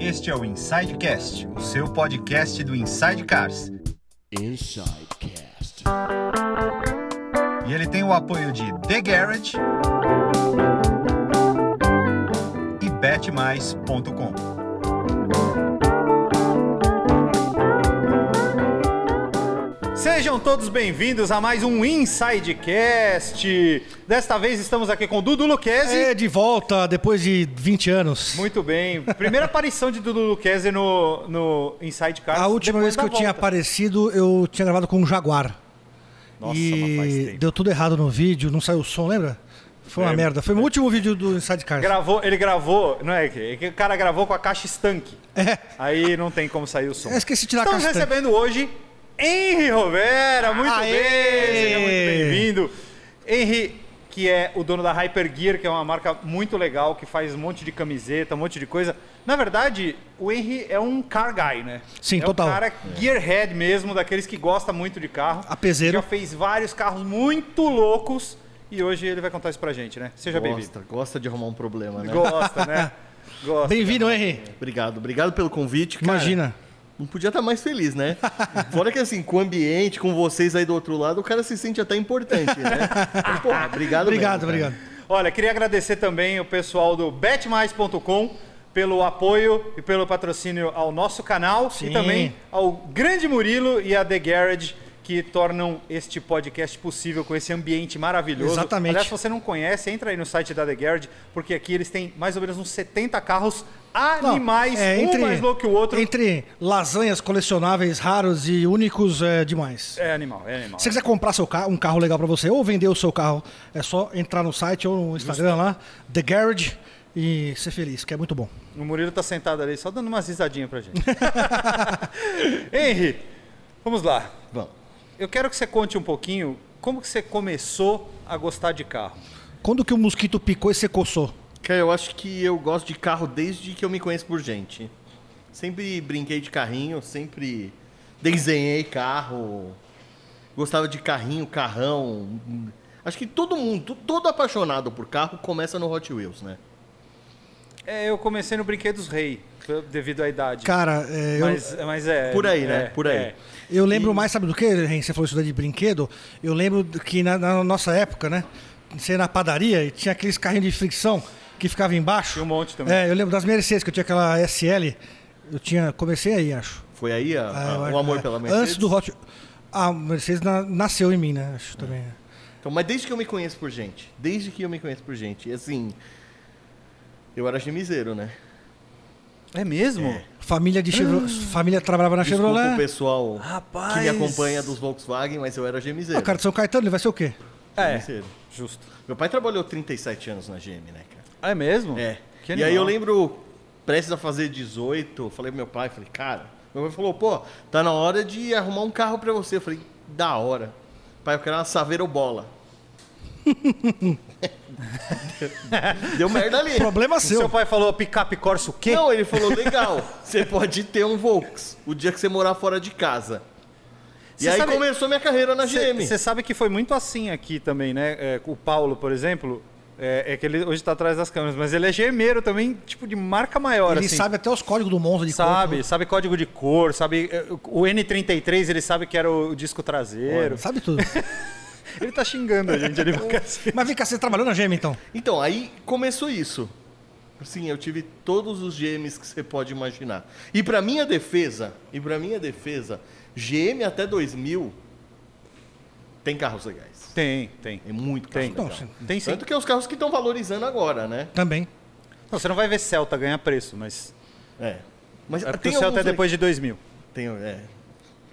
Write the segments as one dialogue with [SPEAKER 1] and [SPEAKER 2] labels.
[SPEAKER 1] Este é o Insidecast, o seu podcast do Inside Cars.
[SPEAKER 2] Insidecast.
[SPEAKER 1] E ele tem o apoio de The Garage e betmais.com. Sejam todos bem-vindos a mais um Insidecast. Desta vez estamos aqui com o Dudu Luquezzi.
[SPEAKER 3] É, de volta depois de 20 anos.
[SPEAKER 1] Muito bem. Primeira aparição de Dudu Luquezzi no, no Inside Cars.
[SPEAKER 3] a última
[SPEAKER 1] depois
[SPEAKER 3] vez que eu
[SPEAKER 1] da
[SPEAKER 3] tinha
[SPEAKER 1] volta.
[SPEAKER 3] aparecido, eu tinha gravado com um Jaguar.
[SPEAKER 1] Nossa, mas faz
[SPEAKER 3] e
[SPEAKER 1] tempo.
[SPEAKER 3] deu tudo errado no vídeo, não saiu o som, lembra? Foi uma
[SPEAKER 1] Lembro.
[SPEAKER 3] merda. Foi o último vídeo do Inside Cars.
[SPEAKER 1] Gravou, ele gravou, não é que é que o cara gravou com a caixa estanque.
[SPEAKER 3] É.
[SPEAKER 1] Aí não tem como sair o som.
[SPEAKER 3] Eu esqueci de tirar a
[SPEAKER 1] Estamos
[SPEAKER 3] caixa estanque.
[SPEAKER 1] recebendo hoje Henry Rovera, muito
[SPEAKER 3] Aê!
[SPEAKER 1] bem, seja muito bem-vindo. Henry, que é o dono da Hyper Gear, que é uma marca muito legal, que faz um monte de camiseta, um monte de coisa. Na verdade, o Henry é um car guy, né?
[SPEAKER 3] Sim,
[SPEAKER 1] é
[SPEAKER 3] total.
[SPEAKER 1] um cara gearhead mesmo, daqueles que gosta muito de carro.
[SPEAKER 3] Apezeiro.
[SPEAKER 1] Já fez vários carros muito loucos e hoje ele vai contar isso pra gente, né? Seja bem-vindo.
[SPEAKER 4] Gosta, gosta de arrumar um problema, né?
[SPEAKER 1] Gosta, né? Gosta.
[SPEAKER 3] Bem-vindo, Henry.
[SPEAKER 4] Obrigado, obrigado pelo convite. cara.
[SPEAKER 3] Imagina.
[SPEAKER 4] Não podia estar mais feliz, né? Fora que assim, com o ambiente, com vocês aí do outro lado, o cara se sente até importante, né? Mas, porra, obrigado
[SPEAKER 3] Obrigado,
[SPEAKER 4] mesmo, cara.
[SPEAKER 3] obrigado.
[SPEAKER 1] Olha, queria agradecer também o pessoal do betmais.com pelo apoio e pelo patrocínio ao nosso canal e
[SPEAKER 3] Sim.
[SPEAKER 1] também ao Grande Murilo e a The Garage que tornam este podcast possível com esse ambiente maravilhoso.
[SPEAKER 3] Exatamente.
[SPEAKER 1] Aliás, se você não conhece, entra aí no site da The Garage, porque aqui eles têm mais ou menos uns 70 carros
[SPEAKER 3] Não, é,
[SPEAKER 1] animais, um mais louco que o outro.
[SPEAKER 3] Entre lasanhas colecionáveis raros e únicos é, demais.
[SPEAKER 1] É animal, é animal.
[SPEAKER 3] Se você quiser comprar seu carro, um carro legal pra você ou vender o seu carro, é só entrar no site ou no Instagram lá, The Garage, e ser feliz, que é muito bom.
[SPEAKER 1] O Murilo tá sentado ali, só dando umas risadinhas pra gente. Henry, vamos lá.
[SPEAKER 4] Vamos.
[SPEAKER 1] Eu quero que você conte um pouquinho como que você começou a gostar de carro.
[SPEAKER 3] Quando que o mosquito picou e você coçou?
[SPEAKER 4] Cara, eu acho que eu gosto de carro desde que eu me conheço por gente. Sempre brinquei de carrinho, sempre desenhei carro. Gostava de carrinho, carrão. Acho que todo mundo, todo apaixonado por carro, começa no Hot Wheels, né?
[SPEAKER 1] É, eu comecei no Brinquedos Rei, devido à idade.
[SPEAKER 3] Cara, é, eu,
[SPEAKER 1] mas, mas é.
[SPEAKER 4] Por aí,
[SPEAKER 1] é,
[SPEAKER 4] né? Por aí.
[SPEAKER 1] é.
[SPEAKER 3] eu lembro mais, sabe do que, Ren? Você falou isso daí de brinquedo. Eu lembro do que na, na nossa época, né? Você ia na padaria e tinha aqueles carrinhos de fricção que ficava embaixo.
[SPEAKER 1] Tinha um monte também.
[SPEAKER 3] É, eu lembro das Mercedes, que eu tinha aquela SL. Eu tinha. Comecei aí, acho.
[SPEAKER 4] Foi aí
[SPEAKER 3] Ah,
[SPEAKER 4] a- a-
[SPEAKER 3] eu acho-
[SPEAKER 1] um
[SPEAKER 4] o amor
[SPEAKER 3] é.
[SPEAKER 4] pela Mercedes.
[SPEAKER 3] Antes do Hot. Ah, A Mercedes na- nasceu em mim, né? Acho também.
[SPEAKER 4] Então, mas desde que eu me conheço por gente. Desde que eu me conheço por gente. E assim. Eu era chemiseiro, né?
[SPEAKER 1] É mesmo?
[SPEAKER 3] Família de Chevrolet.
[SPEAKER 1] Ah.
[SPEAKER 3] Família trabalhava na
[SPEAKER 4] Desculpa o
[SPEAKER 3] Chevrolet.
[SPEAKER 4] pessoal
[SPEAKER 1] Rapaz.
[SPEAKER 4] que me acompanha dos Volkswagen, mas eu era gemiseiro.
[SPEAKER 3] Ah, o cara de São Caetano, ele vai ser o quê?
[SPEAKER 1] É.
[SPEAKER 4] Gemiseiro.
[SPEAKER 1] Justo.
[SPEAKER 4] Meu pai trabalhou 37 anos na GM, né, cara?
[SPEAKER 1] Ah, é mesmo?
[SPEAKER 4] É.
[SPEAKER 1] Que
[SPEAKER 4] e aí eu
[SPEAKER 1] animal.
[SPEAKER 4] lembro, prestes a fazer 18, eu falei pro meu pai, falei, cara, meu pai falou, pô, tá na hora de arrumar um carro pra você. Eu falei, da hora. Pai, eu quero uma Saveiro bola. Deu merda ali.
[SPEAKER 3] Problema
[SPEAKER 1] Seu
[SPEAKER 3] seu.
[SPEAKER 1] pai falou picape Corsa o quê?
[SPEAKER 4] é Não, ele falou, legal, você pode ter um Volks o dia que você morar fora de casa. E
[SPEAKER 1] Você
[SPEAKER 4] aí
[SPEAKER 1] sabe-
[SPEAKER 4] começou minha carreira na GM.
[SPEAKER 1] Você sabe que foi muito assim aqui também, né? É, o Paulo, por exemplo, é, é que ele hoje tá atrás das câmeras, mas ele é gemeiro também, tipo, de marca maior,
[SPEAKER 3] Ele
[SPEAKER 1] assim.
[SPEAKER 3] sabe até os códigos do Monza de
[SPEAKER 1] Sabe,
[SPEAKER 4] um-
[SPEAKER 3] corpo.
[SPEAKER 1] sabe código de cor, sabe. é, O N33 ele sabe que era o disco traseiro.
[SPEAKER 3] Sabe tudo.
[SPEAKER 1] Ele tá xingando a gente ali pra cacete.
[SPEAKER 3] Mas vem cá, você trabalhou na GM então?
[SPEAKER 4] Então, aí começou isso. Sim, eu tive todos os GMs que você pode imaginar. E pra minha defesa, e pra minha defesa, GM até 2000 tem carros legais.
[SPEAKER 1] Tem, tem.
[SPEAKER 4] Tem muito carro
[SPEAKER 1] Tem.
[SPEAKER 4] legal.
[SPEAKER 3] Não, sim.
[SPEAKER 1] Tem sim.
[SPEAKER 4] Tanto que é os carros que estão valorizando agora, né?
[SPEAKER 3] Também.
[SPEAKER 1] Não, você não vai ver Celta ganhar preço, mas.
[SPEAKER 4] É. Mas
[SPEAKER 1] É porque o Celta é
[SPEAKER 4] alguns le-
[SPEAKER 1] depois de 2000.
[SPEAKER 4] Tem, é.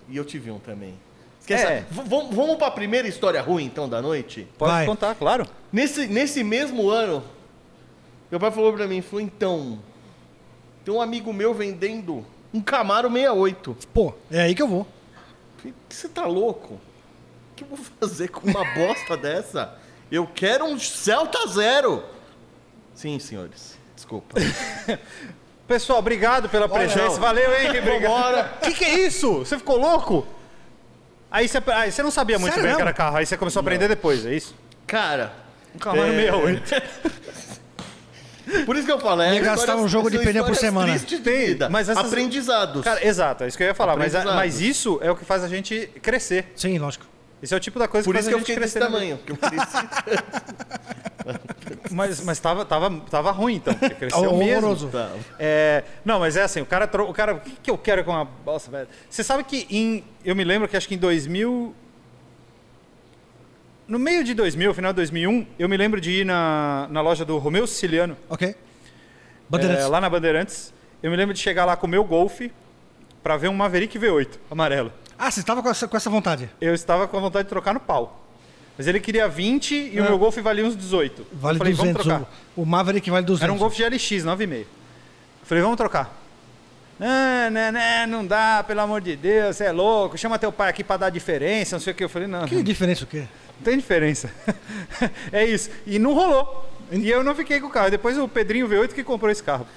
[SPEAKER 4] E eu tive um também. Esquece.
[SPEAKER 1] É.
[SPEAKER 4] V- Vamos vamos pra primeira história ruim, então, da noite?
[SPEAKER 1] Pode
[SPEAKER 3] Vai.
[SPEAKER 1] contar, claro.
[SPEAKER 4] Nesse, nesse mesmo ano, meu pai falou pra mim, falou, então, tem um amigo meu vendendo um Camaro 68.
[SPEAKER 3] Pô, é aí que eu vou.
[SPEAKER 4] Falei, Você tá louco? O que eu vou fazer com uma bosta dessa? Eu quero um Celta Zero. Sim, senhores. Desculpa.
[SPEAKER 1] Pessoal, obrigado pela presença.
[SPEAKER 4] João.
[SPEAKER 1] Valeu, Henrique.
[SPEAKER 4] Vambora.
[SPEAKER 1] Obrigado. O que, que é isso? Você ficou louco? Aí você, aí você não sabia muito
[SPEAKER 3] Sério
[SPEAKER 1] bem o que
[SPEAKER 3] mesmo?
[SPEAKER 1] era carro, aí você
[SPEAKER 4] Ah,
[SPEAKER 1] começou a aprender depois, é isso?
[SPEAKER 4] Cara,
[SPEAKER 1] Um Camaro
[SPEAKER 4] É.
[SPEAKER 1] 68.
[SPEAKER 4] Por isso que eu falo, é.
[SPEAKER 3] Ia gastar um jogo de pneu por semana.
[SPEAKER 1] Tem,
[SPEAKER 4] Tem,
[SPEAKER 1] mas essas-
[SPEAKER 4] Aprendizados.
[SPEAKER 1] Cara, exato, é isso que eu ia falar. Mas, a-
[SPEAKER 4] Aprendizados.
[SPEAKER 1] mas isso é o que faz a gente crescer.
[SPEAKER 3] Sim, lógico.
[SPEAKER 1] Esse é o tipo da coisa
[SPEAKER 4] por
[SPEAKER 1] que faz
[SPEAKER 4] isso que
[SPEAKER 1] a
[SPEAKER 4] eu
[SPEAKER 1] gente crescer.
[SPEAKER 4] fiquei desse
[SPEAKER 1] na
[SPEAKER 4] tamanho. porque eu cresci-
[SPEAKER 1] vida. Mas, mas tava, tava, tava ruim, então. Porque cresceu mesmo.
[SPEAKER 3] Horroroso.
[SPEAKER 4] Tá.
[SPEAKER 1] É, não, mas é assim, o cara, tro- o cara, o que, que eu quero com a bosta, velho? Você sabe que em, eu me lembro que acho que em 2000 no meio de 2000, final de 2001, eu me lembro de ir na, na loja do Romeu Siciliano,
[SPEAKER 3] Ok.
[SPEAKER 1] é,
[SPEAKER 3] Bandeirantes.
[SPEAKER 1] lá na Bandeirantes. Eu me lembro de chegar lá com o meu Golf pra ver um Maverick V8 amarelo.
[SPEAKER 3] Ah, você estava com essa, com essa vontade.
[SPEAKER 1] Eu estava com a vontade de trocar no pau. Mas ele queria 20 e o
[SPEAKER 3] Ah.
[SPEAKER 1] meu Golf valia uns 18.
[SPEAKER 3] Vale
[SPEAKER 1] eu falei, vamos
[SPEAKER 3] 200.
[SPEAKER 1] trocar.
[SPEAKER 3] O, o Maverick vale 200.
[SPEAKER 1] Era um Golf GLX, 9,5. Eu Falei, vamos trocar. Não, não, não, não dá, pelo amor de Deus, você é louco. Chama teu pai aqui pra dar diferença, não sei o que. Eu falei, não,
[SPEAKER 3] Que diferença o quê?
[SPEAKER 1] não tem diferença. é isso. E não rolou. E eu não fiquei com o carro. Depois o Pedrinho V8 que comprou esse carro.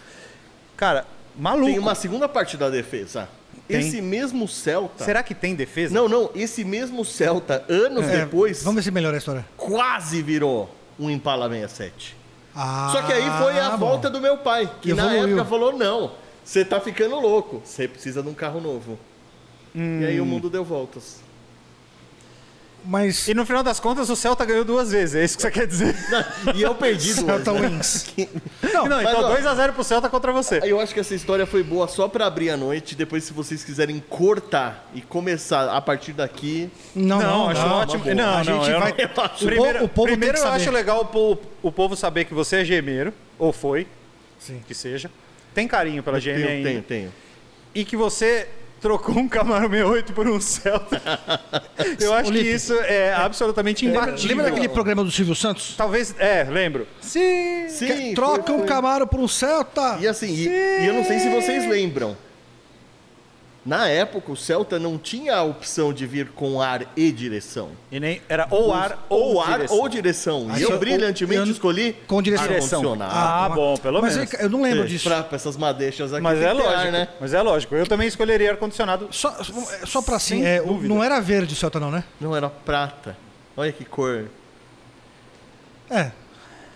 [SPEAKER 1] Cara, maluco.
[SPEAKER 4] Tem uma segunda parte da defesa.
[SPEAKER 1] Tem.
[SPEAKER 4] Esse mesmo Celta.
[SPEAKER 1] Será que tem defesa?
[SPEAKER 4] Não, não. Esse mesmo Celta, anos
[SPEAKER 3] É,
[SPEAKER 4] depois,
[SPEAKER 3] Vamos ver se melhora a história.
[SPEAKER 4] quase virou um Impala 67.
[SPEAKER 3] Ah,
[SPEAKER 4] Só que aí foi a
[SPEAKER 3] bom.
[SPEAKER 4] volta do meu pai, que na
[SPEAKER 3] Evoluiu.
[SPEAKER 4] época falou: não, você tá ficando louco, você precisa de um carro novo. E
[SPEAKER 3] Hum.
[SPEAKER 4] aí o mundo deu voltas.
[SPEAKER 3] Mas.
[SPEAKER 1] E no final das contas o Celta ganhou duas vezes, é isso que você quer dizer?
[SPEAKER 4] E eu perdi duas.
[SPEAKER 3] Celta
[SPEAKER 4] né?
[SPEAKER 3] Wings. Não,
[SPEAKER 1] Não, então
[SPEAKER 4] ó,
[SPEAKER 1] 2x0 pro Celta contra você.
[SPEAKER 4] Eu acho que essa história foi boa só pra abrir a noite. Depois, se vocês quiserem cortar e começar a partir daqui.
[SPEAKER 3] não,
[SPEAKER 1] Não,
[SPEAKER 3] não,
[SPEAKER 1] acho
[SPEAKER 3] não.
[SPEAKER 1] ótimo.
[SPEAKER 3] Uma boa.
[SPEAKER 1] Não, não,
[SPEAKER 3] a gente
[SPEAKER 1] eu
[SPEAKER 3] vai.
[SPEAKER 1] não-
[SPEAKER 4] Eu acho.
[SPEAKER 3] O,
[SPEAKER 1] primeiro
[SPEAKER 3] povo, o povo
[SPEAKER 1] primeiro
[SPEAKER 3] tem que
[SPEAKER 1] eu
[SPEAKER 3] saber.
[SPEAKER 1] acho legal o povo, o povo saber que você é gemeiro, ou foi,
[SPEAKER 3] Sim.
[SPEAKER 1] que seja. Tem carinho pela GM
[SPEAKER 4] Tenho,
[SPEAKER 1] ainda.
[SPEAKER 4] tenho, tenho.
[SPEAKER 1] E que você trocou um Camaro 68 por um Celta. eu acho que
[SPEAKER 3] Lipe.
[SPEAKER 1] isso é absolutamente imbatível.
[SPEAKER 3] Lembra daquele programa do Silvio Santos?
[SPEAKER 1] Talvez, é, lembro. Sim.
[SPEAKER 4] Sim,
[SPEAKER 3] Que- troca
[SPEAKER 4] foi-
[SPEAKER 3] um
[SPEAKER 4] foi.
[SPEAKER 3] Camaro por um Celta.
[SPEAKER 4] E assim, e, e eu não sei se vocês lembram. Na época, o Celta não tinha a opção de vir com ar e direção.
[SPEAKER 1] E nem era ou ar ou,
[SPEAKER 4] ou ar
[SPEAKER 1] direção.
[SPEAKER 4] ou direção.
[SPEAKER 3] Ah,
[SPEAKER 4] e eu,
[SPEAKER 3] eu-
[SPEAKER 4] brilhantemente
[SPEAKER 3] eu-
[SPEAKER 4] escolhi
[SPEAKER 3] com direção.
[SPEAKER 4] ar-condicionado.
[SPEAKER 1] Ah, bom, pelo
[SPEAKER 3] Mas
[SPEAKER 1] menos.
[SPEAKER 3] é que eu não lembro disso.
[SPEAKER 4] Pra, pra essas madeixas aqui.
[SPEAKER 1] Mas
[SPEAKER 4] tem
[SPEAKER 1] é
[SPEAKER 4] que ter ar,
[SPEAKER 1] lógico,
[SPEAKER 4] né?
[SPEAKER 1] mas é lógico. Eu também escolheria ar-condicionado.
[SPEAKER 3] Só, só pra
[SPEAKER 1] Sem
[SPEAKER 3] assim, é, o-
[SPEAKER 1] dúvida.
[SPEAKER 3] não era verde o Celta, não, né?
[SPEAKER 4] Não, era prata. Olha que cor.
[SPEAKER 3] É.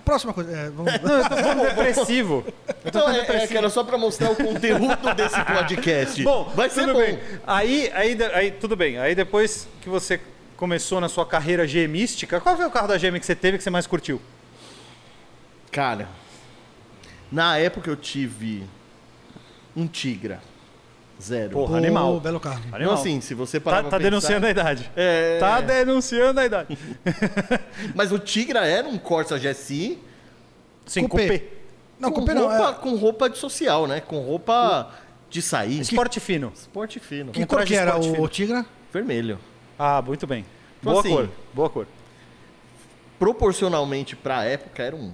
[SPEAKER 3] Próxima coisa. é, vamos-
[SPEAKER 1] Não, eu tô ficando depressivo.
[SPEAKER 4] Então, é, é que era só pra mostrar o conteúdo desse podcast.
[SPEAKER 1] Bom,
[SPEAKER 4] vai ser
[SPEAKER 1] tudo
[SPEAKER 4] bom.
[SPEAKER 1] bem. Aí, aí, de- aí, tudo bem. Aí depois que você começou na sua carreira GMística, qual foi o carro da GM que você teve que você mais curtiu?
[SPEAKER 4] Cara, na época eu tive um Tigra. Zero.
[SPEAKER 1] Porra, animal.
[SPEAKER 3] Belo carro.
[SPEAKER 4] Não, assim, se você parar
[SPEAKER 1] Tá,
[SPEAKER 4] pra
[SPEAKER 1] tá
[SPEAKER 4] pensar-
[SPEAKER 1] denunciando a idade.
[SPEAKER 4] É.
[SPEAKER 1] Tá denunciando a idade.
[SPEAKER 4] Mas o Tigra era um Corsa GSI
[SPEAKER 1] Sim,
[SPEAKER 3] Coupé.
[SPEAKER 1] cupê.
[SPEAKER 3] Não,
[SPEAKER 4] com,
[SPEAKER 3] Coupé não.
[SPEAKER 4] roupa,
[SPEAKER 3] é-
[SPEAKER 4] com roupa de social, né? Com roupa de sair.
[SPEAKER 1] Esporte fino.
[SPEAKER 4] Esporte fino.
[SPEAKER 3] Que
[SPEAKER 1] um
[SPEAKER 3] cor
[SPEAKER 1] traje
[SPEAKER 3] que era
[SPEAKER 1] esporte
[SPEAKER 3] o,
[SPEAKER 1] fino.
[SPEAKER 3] Tigra?
[SPEAKER 4] Vermelho.
[SPEAKER 1] Ah, muito bem.
[SPEAKER 4] Então,
[SPEAKER 1] Boa
[SPEAKER 4] assim,
[SPEAKER 1] cor. Boa cor.
[SPEAKER 4] Proporcionalmente pra época era um...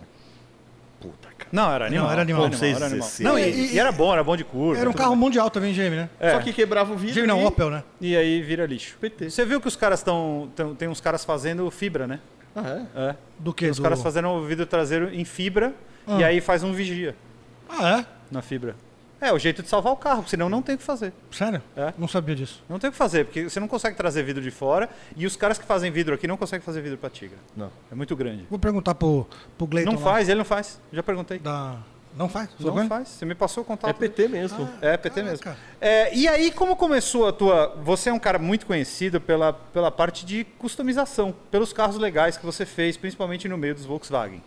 [SPEAKER 4] Puta, cara.
[SPEAKER 1] Não, era animal.
[SPEAKER 3] Não, era animal.
[SPEAKER 1] Era animal. era animal.
[SPEAKER 4] 16.
[SPEAKER 1] Não, e, e era bom, era bom de curva.
[SPEAKER 3] Era um
[SPEAKER 1] tudo
[SPEAKER 3] carro
[SPEAKER 1] bem.
[SPEAKER 3] mundial também, GM, né?
[SPEAKER 1] É.
[SPEAKER 4] Só que quebrava o vidro
[SPEAKER 3] GM não,
[SPEAKER 4] e...
[SPEAKER 3] Opel, né?
[SPEAKER 1] E aí vira lixo. Você viu que os caras estão. Tem uns caras fazendo fibra, né?
[SPEAKER 4] Ah, é?
[SPEAKER 1] É.
[SPEAKER 3] Do que?
[SPEAKER 1] Os caras fazendo o vidro traseiro em fibra e aí faz um vigia.
[SPEAKER 3] Ah, é?
[SPEAKER 1] na fibra. É, o jeito de salvar o carro, senão não tem o que fazer.
[SPEAKER 3] Sério?
[SPEAKER 1] É.
[SPEAKER 3] Não sabia disso.
[SPEAKER 1] Não tem o que fazer, porque você não consegue trazer vidro de fora e os caras que fazem vidro aqui não conseguem fazer vidro pra Tigra.
[SPEAKER 4] Não.
[SPEAKER 1] É muito grande.
[SPEAKER 3] Vou perguntar pro, pro Gleiton.
[SPEAKER 1] não
[SPEAKER 3] lá
[SPEAKER 1] faz, ele não faz. Já perguntei.
[SPEAKER 3] Da... Não faz?
[SPEAKER 1] Não
[SPEAKER 3] Vergonha?
[SPEAKER 1] faz. Você me passou o
[SPEAKER 4] É
[SPEAKER 1] contato.
[SPEAKER 4] PT mesmo.
[SPEAKER 3] Ah.
[SPEAKER 1] É, PT mesmo.
[SPEAKER 3] Caraca.
[SPEAKER 1] É, e aí, como começou a tua. Você é um cara muito conhecido pela, pela parte de customização, pelos carros legais que você fez, principalmente no meio dos Volkswagen.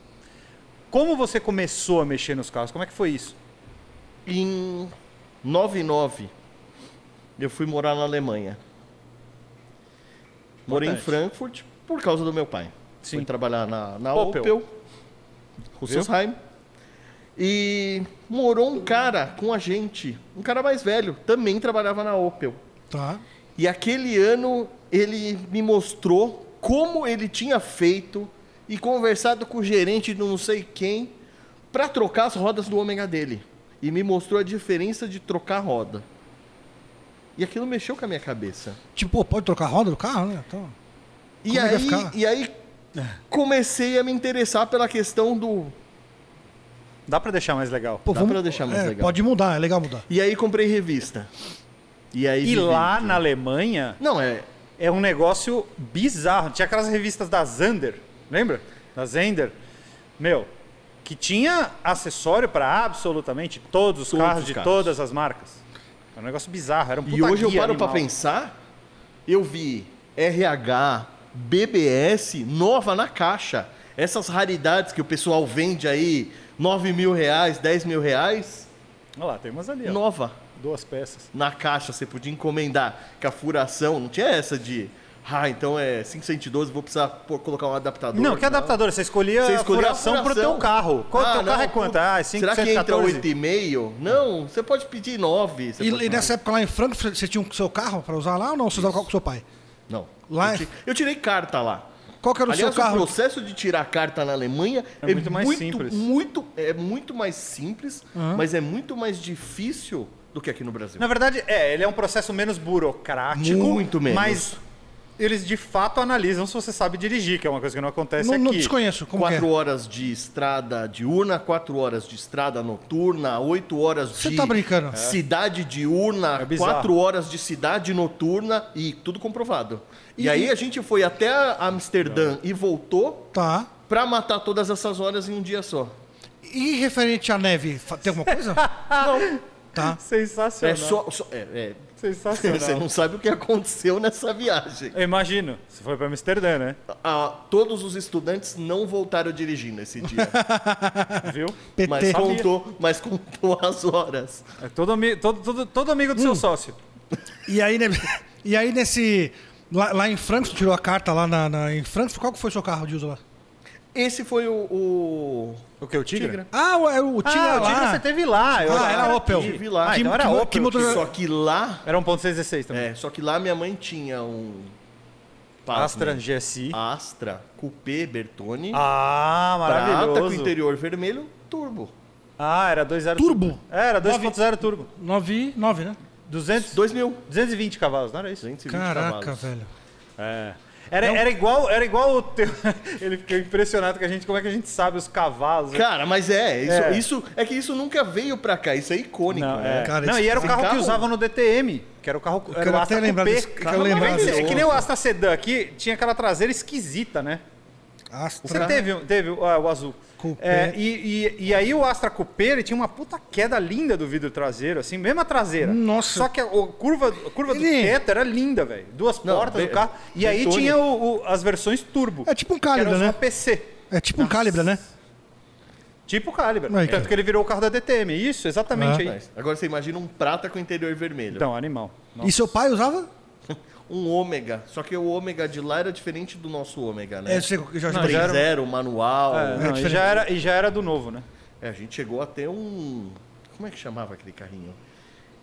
[SPEAKER 1] Como você começou a mexer nos carros? Como é que foi isso?
[SPEAKER 4] Em 99, eu fui morar na Alemanha. Morei em
[SPEAKER 1] Importante.
[SPEAKER 4] Frankfurt por causa do meu pai.
[SPEAKER 1] Sim.
[SPEAKER 4] Fui trabalhar na, na
[SPEAKER 1] Opel.
[SPEAKER 4] Opel, Russelsheim. E morou um cara com a gente, um cara mais velho, também trabalhava na Opel.
[SPEAKER 3] Tá.
[SPEAKER 4] E aquele ano ele me mostrou como ele tinha feito e conversado com o gerente do não sei quem para trocar as rodas do ômega dele. E me mostrou a diferença de trocar a roda. E aquilo mexeu com a minha cabeça.
[SPEAKER 3] Tipo, pô, pode trocar a roda do carro, né? Então,
[SPEAKER 4] E
[SPEAKER 3] Como é que vai
[SPEAKER 4] aí,
[SPEAKER 3] ficar?
[SPEAKER 4] e aí comecei a me interessar pela questão do.
[SPEAKER 1] Dá pra deixar mais legal.
[SPEAKER 3] pô,
[SPEAKER 4] Dá pra deixar mais
[SPEAKER 3] é,
[SPEAKER 4] legal.
[SPEAKER 3] Pode mudar, é legal mudar.
[SPEAKER 4] E aí comprei revista. E aí.
[SPEAKER 1] E
[SPEAKER 4] vivi.
[SPEAKER 1] lá na Alemanha,
[SPEAKER 4] Não, é.
[SPEAKER 1] é um negócio bizarro. Tinha aquelas revistas da Zander, lembra? Da Zender. Meu, que tinha acessório para absolutamente todos os
[SPEAKER 4] Todos
[SPEAKER 1] carros
[SPEAKER 4] os
[SPEAKER 1] de
[SPEAKER 4] carros.
[SPEAKER 1] todas as marcas. Era um negócio bizarro, era um puta
[SPEAKER 4] E hoje eu
[SPEAKER 1] guia
[SPEAKER 4] paro pra
[SPEAKER 1] animal.
[SPEAKER 4] pensar, eu vi RH, BBS, nova na caixa. Essas raridades que o pessoal vende aí, 9 mil reais, 10 mil reais,
[SPEAKER 1] Olha lá, tem umas ali, ó.
[SPEAKER 4] nova
[SPEAKER 1] duas peças.
[SPEAKER 4] na caixa. Você podia encomendar que a furação, não tinha essa de, ah, então é 512, vou precisar pô, colocar um adaptador.
[SPEAKER 1] Não, que adaptador? Você escolhia,
[SPEAKER 4] Você escolheu
[SPEAKER 1] a furação
[SPEAKER 4] a
[SPEAKER 1] pro
[SPEAKER 4] furação.
[SPEAKER 1] teu carro. Qual
[SPEAKER 4] Ah,
[SPEAKER 1] teu
[SPEAKER 4] não,
[SPEAKER 1] carro é quanto? Ah, é 5,
[SPEAKER 4] Será que entra
[SPEAKER 1] 114?
[SPEAKER 4] 8,5? Não, você pode pedir 9. você
[SPEAKER 3] E,
[SPEAKER 4] pode-
[SPEAKER 3] e nessa época lá em Frankfurt, você- você tinha o seu carro para usar lá ou não? Você usava o carro com seu pai?
[SPEAKER 4] Não.
[SPEAKER 3] Lá-
[SPEAKER 1] é
[SPEAKER 4] Eu, ti- eu tirei carta lá.
[SPEAKER 3] Qual que era o
[SPEAKER 4] Aliás,
[SPEAKER 3] seu
[SPEAKER 4] o
[SPEAKER 3] carro?
[SPEAKER 4] processo de tirar carta na Alemanha
[SPEAKER 1] É muito mais simples.
[SPEAKER 4] muito- é muito mais simples, mas é muito mais difícil do que aqui no Brasil.
[SPEAKER 1] Na verdade, é, ele é um processo menos burocrático.
[SPEAKER 4] Muito menos.
[SPEAKER 1] Mas eles de fato analisam se você sabe dirigir, que é uma coisa que não acontece
[SPEAKER 3] Não,
[SPEAKER 1] aqui.
[SPEAKER 3] não desconheço. Como que é?
[SPEAKER 4] quatro horas de estrada diurna, quatro horas de estrada noturna, oito horas
[SPEAKER 3] Você
[SPEAKER 4] de É.
[SPEAKER 3] tá brincando?
[SPEAKER 4] cidade diurna,
[SPEAKER 1] É bizarro.
[SPEAKER 4] quatro horas de cidade noturna e tudo comprovado. E,
[SPEAKER 3] E-
[SPEAKER 4] aí a gente foi até Amsterdã e voltou
[SPEAKER 3] Tá.
[SPEAKER 4] pra matar todas essas horas em um dia só.
[SPEAKER 3] E referente à neve, fa- tem alguma coisa?
[SPEAKER 1] Ah,
[SPEAKER 4] Não,
[SPEAKER 3] tá.
[SPEAKER 1] Sensacional.
[SPEAKER 4] é só. só- é- é, Você
[SPEAKER 1] Sensacional.
[SPEAKER 4] não sabe o que aconteceu nessa viagem.
[SPEAKER 1] Eu imagino. Você foi pra Amsterdã, né?
[SPEAKER 4] Ah, todos os estudantes não voltaram dirigindo esse dia.
[SPEAKER 1] Viu?
[SPEAKER 3] PT.
[SPEAKER 4] mas,
[SPEAKER 1] Sabia.
[SPEAKER 4] contou, mas contou as horas.
[SPEAKER 1] É todo, ami- todo, todo, todo amigo do seu sócio.
[SPEAKER 3] E aí, né, e aí nesse. Lá, lá em Frankfurt, tirou a carta lá na, na- em Frankfurt, qual que foi o seu carro de uso lá?
[SPEAKER 4] Esse foi o. o...
[SPEAKER 1] O que? O Tigre?
[SPEAKER 4] Tigre.
[SPEAKER 3] Ah, o, é o Tigre
[SPEAKER 1] ah, o
[SPEAKER 3] lá.
[SPEAKER 1] Tigre você teve lá. Eu
[SPEAKER 3] Ah,
[SPEAKER 1] achava
[SPEAKER 3] era
[SPEAKER 1] que
[SPEAKER 3] Opel.
[SPEAKER 4] Tive lá.
[SPEAKER 1] Ah, então
[SPEAKER 3] Que-
[SPEAKER 1] era
[SPEAKER 3] que-
[SPEAKER 1] Opel.
[SPEAKER 3] que motor-
[SPEAKER 4] Só que lá.
[SPEAKER 1] Era 1.616 também.
[SPEAKER 4] É, né? só que lá minha mãe tinha um.
[SPEAKER 1] Astra
[SPEAKER 4] pasme,
[SPEAKER 1] GSI.
[SPEAKER 4] Astra, Coupé Bertone.
[SPEAKER 1] Ah,
[SPEAKER 4] prata com
[SPEAKER 1] maravilhoso.
[SPEAKER 4] interior vermelho, turbo.
[SPEAKER 1] Ah, era 2.0
[SPEAKER 3] Turbo?
[SPEAKER 1] É, era 2.0 turbo.
[SPEAKER 3] 9, 9, né?
[SPEAKER 1] 200,
[SPEAKER 4] 2 mil.
[SPEAKER 1] 220 cavalos, não era isso?
[SPEAKER 4] 220
[SPEAKER 3] Caraca,
[SPEAKER 4] cavalos.
[SPEAKER 3] velho.
[SPEAKER 1] É. Era, era igual, era igual o teu. Ele ficou impressionado com a gente, como é que a gente sabe os cavalos.
[SPEAKER 4] Cara, mas é isso,
[SPEAKER 1] É.
[SPEAKER 4] é, isso é que isso nunca veio pra cá, isso é icônico,
[SPEAKER 1] Não,
[SPEAKER 4] né?
[SPEAKER 1] é.
[SPEAKER 3] Cara,
[SPEAKER 1] Não,
[SPEAKER 3] esse-
[SPEAKER 1] e era o
[SPEAKER 4] esse
[SPEAKER 1] carro, que
[SPEAKER 4] carro-
[SPEAKER 1] usavam no DTM, que era o carro. Era
[SPEAKER 3] quero
[SPEAKER 1] o
[SPEAKER 3] até
[SPEAKER 1] Astra
[SPEAKER 3] lembrar
[SPEAKER 1] Coupé.
[SPEAKER 3] desse- eu quero
[SPEAKER 1] Mas
[SPEAKER 3] lembrar
[SPEAKER 1] é que-
[SPEAKER 4] desse
[SPEAKER 1] É que
[SPEAKER 4] outro.
[SPEAKER 1] nem o Astra Sedan aqui, tinha aquela traseira esquisita, né? Você
[SPEAKER 3] Astra.
[SPEAKER 1] teve, um- teve ah, o azul.
[SPEAKER 3] Coupé.
[SPEAKER 1] É, e, e- e aí o Astra Coupé, ele tinha uma puta queda linda do vidro traseiro, assim, mesma traseira.
[SPEAKER 3] Nossa.
[SPEAKER 1] Só que a, o curva, a curva do
[SPEAKER 3] Ele-
[SPEAKER 1] teto era linda, velho. Duas
[SPEAKER 4] Não,
[SPEAKER 1] portas
[SPEAKER 4] be-
[SPEAKER 1] do carro. E aí
[SPEAKER 4] Bertone.
[SPEAKER 1] tinha o- o- as versões turbo.
[SPEAKER 3] É tipo um
[SPEAKER 1] que
[SPEAKER 3] Calibra,
[SPEAKER 1] eram
[SPEAKER 3] né?
[SPEAKER 1] só PC.
[SPEAKER 3] É tipo um Calibra, né?
[SPEAKER 1] Tipo o Calibra.
[SPEAKER 3] Aí,
[SPEAKER 1] Tanto
[SPEAKER 3] cara.
[SPEAKER 1] que ele virou o carro da DTM. Isso, exatamente
[SPEAKER 3] então. Ah.
[SPEAKER 1] aí.
[SPEAKER 4] Mas Agora você imagina um prata com interior vermelho.
[SPEAKER 1] Então, animal. Nossa.
[SPEAKER 3] E seu pai usava?
[SPEAKER 4] Um ômega. Só que o ômega de lá era diferente do nosso ômega, né?
[SPEAKER 3] É, você, já,
[SPEAKER 1] Não, já-
[SPEAKER 4] 3.0, manual.
[SPEAKER 1] É, não, e,
[SPEAKER 3] diferente.
[SPEAKER 1] já era, e já era do novo, né?
[SPEAKER 4] É, a gente chegou a ter um. Como é que chamava aquele carrinho?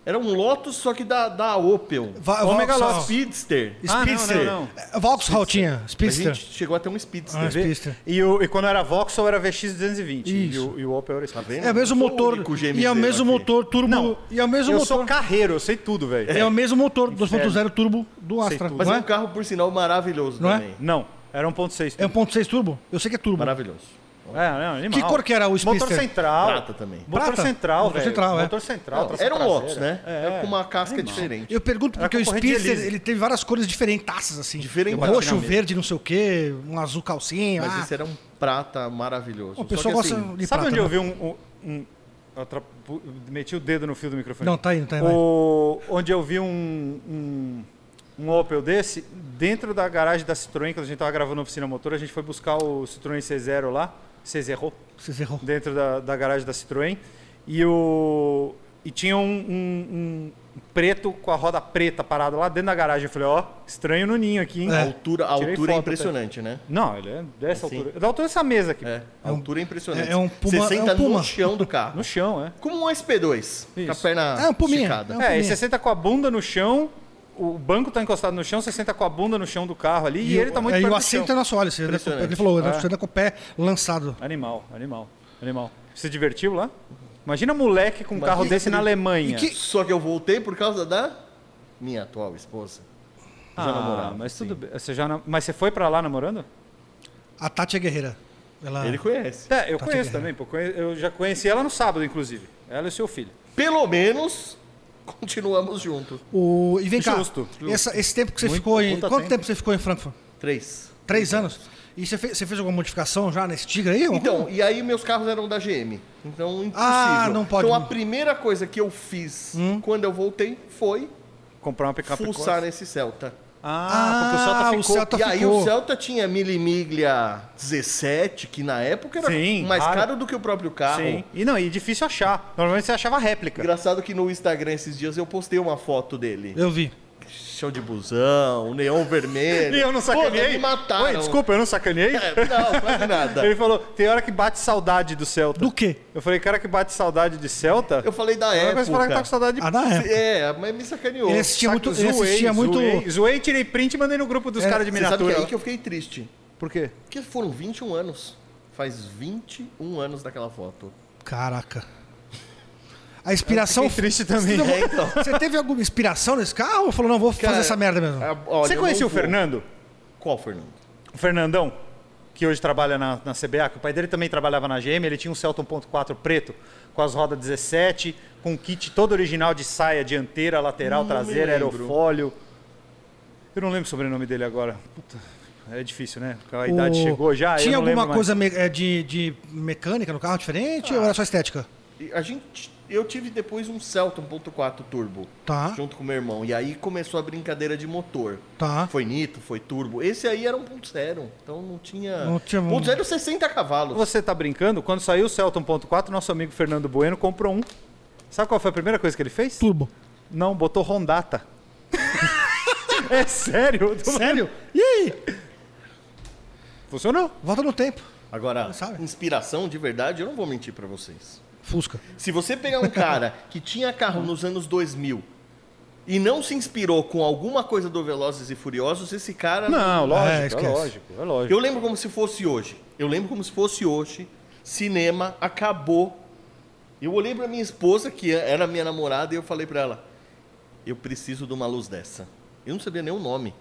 [SPEAKER 4] Era um Lotus, só que da, da Opel.
[SPEAKER 3] Va-
[SPEAKER 1] Omega
[SPEAKER 3] Vauxhall.
[SPEAKER 1] Lotus.
[SPEAKER 4] Speedster.
[SPEAKER 1] Ah, não,
[SPEAKER 3] Speedster.
[SPEAKER 1] não, não.
[SPEAKER 3] É, Vauxhall tinha.
[SPEAKER 4] A
[SPEAKER 3] Speedster.
[SPEAKER 4] gente chegou a ter um Speedster.
[SPEAKER 3] Ah, Speedster.
[SPEAKER 1] E, o- e quando era Vauxhall era VX220. E
[SPEAKER 3] Isso.
[SPEAKER 1] o, e o Opel era Speedster.
[SPEAKER 4] Tá vendo?
[SPEAKER 3] É o mesmo
[SPEAKER 4] Não sou o
[SPEAKER 3] motor.
[SPEAKER 4] único
[SPEAKER 3] E é o
[SPEAKER 4] GMZ
[SPEAKER 3] mesmo
[SPEAKER 4] aqui.
[SPEAKER 3] motor turbo.
[SPEAKER 1] Não,
[SPEAKER 3] E é o mesmo
[SPEAKER 1] eu sou
[SPEAKER 3] motor.
[SPEAKER 1] carreiro, eu sei tudo, velho.
[SPEAKER 3] É o mesmo motor 2.0 turbo do Astra.
[SPEAKER 4] Mas
[SPEAKER 3] não
[SPEAKER 4] é um
[SPEAKER 3] é?
[SPEAKER 4] carro, por sinal, maravilhoso
[SPEAKER 3] Não é?
[SPEAKER 4] também.
[SPEAKER 1] Não, era 1.6.
[SPEAKER 3] É 1.6 turbo? Eu sei que é turbo.
[SPEAKER 4] Maravilhoso.
[SPEAKER 1] É, não, animal.
[SPEAKER 3] Que cor que era o
[SPEAKER 1] Motor
[SPEAKER 3] Speedster?
[SPEAKER 1] central.
[SPEAKER 4] Prata também.
[SPEAKER 1] Motor
[SPEAKER 3] Prata?
[SPEAKER 1] central,
[SPEAKER 3] Motor
[SPEAKER 1] velho.
[SPEAKER 3] central, é.
[SPEAKER 1] Motor central. tração
[SPEAKER 4] Era um
[SPEAKER 1] traseira.
[SPEAKER 4] Lotus, né?
[SPEAKER 1] É,
[SPEAKER 4] Era com uma casca diferente.
[SPEAKER 3] Eu pergunto
[SPEAKER 1] Era
[SPEAKER 3] porque o
[SPEAKER 1] concorrente de
[SPEAKER 3] Speedster
[SPEAKER 1] Elise.
[SPEAKER 3] ele teve várias cores diferentaças, assim.
[SPEAKER 4] Diferentaças.
[SPEAKER 3] Um Roxo,
[SPEAKER 4] Mesmo.
[SPEAKER 3] verde, não sei o quê, um azul calcinha.
[SPEAKER 4] Mas
[SPEAKER 3] ah.
[SPEAKER 1] é-
[SPEAKER 4] esse era um prata maravilhoso.
[SPEAKER 3] O
[SPEAKER 4] Só
[SPEAKER 3] pessoal
[SPEAKER 4] que,
[SPEAKER 3] gosta
[SPEAKER 4] assim,
[SPEAKER 3] de
[SPEAKER 1] Sabe
[SPEAKER 3] prata,
[SPEAKER 1] onde
[SPEAKER 3] né?
[SPEAKER 1] eu vi um. um, um- eu atrap- pu- meti o dedo no fio do microfone.
[SPEAKER 3] Não, tá indo, tá indo,
[SPEAKER 1] O, onde eu vi um, um, um Opel desse, dentro da garagem da Citroën, quando a gente tava gravando na oficina motor, a gente foi buscar o Citroën C0 lá, C0,
[SPEAKER 3] Vocês errou.
[SPEAKER 1] dentro da, da garagem da Citroën. E, o, e tinha um, um- um preto com a roda preta parada lá dentro da garagem. Eu falei, ó, estranho no ninho aqui, hein?
[SPEAKER 4] A
[SPEAKER 3] É.
[SPEAKER 4] altura, a
[SPEAKER 1] Tirei
[SPEAKER 4] altura é
[SPEAKER 1] foto até.
[SPEAKER 4] impressionante, né?
[SPEAKER 1] Não, ele é dessa
[SPEAKER 4] Assim?
[SPEAKER 1] altura. Da altura dessa mesa aqui.
[SPEAKER 4] É, a altura é impressionante.
[SPEAKER 3] é um Puma-
[SPEAKER 4] Você senta
[SPEAKER 3] é um Puma.
[SPEAKER 4] no chão do carro.
[SPEAKER 1] No chão, é.
[SPEAKER 4] Como um SP2, com a
[SPEAKER 1] Isso.
[SPEAKER 4] perna
[SPEAKER 3] É um Puminha.
[SPEAKER 4] esticada.
[SPEAKER 3] É um-
[SPEAKER 1] É, e
[SPEAKER 3] Pulinha.
[SPEAKER 1] você senta com a bunda no chão, o banco tá encostado no chão, você senta com a bunda no chão do carro ali e, ele tá muito
[SPEAKER 3] é, e
[SPEAKER 1] perto
[SPEAKER 3] o
[SPEAKER 1] do
[SPEAKER 3] assento é
[SPEAKER 1] chão.
[SPEAKER 3] nosso olho. Você anda com-
[SPEAKER 4] Impressionante.
[SPEAKER 3] ele falou,
[SPEAKER 1] É.
[SPEAKER 3] você anda com o pé lançado.
[SPEAKER 1] Animal, animal, animal. Se divertiu lá? Imagina moleque com um carro
[SPEAKER 4] Imagina
[SPEAKER 1] desse na
[SPEAKER 4] ele-
[SPEAKER 1] Alemanha.
[SPEAKER 3] E que-
[SPEAKER 4] Só que eu voltei por causa da minha atual esposa.
[SPEAKER 1] Ah,
[SPEAKER 4] namorava,
[SPEAKER 1] mas
[SPEAKER 4] sim.
[SPEAKER 1] tudo bem. Você já nam- Mas você foi pra lá namorando?
[SPEAKER 3] A Tati é guerreira. Ela...
[SPEAKER 4] Ele conhece.
[SPEAKER 1] É, eu
[SPEAKER 3] Tá
[SPEAKER 1] conheço
[SPEAKER 3] tudo
[SPEAKER 1] também, pô. Conhe- Eu já conheci ela no sábado, inclusive. Ela e o seu filho.
[SPEAKER 4] Pelo menos continuamos juntos.
[SPEAKER 3] O... E vem cá,
[SPEAKER 1] Justo, justo.
[SPEAKER 3] essa- esse tempo que você
[SPEAKER 1] Muito tá
[SPEAKER 3] ficou em...
[SPEAKER 1] puta
[SPEAKER 3] Quanto
[SPEAKER 1] tempo.
[SPEAKER 3] tempo você ficou em Frankfurt?
[SPEAKER 4] Três.
[SPEAKER 3] Três anos. E você fez, você fez alguma modificação já nesse Tigre aí?
[SPEAKER 4] Então, e aí meus carros eram da GM. Então, impossível.
[SPEAKER 3] Ah, não pode. Hum?
[SPEAKER 4] Então, a primeira coisa que eu fiz quando eu voltei foi
[SPEAKER 1] Comprar uma picape
[SPEAKER 4] fuçar nesse Celta.
[SPEAKER 1] Ah, porque o Celta
[SPEAKER 3] Ah,
[SPEAKER 1] ficou...
[SPEAKER 3] o Celta-
[SPEAKER 4] e aí
[SPEAKER 3] ficou.
[SPEAKER 4] o Celta tinha milimiglia 17, que na época era
[SPEAKER 1] Sim,
[SPEAKER 4] mais
[SPEAKER 1] raro.
[SPEAKER 4] caro do que o próprio carro.
[SPEAKER 1] Sim. E não, e difícil achar. Normalmente você achava réplica.
[SPEAKER 4] Engraçado que no Instagram esses dias eu postei uma foto dele.
[SPEAKER 3] Eu vi.
[SPEAKER 4] Chão de busão, um neon vermelho.
[SPEAKER 1] E eu não
[SPEAKER 4] Pô,
[SPEAKER 1] sacaneei.
[SPEAKER 4] me mataram.
[SPEAKER 1] Oi, desculpa, eu não sacaneei.
[SPEAKER 4] É, não, quase nada.
[SPEAKER 1] Ele falou, tem hora que bate saudade do Celta.
[SPEAKER 3] Do quê?
[SPEAKER 1] Eu falei, cara que bate saudade de Celta?
[SPEAKER 4] Eu falei da
[SPEAKER 1] Agora
[SPEAKER 4] época.
[SPEAKER 1] você falar que tá com saudade de...
[SPEAKER 3] Ah, na época.
[SPEAKER 4] É, mas me sacaneou.
[SPEAKER 3] Ele assistia
[SPEAKER 1] Saca-
[SPEAKER 3] muito. Ele assistia muito.
[SPEAKER 1] Zoei, zoei, tirei print e mandei no grupo dos
[SPEAKER 3] É,
[SPEAKER 1] caras de
[SPEAKER 4] Você sabe que
[SPEAKER 1] miniatura.
[SPEAKER 4] é aí que eu fiquei triste.
[SPEAKER 1] Por quê?
[SPEAKER 4] Porque foram 21 anos. Faz 21 anos daquela foto.
[SPEAKER 3] Caraca. A inspiração.
[SPEAKER 1] Fiquei triste também.
[SPEAKER 3] Você,
[SPEAKER 4] É, então.
[SPEAKER 3] você teve alguma inspiração nesse carro ou falou, não, vou
[SPEAKER 4] Cara,
[SPEAKER 3] fazer essa merda mesmo?
[SPEAKER 4] ah, olha,
[SPEAKER 1] você
[SPEAKER 4] eu
[SPEAKER 1] conhecia
[SPEAKER 4] não
[SPEAKER 1] o
[SPEAKER 4] vou-
[SPEAKER 1] Fernando?
[SPEAKER 4] Qual Fernando?
[SPEAKER 1] O Fernandão, que hoje trabalha na, na CBA, que o pai dele também trabalhava na GM, ele tinha um Celta 1.4 preto, com as rodas 17, com um kit todo original de saia dianteira, lateral, traseira,
[SPEAKER 4] lembro.
[SPEAKER 1] aerofólio. Eu não lembro o sobrenome dele agora. Puta, é difícil, né? A
[SPEAKER 3] O-
[SPEAKER 1] idade chegou já, eu
[SPEAKER 3] Tinha
[SPEAKER 1] não lembro
[SPEAKER 3] alguma
[SPEAKER 1] mais.
[SPEAKER 3] coisa me- eh, de, de mecânica no carro diferente ou era só estética?
[SPEAKER 4] E A gente, eu tive depois um Celta 1.4 turbo,
[SPEAKER 3] Tá,
[SPEAKER 4] junto com meu irmão. E aí começou a brincadeira de motor.
[SPEAKER 3] tá.
[SPEAKER 4] Foi nitro, foi turbo. Esse aí era 1.0, então não tinha...
[SPEAKER 3] Não tinha muito.
[SPEAKER 4] 1.0 60 cavalos.
[SPEAKER 1] Você tá brincando? Quando saiu o Celta 1.4, nosso amigo Fernando Bueno comprou um. Sabe qual foi a primeira coisa que ele fez?
[SPEAKER 3] Turbo.
[SPEAKER 1] Não, botou Rondata. é sério?
[SPEAKER 3] Sério? E aí?
[SPEAKER 1] Funcionou.
[SPEAKER 3] Volta no tempo.
[SPEAKER 4] Agora,
[SPEAKER 3] sabe.
[SPEAKER 4] inspiração de verdade, eu não vou mentir pra vocês.
[SPEAKER 3] Fusca.
[SPEAKER 4] Se você pegar um cara que tinha carro nos anos 2000 e não se inspirou com alguma coisa do Velozes e Furiosos, esse cara...
[SPEAKER 1] Não, lógico, é,
[SPEAKER 3] esquece.
[SPEAKER 1] lógico, é lógico.
[SPEAKER 4] Eu lembro como se fosse hoje. Eu lembro como se fosse hoje. Cinema acabou. Eu olhei pra minha esposa, que era minha namorada, e eu falei pra ela: Eu preciso de uma luz dessa. Eu não sabia nem o nome,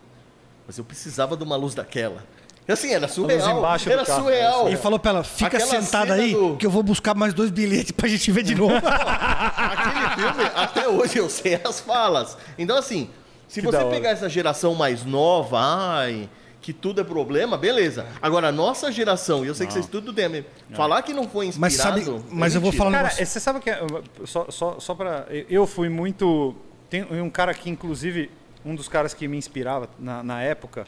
[SPEAKER 4] mas eu precisava de uma luz daquela. E assim, era surreal.
[SPEAKER 1] embaixo do
[SPEAKER 4] Era
[SPEAKER 1] carro, né?
[SPEAKER 4] surreal.
[SPEAKER 1] era
[SPEAKER 3] E falou pra ela, fica
[SPEAKER 4] Aquela
[SPEAKER 3] sentada
[SPEAKER 4] cena
[SPEAKER 3] aí
[SPEAKER 4] do-
[SPEAKER 3] que eu vou buscar mais dois bilhetes pra gente ver de novo.
[SPEAKER 4] Aquele filme, até hoje eu sei as falas. Então, assim, se
[SPEAKER 1] Que da
[SPEAKER 4] você
[SPEAKER 1] hora.
[SPEAKER 4] pegar essa geração mais nova, ai, que tudo é problema, beleza. Agora, a nossa geração, e eu sei que vocês tudo têm, mesmo, falar que não foi inspirado. é
[SPEAKER 3] Mas sabe- mas eu vou
[SPEAKER 4] mentira.
[SPEAKER 3] falar-
[SPEAKER 1] Cara,
[SPEAKER 3] negócio.
[SPEAKER 1] você sabe que. é- Só, só, só pra. Eu fui muito. Tem um cara que, inclusive, um dos caras que me inspirava na, na época.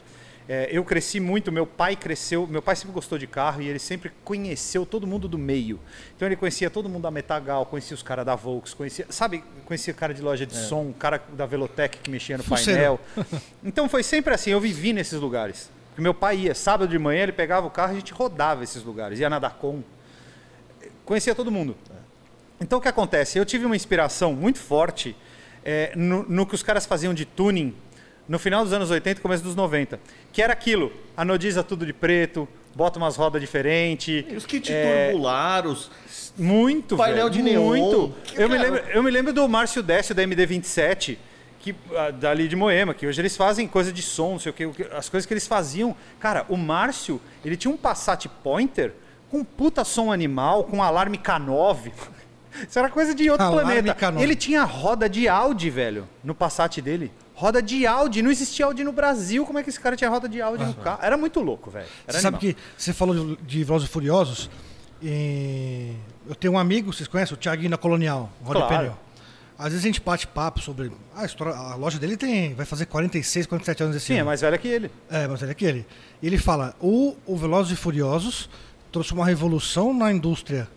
[SPEAKER 1] é, eu cresci muito, meu pai cresceu. Meu pai sempre gostou de carro e ele sempre conheceu todo mundo do meio. Então ele conhecia todo mundo da Metagal, conhecia os caras da Volks, conhecia. Sabe, conhecia cara de loja de som, o cara da Velotec que mexia no
[SPEAKER 3] Fuceirão.
[SPEAKER 1] painel. Então foi sempre assim, eu vivi nesses lugares. Porque meu pai ia, sábado de manhã ele pegava o carro e a gente rodava esses lugares, ia na Dacom conhecia todo mundo. Então o que acontece? Eu tive uma inspiração muito forte eh, no, no que os caras faziam de tuning no final dos anos 80 e começo dos 90. Que era aquilo, anodiza tudo de preto, bota umas rodas diferentes.
[SPEAKER 4] E Os kits
[SPEAKER 1] eh,
[SPEAKER 4] turbulares.
[SPEAKER 1] Muito, velho,
[SPEAKER 4] Painel de neon.
[SPEAKER 1] Muito.
[SPEAKER 4] Que,
[SPEAKER 1] Eu, me
[SPEAKER 4] cara-
[SPEAKER 1] lembro, eu me lembro do Márcio Décio da MD27, que, ah, dali de Moema, que hoje eles fazem coisa de som, não sei o que, o que- as coisas que eles faziam. Cara, o Márcio, ele tinha um Passat Pointer com puta som animal, com alarme K9. Isso era coisa de outro
[SPEAKER 3] Alarme
[SPEAKER 1] planeta.
[SPEAKER 3] K9.
[SPEAKER 1] Ele tinha roda de Audi, velho, no Passat dele. Roda de Audi, não existia Audi no Brasil. Como é que esse cara tinha roda de Audi no carro? Era muito louco, velho. Era
[SPEAKER 3] Você sabe
[SPEAKER 1] animal.
[SPEAKER 3] que você falou de, de Velozes e Furiosos. e eu tenho um amigo, vocês conhecem, o Thiaguinho da Colonial, o Roda
[SPEAKER 1] Claro.
[SPEAKER 3] Pneu. Às vezes a gente bate papo sobre. ah, A, história, a loja dele tem, vai fazer 46, 47 anos esse
[SPEAKER 1] Sim, é
[SPEAKER 3] ano.
[SPEAKER 1] mais velho que ele.
[SPEAKER 3] É, mas ele é aquele. Ele fala: o, o Velozes e Furiosos trouxe uma revolução na indústria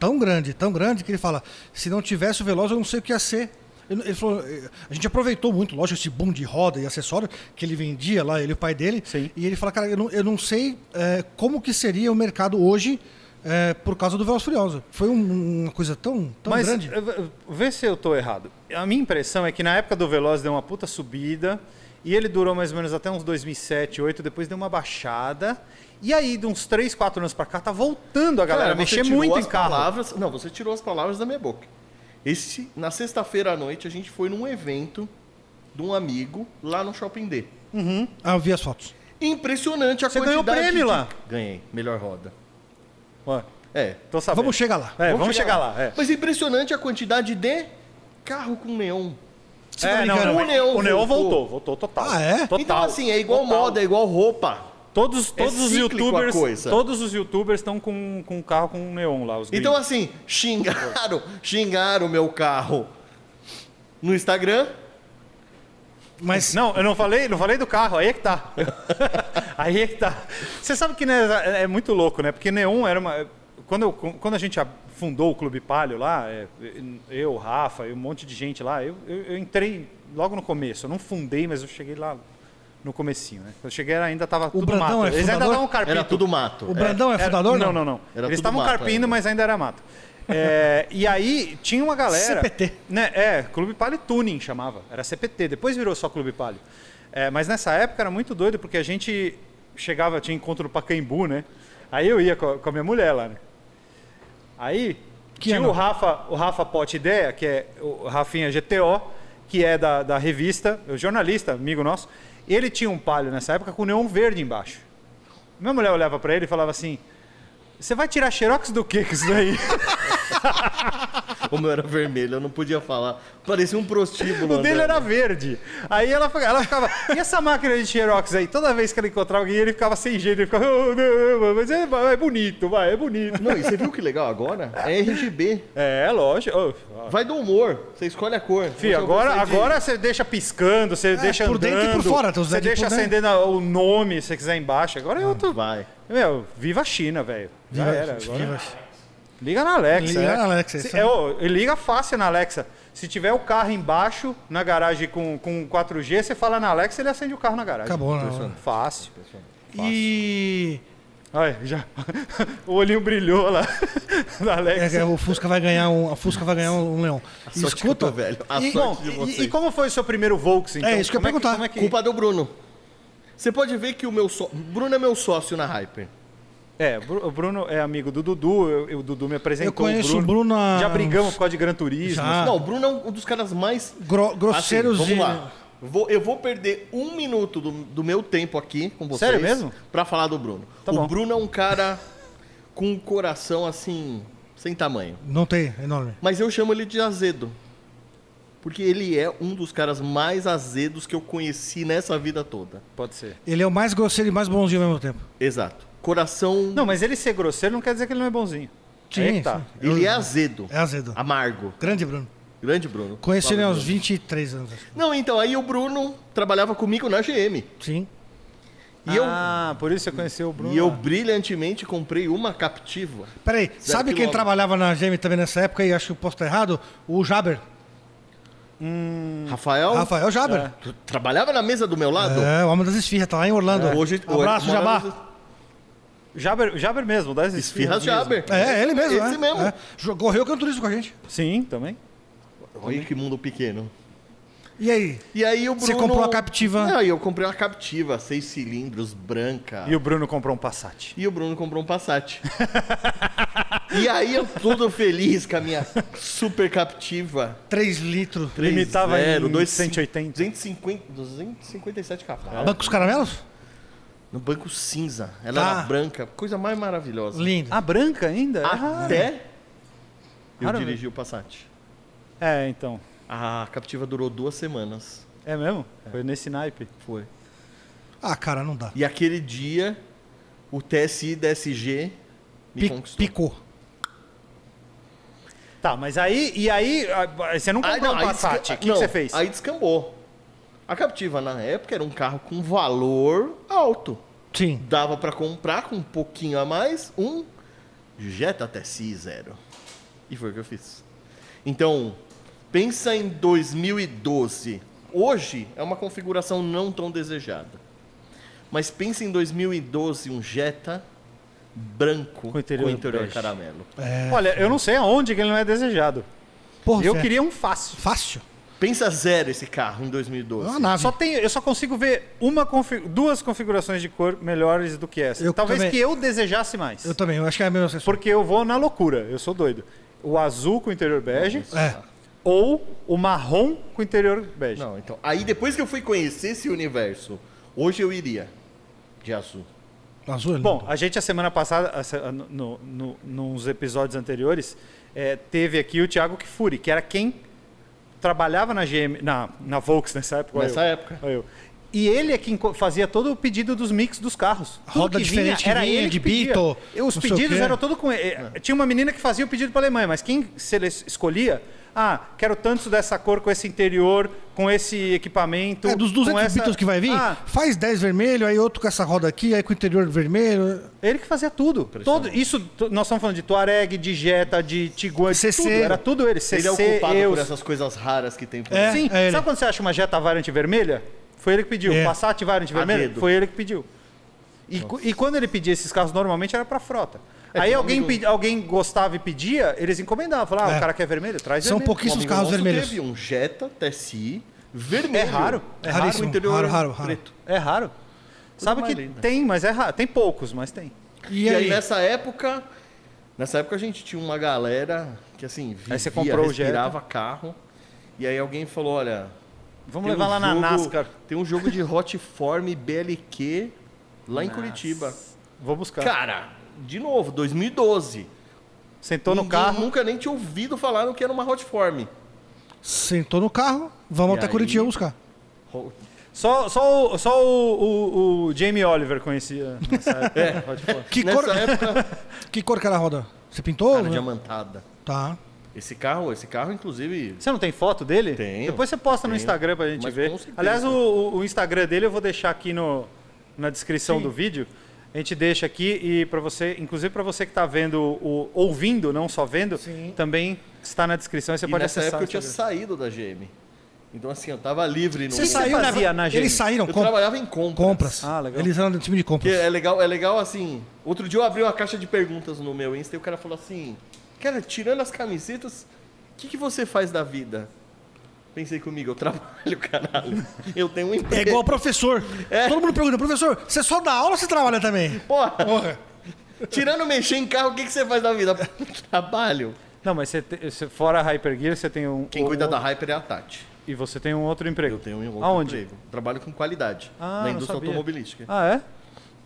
[SPEAKER 3] tão grande, tão grande, que ele fala: se não tivesse o Veloz, eu não sei o que ia ser. Ele ele falou, eh, a gente aproveitou muito, lógico, esse boom de roda e acessório que ele vendia lá, ele e o pai dele.
[SPEAKER 1] Sim.
[SPEAKER 3] E ele fala, cara, eu não, eu não sei eh, como que seria o mercado hoje eh, por causa do Veloz e Furioso. Foi um- uma coisa tão, tão
[SPEAKER 1] Mas
[SPEAKER 3] grande.
[SPEAKER 1] eh, v- vê se eu tô errado. A minha impressão é que na época do Veloz deu uma puta subida e ele durou mais ou menos até uns 2007, 2008, depois deu uma baixada. E aí, de uns 3, 4 anos pra cá, tá voltando a galera a
[SPEAKER 4] você
[SPEAKER 1] mexer
[SPEAKER 4] tirou
[SPEAKER 1] muito
[SPEAKER 4] as
[SPEAKER 1] em carro.
[SPEAKER 4] Palavras, não, você tirou as palavras da minha boca. Esse, na sexta-feira à noite, a gente foi num evento de um amigo lá no Shopping D.
[SPEAKER 3] Ah, eu vi as fotos.
[SPEAKER 1] Tá
[SPEAKER 4] Impressionante a
[SPEAKER 1] Você ganhou
[SPEAKER 4] quantidade
[SPEAKER 1] prêmio
[SPEAKER 4] de-
[SPEAKER 1] lá?
[SPEAKER 4] Ganhei, melhor roda.
[SPEAKER 1] Ué,
[SPEAKER 4] É,
[SPEAKER 1] tô sabendo.
[SPEAKER 3] Vamos chegar lá.
[SPEAKER 1] É, vamos, chegar lá. é.
[SPEAKER 4] Mas é impressionante a quantidade de carro com neon.
[SPEAKER 3] Você
[SPEAKER 1] É,
[SPEAKER 3] tá
[SPEAKER 1] não,
[SPEAKER 3] ligado?
[SPEAKER 1] não,
[SPEAKER 4] O neon
[SPEAKER 1] o Neon
[SPEAKER 4] voltou.
[SPEAKER 1] voltou, voltou total.
[SPEAKER 3] Ah, é?
[SPEAKER 1] Total,
[SPEAKER 4] então, assim, é igual
[SPEAKER 1] total.
[SPEAKER 4] moda, é igual roupa.
[SPEAKER 1] Todos, todos os
[SPEAKER 4] cíclico a
[SPEAKER 1] youtubers.
[SPEAKER 4] coisa.
[SPEAKER 1] Todos os youtubers estão com, com um carro com um neon lá. Os
[SPEAKER 4] Então,
[SPEAKER 1] gringos.
[SPEAKER 4] assim, xingaram, xingaram o meu carro no Instagram.
[SPEAKER 3] Mas
[SPEAKER 1] Não, eu não falei, não falei do carro, aí é que tá. aí é que tá. Você sabe que né, é muito louco, né? Porque Neon era uma. Quando, eu- quando a gente a- fundou o Clube Palio lá, é, eu, o Rafa e um monte de gente lá, eu, eu- eu entrei logo no começo. Eu não fundei, mas eu cheguei lá no comecinho, né? Quando eu cheguei era- ainda tava tudo
[SPEAKER 3] Brandão
[SPEAKER 1] mato.
[SPEAKER 3] é
[SPEAKER 1] Eles ainda
[SPEAKER 3] fundador?
[SPEAKER 1] davam carpinho.
[SPEAKER 4] Era tudo mato.
[SPEAKER 3] o Brandão é,
[SPEAKER 1] Era-
[SPEAKER 3] fundador?
[SPEAKER 1] Não, não, não. Eles
[SPEAKER 4] Era tudo
[SPEAKER 1] estavam
[SPEAKER 4] mato
[SPEAKER 1] carpindo,
[SPEAKER 4] ainda.
[SPEAKER 1] mas ainda era mato. É, e aí tinha uma galera.
[SPEAKER 3] CPT.
[SPEAKER 1] Né, é, Clube Palio Tuning chamava. Era CPT, depois virou só Clube Palio. É, mas nessa época era muito doido, porque a gente chegava, tinha encontro no Pacaembu, né? Aí eu ia com a, com a minha mulher lá, né? Aí
[SPEAKER 3] Que
[SPEAKER 1] tinha
[SPEAKER 3] ano?
[SPEAKER 1] o Rafa, o Rafa Pote Ideia, que é o Rafinha GTO, que é da, da revista, o jornalista, amigo nosso. Ele tinha um palio nessa época com neon verde embaixo. Minha mulher olhava pra ele e falava assim: Você vai tirar xerox do que com isso daí?
[SPEAKER 4] O meu era vermelho, É, eu não podia falar. Parecia um prostíbulo.
[SPEAKER 1] o dele
[SPEAKER 4] andando.
[SPEAKER 1] era verde. Aí ela, fica- ela ficava: E essa máquina de xerox aí? Toda vez que ela encontrava alguém, ele ficava sem jeito. Ele ficava: "Oh, não, Mas é, é bonito, vai, é bonito.
[SPEAKER 4] Não, e você viu que legal agora? É RGB.
[SPEAKER 1] É, lógico. Oh,
[SPEAKER 4] Vai do humor, você escolhe a cor.
[SPEAKER 1] Fih,
[SPEAKER 4] Você
[SPEAKER 1] agora,
[SPEAKER 4] vai de-
[SPEAKER 1] agora você deixa piscando, você deixa
[SPEAKER 3] É, por dentro e por
[SPEAKER 1] andando,
[SPEAKER 3] fora, tem os
[SPEAKER 1] Você
[SPEAKER 3] LED por
[SPEAKER 1] deixa
[SPEAKER 3] dentro.
[SPEAKER 1] acendendo a- o nome, se você quiser embaixo. Agora é outro.
[SPEAKER 4] Vai.
[SPEAKER 1] Meu, viva a China, velho. Já
[SPEAKER 3] Viva-
[SPEAKER 1] era. Agora... é
[SPEAKER 3] viva-
[SPEAKER 1] Liga na Alexa.
[SPEAKER 3] Liga
[SPEAKER 1] é.
[SPEAKER 3] na Alexa,
[SPEAKER 1] Se-
[SPEAKER 3] isso
[SPEAKER 1] é,
[SPEAKER 3] aí.
[SPEAKER 1] ô, liga fácil na Alexa. Se tiver o carro embaixo, na garagem com, com 4G, você fala na Alexa ele acende o carro na garagem.
[SPEAKER 3] Acabou né? na
[SPEAKER 1] Impressionante.
[SPEAKER 3] hora.
[SPEAKER 1] Fácil.
[SPEAKER 3] E
[SPEAKER 1] Olha, já... o olhinho brilhou lá da Alexa.
[SPEAKER 3] é, é, o Fusca vai ganhar um, a Fusca vai ganhar um, um leão.
[SPEAKER 4] sorte que eu tô velho. Então, A
[SPEAKER 3] e-
[SPEAKER 4] sorte
[SPEAKER 1] Bom,
[SPEAKER 4] de
[SPEAKER 1] e-
[SPEAKER 4] vocês.
[SPEAKER 1] e, como foi o seu primeiro Volkswagen?
[SPEAKER 3] É, isso que eu
[SPEAKER 1] Como
[SPEAKER 3] ia perguntar.
[SPEAKER 1] como é que...
[SPEAKER 4] Culpa do Bruno. Você pode ver que o meu sócio. Bruno é meu sócio na Hyper.
[SPEAKER 1] É, Bru- o Bruno é amigo do Dudu, eu, eu- o Dudu me apresentou.
[SPEAKER 3] Eu conheço o Bruno há
[SPEAKER 1] Já brigamos por causa de Gran Turismo.
[SPEAKER 3] Já. Ah.
[SPEAKER 4] Não, o Bruno é um dos caras mais.
[SPEAKER 3] Gro- grosseiros
[SPEAKER 4] assim,
[SPEAKER 3] e-
[SPEAKER 4] vamos lá. Vou- eu vou perder um minuto do, do meu tempo aqui com vocês.
[SPEAKER 1] Sério mesmo?
[SPEAKER 4] Pra falar do Bruno.
[SPEAKER 1] Tá
[SPEAKER 4] o
[SPEAKER 1] bom.
[SPEAKER 4] Bruno é um cara com um coração assim, sem tamanho.
[SPEAKER 3] Não tem, é enorme.
[SPEAKER 4] Mas eu chamo ele de azedo. Porque ele é um dos caras mais azedos que eu conheci nessa vida toda.
[SPEAKER 1] Pode ser.
[SPEAKER 3] Ele é o mais grosseiro e mais bonzinho ao mesmo tempo.
[SPEAKER 4] Exato. Coração.
[SPEAKER 1] Não, mas ele ser grosseiro não quer dizer que ele não é bonzinho.
[SPEAKER 3] Sim,
[SPEAKER 1] Aí que tá.
[SPEAKER 3] sim.
[SPEAKER 4] Ele é azedo.
[SPEAKER 3] É azedo.
[SPEAKER 4] Amargo.
[SPEAKER 3] Grande Bruno.
[SPEAKER 4] Grande Bruno.
[SPEAKER 3] Conheci ele
[SPEAKER 4] Fala,
[SPEAKER 3] aos
[SPEAKER 4] Bruno.
[SPEAKER 3] 23 anos. acho.
[SPEAKER 4] Não, então, aí o Bruno trabalhava comigo na GM.
[SPEAKER 3] Sim.
[SPEAKER 4] E eu
[SPEAKER 1] Ah, por isso você conheceu o Bruno.
[SPEAKER 4] E eu brilhantemente comprei uma captiva.
[SPEAKER 3] Peraí, sabe quem
[SPEAKER 4] quilômetro.
[SPEAKER 3] trabalhava na GM também nessa época e acho que eu posso estar errado? O Jaber. Hum.
[SPEAKER 4] Rafael
[SPEAKER 3] Rafael Jaber.
[SPEAKER 4] tu- trabalhava na mesa do meu lado.
[SPEAKER 3] É, o homem das esfirras, tá lá em Orlando.
[SPEAKER 4] É,
[SPEAKER 3] Um
[SPEAKER 4] Hoje, hoje
[SPEAKER 3] Abraço,
[SPEAKER 4] mora
[SPEAKER 3] Jabá.
[SPEAKER 4] nos-
[SPEAKER 1] Jaber, Jaber mesmo, das
[SPEAKER 4] Esfirras
[SPEAKER 1] mesmo.
[SPEAKER 4] Jaber.
[SPEAKER 3] É, ele mesmo.
[SPEAKER 4] Esse
[SPEAKER 3] é.
[SPEAKER 4] mesmo.
[SPEAKER 3] É. Jo- Correu que é um turista com a gente.
[SPEAKER 1] Sim, também.
[SPEAKER 4] Olha que mundo pequeno.
[SPEAKER 3] E aí?
[SPEAKER 4] E aí o Bruno...
[SPEAKER 3] Você comprou a captiva?
[SPEAKER 4] Não, eu comprei uma captiva, seis cilindros, branca.
[SPEAKER 1] E o Bruno comprou um Passat.
[SPEAKER 4] E o Bruno comprou um Passat. e aí eu todo feliz com a minha super captiva.
[SPEAKER 3] 3 litros.
[SPEAKER 1] Limitava em
[SPEAKER 4] 3.0,
[SPEAKER 1] 180.
[SPEAKER 4] 250, 257 cavalos.
[SPEAKER 3] Bancos caramelos?
[SPEAKER 4] No banco cinza. Ela
[SPEAKER 3] Tá.
[SPEAKER 4] era branca. Coisa mais maravilhosa.
[SPEAKER 3] Lindo.
[SPEAKER 1] A Ah, branca ainda? Ah.
[SPEAKER 4] Até eu
[SPEAKER 1] Raro né?
[SPEAKER 4] dirigi o Passat.
[SPEAKER 1] Ah, É, então.
[SPEAKER 4] A captiva durou duas semanas.
[SPEAKER 1] É mesmo? Foi nesse naipe.
[SPEAKER 4] Foi.
[SPEAKER 3] Ah, cara, não dá.
[SPEAKER 4] E aquele dia, o TSI DSG me
[SPEAKER 3] Pi-
[SPEAKER 4] conquistou.
[SPEAKER 3] picou.
[SPEAKER 1] Tá, mas aí. E aí. ah, Você não
[SPEAKER 4] Aí,
[SPEAKER 1] comprou
[SPEAKER 4] não,
[SPEAKER 1] um
[SPEAKER 4] aí
[SPEAKER 1] Passat.
[SPEAKER 4] desca-
[SPEAKER 1] O que, que
[SPEAKER 4] não,
[SPEAKER 1] você fez?
[SPEAKER 4] Aí descambou. A captiva, na época, era um carro com valor alto.
[SPEAKER 3] Sim.
[SPEAKER 4] Dava pra comprar com um pouquinho a mais um Jetta TSI zero. E foi o que eu fiz. Então, pensa em 2012. Hoje é uma configuração não tão desejada. Mas pensa em 2012 um Jetta branco
[SPEAKER 1] Com interior
[SPEAKER 4] com interior
[SPEAKER 1] bege.
[SPEAKER 4] caramelo.
[SPEAKER 1] Olha, eu não sei aonde que ele não é desejado.
[SPEAKER 3] É, Porra,
[SPEAKER 1] eu
[SPEAKER 3] Zé,
[SPEAKER 1] queria um fácil.
[SPEAKER 3] Fácil.
[SPEAKER 4] Pensa zero esse carro em
[SPEAKER 3] É
[SPEAKER 4] 2012.
[SPEAKER 3] uma nave.
[SPEAKER 1] Só tem, eu só consigo ver uma confi- duas configurações de cor melhores do que essa.
[SPEAKER 3] Eu
[SPEAKER 1] Talvez
[SPEAKER 3] também-
[SPEAKER 1] que eu desejasse mais.
[SPEAKER 3] Eu também, eu acho que é a mesma assessora.
[SPEAKER 1] Porque eu vou na loucura, eu sou doido. O azul com interior bege
[SPEAKER 3] É.
[SPEAKER 1] ou o marrom com interior bege.
[SPEAKER 4] Não, então. Aí depois que eu fui conhecer esse universo, hoje eu iria de azul.
[SPEAKER 3] Azul é lindo.
[SPEAKER 1] Bom, a gente a semana passada, a se- no, no- nos episódios anteriores, eh, teve aqui o Thiago Kifuri, que era quem trabalhava na GM, na, na Volks nessa época. olha
[SPEAKER 4] Nessa
[SPEAKER 1] eu,
[SPEAKER 4] época.
[SPEAKER 1] olha eu, E ele é quem co- fazia todo o pedido dos mix dos carros. Tudo
[SPEAKER 3] Roda
[SPEAKER 1] que
[SPEAKER 3] diferente
[SPEAKER 1] vinha, era
[SPEAKER 3] que vinha,
[SPEAKER 1] ele
[SPEAKER 3] de
[SPEAKER 1] que pedia.
[SPEAKER 3] Beatle,
[SPEAKER 1] E Os
[SPEAKER 3] não sei o
[SPEAKER 1] pedidos
[SPEAKER 3] quê. É.
[SPEAKER 1] eram todos com ele. Eh, Tinha uma menina que fazia o pedido para a Alemanha, mas quem sele- escolhia... Ah, quero tanto dessa cor com esse interior, com esse equipamento...
[SPEAKER 4] então
[SPEAKER 3] É, dos
[SPEAKER 1] com
[SPEAKER 3] 200
[SPEAKER 1] essa-
[SPEAKER 3] Beatles que vai vir,
[SPEAKER 1] Ah,
[SPEAKER 3] faz 10 vermelho, aí outro com essa roda aqui, aí com o interior vermelho.
[SPEAKER 1] Ele que fazia tudo. Todo, isso, t- nós estamos falando de Tuareg, de Jetta, de Tiguan, de
[SPEAKER 3] CC.
[SPEAKER 1] tudo. Era tudo ele.
[SPEAKER 4] Ele
[SPEAKER 1] CC,
[SPEAKER 4] é o culpado
[SPEAKER 1] eu.
[SPEAKER 4] por essas coisas raras que tem por
[SPEAKER 3] É,
[SPEAKER 4] aí.
[SPEAKER 1] Sim.
[SPEAKER 3] ele.
[SPEAKER 1] Sabe quando você acha uma Jetta Variant vermelha? Foi ele que pediu.
[SPEAKER 3] É.
[SPEAKER 1] Passat Variant vermelha?
[SPEAKER 4] dedo.
[SPEAKER 1] Foi ele que pediu. E, cu- e quando ele pedia esses carros, normalmente era para frota.
[SPEAKER 4] É,
[SPEAKER 1] Aí
[SPEAKER 4] tem um
[SPEAKER 1] alguém,
[SPEAKER 4] amigo-
[SPEAKER 1] pedi- alguém gostava e pedia, eles encomendavam. Falavam, ah,
[SPEAKER 3] É.
[SPEAKER 1] o cara quer vermelho? Traz
[SPEAKER 3] São
[SPEAKER 1] vermelho.
[SPEAKER 3] pouquíssimos
[SPEAKER 4] amigo
[SPEAKER 3] carros
[SPEAKER 4] nosso
[SPEAKER 3] vermelhos.
[SPEAKER 4] Teve um Jetta TSI vermelho.
[SPEAKER 1] É raro, é
[SPEAKER 4] raro,
[SPEAKER 3] raríssimo,
[SPEAKER 4] o interior
[SPEAKER 3] raro, raro, raro.
[SPEAKER 4] preto.
[SPEAKER 1] É raro. Sabe que
[SPEAKER 4] mais lindo.
[SPEAKER 1] tem, mas é raro. Tem poucos, mas tem.
[SPEAKER 3] E,
[SPEAKER 4] E, aí?
[SPEAKER 3] aí?
[SPEAKER 4] nessa época, nessa época a gente tinha uma galera que assim, vivia,
[SPEAKER 1] Aí você comprou o Jetta.
[SPEAKER 4] respirava carro. E aí alguém falou, olha,
[SPEAKER 1] Vamos
[SPEAKER 4] tem
[SPEAKER 1] levar
[SPEAKER 4] um
[SPEAKER 1] lá na
[SPEAKER 4] jogo-
[SPEAKER 1] NASCAR.
[SPEAKER 4] Tem um jogo de Hot Form BLQ lá em Curitiba.
[SPEAKER 1] Vou buscar.
[SPEAKER 4] Cara, de novo, 2012.
[SPEAKER 1] Sentou no
[SPEAKER 4] Ninguém
[SPEAKER 1] carro.
[SPEAKER 4] Nunca nem tinha ouvido falar no que era uma Hot Form.
[SPEAKER 3] Sentou no carro, vamos
[SPEAKER 4] E
[SPEAKER 3] até
[SPEAKER 4] aí?
[SPEAKER 3] Curitiba buscar.
[SPEAKER 4] Ho-
[SPEAKER 1] Só, só, o, só o, o- o Jamie Oliver conhecia nessa época.
[SPEAKER 4] É.
[SPEAKER 1] Pode falar.
[SPEAKER 3] Que
[SPEAKER 4] Nessa
[SPEAKER 3] cor,
[SPEAKER 4] época,
[SPEAKER 3] que cor que era a roda? Você pintou?
[SPEAKER 4] cara,
[SPEAKER 3] né?
[SPEAKER 4] diamantada.
[SPEAKER 3] Tá.
[SPEAKER 4] Esse carro, esse carro, inclusive,
[SPEAKER 1] Você não tem foto dele?
[SPEAKER 4] Tenho.
[SPEAKER 1] Depois você posta no
[SPEAKER 4] Tenho.
[SPEAKER 1] Instagram pra gente
[SPEAKER 4] Mas
[SPEAKER 1] ver.
[SPEAKER 4] com certeza.
[SPEAKER 1] Aliás, o, o- o Instagram dele eu vou deixar aqui no, na descrição do vídeo. A gente deixa aqui e para você, inclusive para você que tá vendo, o, ouvindo, não só vendo, também está na descrição e você
[SPEAKER 4] e
[SPEAKER 1] pode
[SPEAKER 4] nessa
[SPEAKER 1] acessar.
[SPEAKER 4] época eu
[SPEAKER 1] o
[SPEAKER 4] tinha
[SPEAKER 1] Instagram.
[SPEAKER 4] saído da GM. Então assim, eu tava livre no
[SPEAKER 1] Você saiu
[SPEAKER 3] na-
[SPEAKER 1] fazia na Gêmea?
[SPEAKER 3] Eles saíram,
[SPEAKER 4] Eu
[SPEAKER 3] com-
[SPEAKER 4] trabalhava em compras.
[SPEAKER 3] compras.
[SPEAKER 1] Ah, legal.
[SPEAKER 3] Eles eram do time de
[SPEAKER 4] Que
[SPEAKER 3] compras.
[SPEAKER 4] é legal, é legal assim. Outro dia eu abri uma caixa de perguntas no meu Insta e o cara falou assim: Cara, tirando as camisetas, o que, que você faz da vida? Pensei comigo, eu trabalho, caralho. Eu tenho um emprego.
[SPEAKER 3] É igual professor.
[SPEAKER 4] É.
[SPEAKER 3] Todo mundo pergunta, professor, você só dá aula ou você trabalha também?
[SPEAKER 4] Porra,
[SPEAKER 3] Porra.
[SPEAKER 4] tirando mexer em carro, o que, que você faz da vida? Trabalho.
[SPEAKER 1] Não, mas você, te- você- fora a Hypergear, você tem um.
[SPEAKER 4] Quem
[SPEAKER 1] um-
[SPEAKER 4] cuida da Hyper é a Tati.
[SPEAKER 1] E você tem um outro emprego.
[SPEAKER 4] Eu tenho um outro
[SPEAKER 1] Aonde?
[SPEAKER 4] emprego. Trabalho com qualidade
[SPEAKER 1] Ah,
[SPEAKER 4] na
[SPEAKER 1] não
[SPEAKER 4] indústria
[SPEAKER 1] sabia.
[SPEAKER 4] automobilística.
[SPEAKER 1] Ah, é?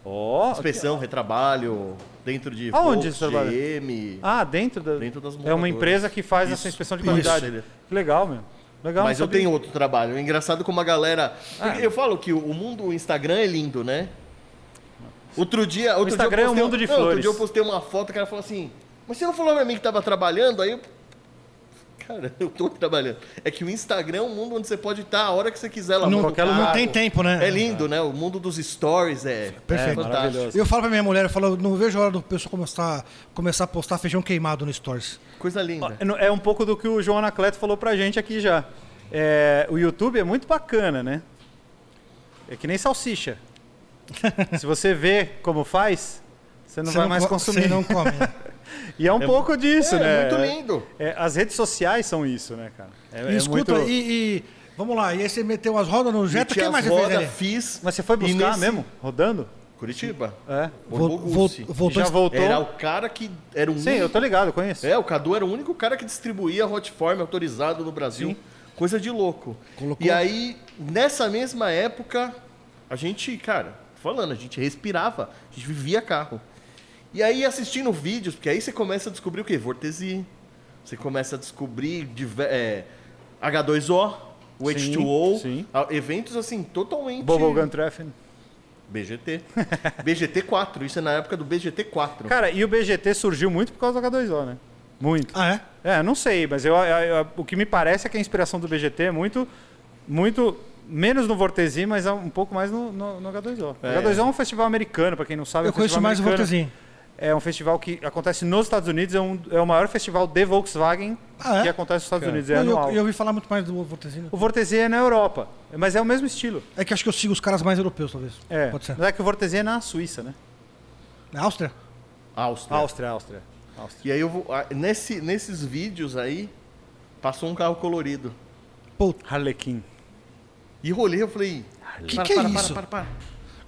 [SPEAKER 1] Ó.
[SPEAKER 4] Inspeção, retrabalho, dentro de
[SPEAKER 1] Aonde
[SPEAKER 4] Volks,
[SPEAKER 1] você trabalha?
[SPEAKER 4] GM.
[SPEAKER 1] Ah, dentro da.
[SPEAKER 4] Dentro das
[SPEAKER 1] é uma
[SPEAKER 4] montadoras.
[SPEAKER 1] empresa que faz
[SPEAKER 4] Isso,
[SPEAKER 1] essa inspeção de
[SPEAKER 4] isso.
[SPEAKER 1] qualidade.
[SPEAKER 4] Ele-
[SPEAKER 1] Legal, meu. Legal.
[SPEAKER 4] Mas
[SPEAKER 1] não sabia.
[SPEAKER 4] eu
[SPEAKER 1] Ah.
[SPEAKER 4] tenho outro trabalho. É engraçado como a galera. Porque Eu falo que o o mundo o Instagram é lindo, né? Outro dia. Outro
[SPEAKER 1] Instagram
[SPEAKER 4] dia
[SPEAKER 1] é
[SPEAKER 4] eu
[SPEAKER 1] um
[SPEAKER 4] postei-
[SPEAKER 1] mundo de
[SPEAKER 4] não, Outro
[SPEAKER 1] flores.
[SPEAKER 4] dia eu postei uma foto, o cara falou assim: Mas você não falou pra mim que tava trabalhando? Aí eu. Cara, eu tô trabalhando. É que o Instagram é um mundo onde você pode estar a hora que você quiser lá.
[SPEAKER 3] Não,
[SPEAKER 4] no
[SPEAKER 1] qualquer
[SPEAKER 4] carro.
[SPEAKER 1] lugar.
[SPEAKER 3] não tem tempo, né?
[SPEAKER 4] É lindo, né? O mundo dos stories é.
[SPEAKER 3] Perfeito.
[SPEAKER 4] é fantástico.
[SPEAKER 1] maravilhoso.
[SPEAKER 3] Eu falo pra minha mulher, eu falo, não vejo a hora do pessoal começar, começar a postar feijão queimado no Stories.
[SPEAKER 4] Coisa linda.
[SPEAKER 1] É no- É um pouco do que o João Anacleto falou pra gente aqui já. É, o YouTube é muito bacana, né? É que nem salsicha. Se você vê como faz, você não
[SPEAKER 3] Você
[SPEAKER 1] vai mais
[SPEAKER 3] co-
[SPEAKER 1] consumir.
[SPEAKER 3] Você não come.
[SPEAKER 1] E é um pouco disso,
[SPEAKER 4] é,
[SPEAKER 1] né?
[SPEAKER 4] muito lindo.
[SPEAKER 1] É, as redes sociais são isso, né, cara? É,
[SPEAKER 3] e
[SPEAKER 1] é
[SPEAKER 3] escuta,
[SPEAKER 1] muito-
[SPEAKER 3] e, e- Vamos lá, e aí você meteu as rodas no Jetta,
[SPEAKER 4] Meti
[SPEAKER 3] quem
[SPEAKER 4] as
[SPEAKER 3] mais você fez
[SPEAKER 4] rodas,
[SPEAKER 3] ali?
[SPEAKER 4] fiz.
[SPEAKER 1] Mas você foi
[SPEAKER 4] e
[SPEAKER 1] buscar
[SPEAKER 4] nesse-
[SPEAKER 1] mesmo? Rodando?
[SPEAKER 4] Curitiba.
[SPEAKER 1] É.
[SPEAKER 3] Vol-
[SPEAKER 4] Orboguce.
[SPEAKER 3] vol- voltou
[SPEAKER 1] Já
[SPEAKER 3] em-
[SPEAKER 1] voltou?
[SPEAKER 4] Era o cara que era um
[SPEAKER 1] Sim, eu tô ligado, eu conheço.
[SPEAKER 4] É, o Cadu era o único cara que distribuía hot form autorizado no Brasil. Coisa de louco.
[SPEAKER 3] Colocou-
[SPEAKER 4] E aí, nessa mesma época, a gente, cara, falando, a gente respirava, a gente vivia carro. E aí, assistindo vídeos, porque aí você começa a descobrir o quê? Vortesi. Você começa a descobrir diver- é, H2O, o
[SPEAKER 1] Sim,
[SPEAKER 4] H2O,
[SPEAKER 1] sim.
[SPEAKER 4] a- eventos assim, totalmente.
[SPEAKER 1] Bubblegum Treffen.
[SPEAKER 4] BGT. BGT4, isso é na época do BGT4.
[SPEAKER 1] Cara, e o BGT surgiu muito por causa do H2O, né? Muito.
[SPEAKER 3] Ah, é?
[SPEAKER 1] É, não sei, mas eu, eu- eu- o que me parece é que a inspiração do BGT é muito, muito menos no Vortesi, mas é um pouco mais no, no- no H2O.
[SPEAKER 4] É.
[SPEAKER 1] O H2O é um festival americano, pra quem não sabe. é
[SPEAKER 3] Eu
[SPEAKER 1] um
[SPEAKER 3] conheço
[SPEAKER 1] festival
[SPEAKER 3] mais o
[SPEAKER 1] americano.
[SPEAKER 3] Voltazinho.
[SPEAKER 1] É um festival que acontece nos Estados Unidos, é, um- é o maior festival de Volkswagen
[SPEAKER 3] Ah, é?
[SPEAKER 1] que acontece nos Estados Unidos, é
[SPEAKER 3] Eu,
[SPEAKER 1] anual.
[SPEAKER 3] eu, eu ouvi falar muito mais do Vortezinho.
[SPEAKER 1] O Vortesi é na Europa, mas é o mesmo estilo.
[SPEAKER 3] É que acho que eu sigo os caras mais europeus, talvez.
[SPEAKER 1] É,
[SPEAKER 3] Pode ser.
[SPEAKER 1] mas é que o Vortesi é na Suíça, né?
[SPEAKER 3] Na Áustria? É.
[SPEAKER 4] Áustria.
[SPEAKER 1] Áustria, Áustria. Áustria.
[SPEAKER 4] E aí eu vou. ah, Nesse, nesses vídeos aí, passou um carro colorido.
[SPEAKER 3] Pô,
[SPEAKER 1] Harlequin.
[SPEAKER 4] E rolei, eu falei.
[SPEAKER 3] o que, que é isso? Ah.
[SPEAKER 4] para, para,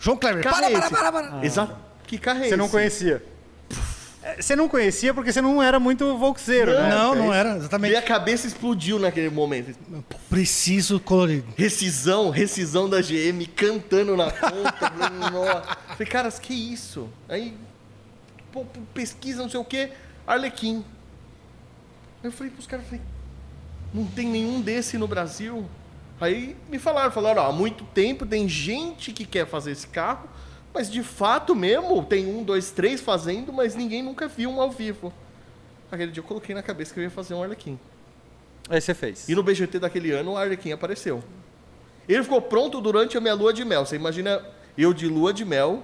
[SPEAKER 3] João Kleber,
[SPEAKER 4] Carro
[SPEAKER 3] para,
[SPEAKER 4] é
[SPEAKER 3] para,
[SPEAKER 4] esse?
[SPEAKER 3] para, para.
[SPEAKER 4] Exato. Que carro é
[SPEAKER 1] Você não
[SPEAKER 4] esse?
[SPEAKER 1] conhecia. É, Você não conhecia porque você não era muito Volkseiro, né?
[SPEAKER 3] Não,
[SPEAKER 1] É isso.
[SPEAKER 3] não era,
[SPEAKER 4] Minha
[SPEAKER 3] exatamente.
[SPEAKER 4] cabeça explodiu naquele momento.
[SPEAKER 3] Preciso colorido.
[SPEAKER 4] Rescisão, rescisão da GM, cantando na ponta. falei, "Nossa." falei, caras, que isso? Aí, pô, pô, pesquisa, não sei o quê, Arlequim. Aí eu falei pros caras, falei, não tem nenhum desse no Brasil? Aí me falaram, falaram, ó, há muito tempo tem gente que quer fazer esse carro, mas de fato mesmo tem um, dois, três fazendo, mas ninguém nunca viu um ao vivo. Aquele dia eu coloquei na cabeça que eu ia fazer um Arlequim.
[SPEAKER 3] é.
[SPEAKER 1] Aí você fez.
[SPEAKER 4] E no BGT daquele ano, o Arlequim apareceu. Ele ficou pronto durante a minha lua de mel. Você imagina eu de lua de mel,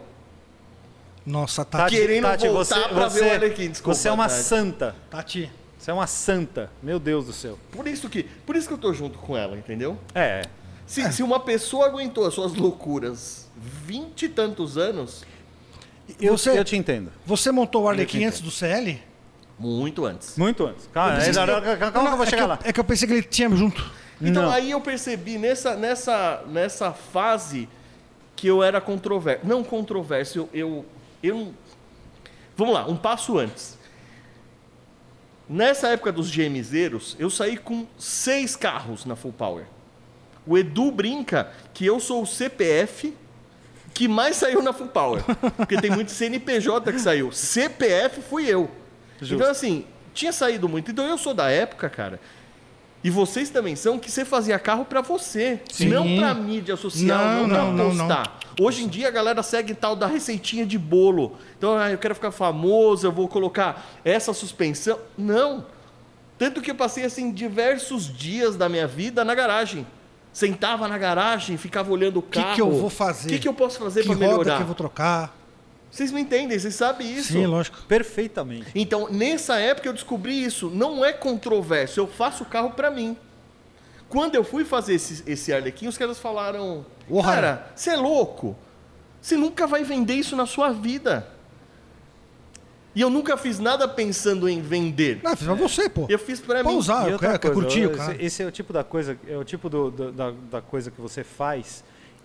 [SPEAKER 3] Nossa, Tati.
[SPEAKER 1] Tati,
[SPEAKER 4] querendo
[SPEAKER 1] Tati,
[SPEAKER 4] voltar
[SPEAKER 1] você,
[SPEAKER 4] pra
[SPEAKER 1] você,
[SPEAKER 4] ver o Arlequim, desculpa,
[SPEAKER 1] Você é uma
[SPEAKER 4] Tati.
[SPEAKER 1] santa.
[SPEAKER 3] Tati.
[SPEAKER 1] Você é uma santa. Meu Deus do céu.
[SPEAKER 4] Por isso que, por isso que eu tô junto com ela, entendeu?
[SPEAKER 1] É.
[SPEAKER 4] Se, se uma pessoa aguentou as suas loucuras vinte e tantos anos,
[SPEAKER 3] Eu,
[SPEAKER 1] Você...
[SPEAKER 3] você,
[SPEAKER 1] Eu te entendo.
[SPEAKER 3] você montou o
[SPEAKER 4] Eu
[SPEAKER 3] Arlequim
[SPEAKER 4] te
[SPEAKER 3] antes do CL?
[SPEAKER 4] muito antes.
[SPEAKER 1] Muito antes. Calma,
[SPEAKER 3] pensei
[SPEAKER 1] calma,
[SPEAKER 3] que
[SPEAKER 1] é? calma, calma que eu vou
[SPEAKER 3] é, que
[SPEAKER 1] chegar
[SPEAKER 3] eu,
[SPEAKER 1] lá.
[SPEAKER 3] é que eu pensei que ele tinha junto.
[SPEAKER 4] Então
[SPEAKER 1] Não.
[SPEAKER 4] aí eu percebi nessa, nessa, nessa fase que eu era controverso. Não controverso, eu, eu, eu. não- Vamos lá, um passo antes. Nessa época dos GMZeros, eu saí com seis carros na Full Power. O Edu brinca que eu sou o CPF que mais saiu na Full Power. Porque tem muito CNPJ que saiu. CPF fui eu.
[SPEAKER 1] Justo.
[SPEAKER 4] Então, assim, tinha saído muito. Então eu sou da época, cara. E vocês também são que você fazia carro pra você,
[SPEAKER 3] Sim.
[SPEAKER 4] não pra mídia
[SPEAKER 3] Não,
[SPEAKER 4] social, não,
[SPEAKER 3] não,
[SPEAKER 4] pra
[SPEAKER 3] não, não.
[SPEAKER 4] postar. Hoje em dia a galera segue tal da receitinha de bolo. Então, ah, eu quero ficar famoso, eu vou colocar essa suspensão. Não. Tanto que eu passei assim diversos dias da minha vida na garagem. Sentava na garagem, ficava olhando o
[SPEAKER 3] que
[SPEAKER 4] carro.
[SPEAKER 3] eu vou fazer?
[SPEAKER 4] O que, que eu posso fazer
[SPEAKER 3] Que
[SPEAKER 4] pra
[SPEAKER 3] roda
[SPEAKER 4] melhorar?
[SPEAKER 3] que eu vou trocar?
[SPEAKER 4] Vocês me entendem, vocês sabem isso.
[SPEAKER 3] Sim, lógico.
[SPEAKER 1] Perfeitamente.
[SPEAKER 4] Então, nessa época eu descobri isso. Não é controverso, eu faço o carro pra mim. Quando eu fui fazer esse, esse Arlequim, os caras falaram:
[SPEAKER 3] Porra.
[SPEAKER 4] Cara, você é louco. Você nunca vai vender isso na sua vida. E eu nunca fiz nada pensando em vender.
[SPEAKER 3] Não, fiz
[SPEAKER 1] É.
[SPEAKER 3] pra você, pô.
[SPEAKER 4] Eu fiz pra
[SPEAKER 3] Pra
[SPEAKER 4] mim.
[SPEAKER 3] usar,
[SPEAKER 1] E
[SPEAKER 3] Ah, eu
[SPEAKER 1] outra
[SPEAKER 3] quero, eu quero
[SPEAKER 1] coisa,
[SPEAKER 3] curtir o
[SPEAKER 1] esse-
[SPEAKER 3] cara.
[SPEAKER 1] Esse, é o tipo da coisa, é o tipo do- do- da, da coisa que você faz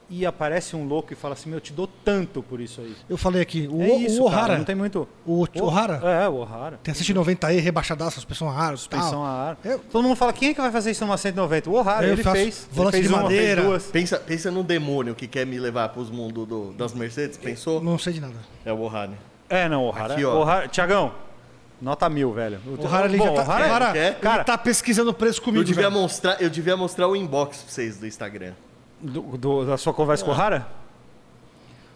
[SPEAKER 1] e aparece um louco e fala assim, meu, eu te dou tanto por isso aí.
[SPEAKER 3] Eu falei aqui, o,
[SPEAKER 1] é isso,
[SPEAKER 3] o
[SPEAKER 1] cara,
[SPEAKER 3] O'Hara.
[SPEAKER 1] não tem muito...
[SPEAKER 3] O O'Hara?
[SPEAKER 1] É, o O'Hara.
[SPEAKER 3] Tem a 190E rebaixadaça, suspensão a ar,
[SPEAKER 1] Suspensão a ar.
[SPEAKER 3] Ah, Eu-
[SPEAKER 1] Todo mundo fala, quem é que vai fazer isso numa 190? O O'Hara,
[SPEAKER 3] Eu
[SPEAKER 1] ele
[SPEAKER 3] faço
[SPEAKER 1] fez.
[SPEAKER 3] volante
[SPEAKER 1] ele fez
[SPEAKER 3] de
[SPEAKER 1] uma, fez
[SPEAKER 3] madeira.
[SPEAKER 1] duas.
[SPEAKER 4] Pensa, pensa no demônio que quer me levar pros mundos do- das Mercedes, pensou?
[SPEAKER 3] Não sei de nada.
[SPEAKER 4] É o Ohane.
[SPEAKER 1] É, não, O'Hara.
[SPEAKER 4] Aqui, ó.
[SPEAKER 1] O'Hara- Tiagão, nota mil, velho. O
[SPEAKER 3] O'Hara ele já tá,
[SPEAKER 1] O'Hara-
[SPEAKER 3] O'Hara,
[SPEAKER 4] é,
[SPEAKER 3] ele
[SPEAKER 1] cara.
[SPEAKER 3] tá pesquisando o preço
[SPEAKER 4] Eu
[SPEAKER 3] comigo,
[SPEAKER 4] devia,
[SPEAKER 3] velho.
[SPEAKER 4] mostrar, eu devia mostrar o inbox pra vocês do Instagram.
[SPEAKER 1] Do- do- da sua conversa com o O'Hara?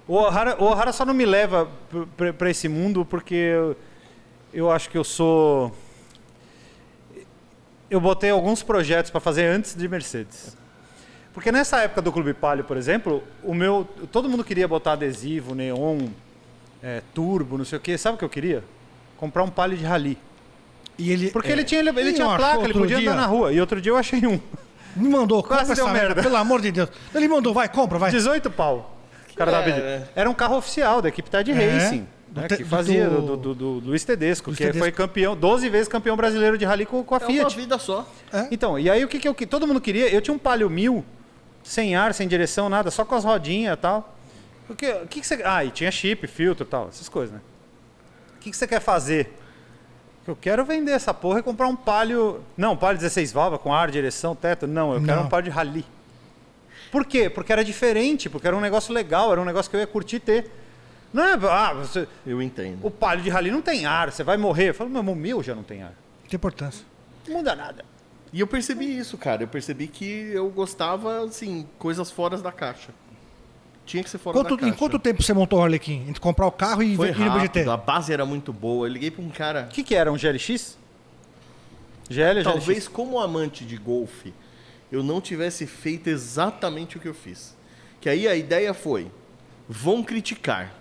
[SPEAKER 1] O O'Hara, o O'Hara só não me leva pr- pr- pra esse mundo porque eu, eu acho que eu sou. Eu botei alguns projetos pra fazer antes de Mercedes. Porque nessa época do Clube Palio, por exemplo, o meu, todo mundo queria botar adesivo, neon, é, turbo, não sei o quê. Sabe o que eu queria? Comprar um Palio de rally.
[SPEAKER 3] E ele,
[SPEAKER 1] Porque
[SPEAKER 3] é,
[SPEAKER 1] ele tinha, ele, ele
[SPEAKER 3] Ih,
[SPEAKER 1] tinha
[SPEAKER 3] eu acho,
[SPEAKER 1] placa, ele
[SPEAKER 3] outro
[SPEAKER 1] podia
[SPEAKER 3] dia-
[SPEAKER 1] andar na rua. E outro dia eu achei um.
[SPEAKER 3] me mandou, compra
[SPEAKER 1] Quase
[SPEAKER 3] essa
[SPEAKER 1] deu
[SPEAKER 3] merda,
[SPEAKER 1] merda.
[SPEAKER 3] pelo amor de Deus. Ele mandou, vai, compra, vai.
[SPEAKER 1] 18 pau. O cara tava
[SPEAKER 4] era?
[SPEAKER 1] pedindo. Era um carro oficial da equipe Tide
[SPEAKER 3] É,
[SPEAKER 1] Racing.
[SPEAKER 3] do
[SPEAKER 1] né,
[SPEAKER 3] te-
[SPEAKER 1] que
[SPEAKER 3] do-
[SPEAKER 1] fazia do, do, do Luiz Tedesco,
[SPEAKER 3] Luiz
[SPEAKER 1] que
[SPEAKER 3] Tedesco.
[SPEAKER 1] foi campeão, 12 vezes campeão brasileiro de rally com, com a
[SPEAKER 4] É uma
[SPEAKER 1] Fiat.
[SPEAKER 4] vida só.
[SPEAKER 3] É.
[SPEAKER 1] Então, e aí o que, que eu que todo mundo queria? Eu tinha um Palio 1000, sem ar, sem direção, nada, só com as rodinhas e tal. O que, o que, que você. Ah, e tinha chip, filtro e tal, essas coisas, né? O que, que você quer fazer? Eu quero vender essa porra e comprar um Palio. Não, um Palio 16 válvulas com ar, direção, teto. Não, eu quero
[SPEAKER 3] Não.
[SPEAKER 1] um Palio de rally. Por quê? Porque era diferente, porque era um negócio legal, era um negócio que eu ia curtir ter. Não é. Ah, você-
[SPEAKER 4] Eu entendo.
[SPEAKER 1] o Palio de rally não tem ar, você vai morrer. Eu falo, meu, o meu já não tem ar.
[SPEAKER 3] Não tem importância.
[SPEAKER 1] Não muda nada.
[SPEAKER 4] E eu percebi isso, cara. Eu percebi que eu gostava, assim, coisas fora da caixa. Tinha que ser fora da
[SPEAKER 3] Quanto,
[SPEAKER 4] caixa.
[SPEAKER 3] em quanto tempo você montou o Arlequim? Entre comprar o carro e
[SPEAKER 4] Foi
[SPEAKER 3] ir no BGT?
[SPEAKER 4] rápido, a base era muito boa. Eu liguei pra um cara,
[SPEAKER 1] O que, que era? Um GLX? GL ou GLX?
[SPEAKER 4] talvez como amante de golfe, eu não tivesse feito exatamente o que eu fiz. Que aí a ideia foi, vão criticar.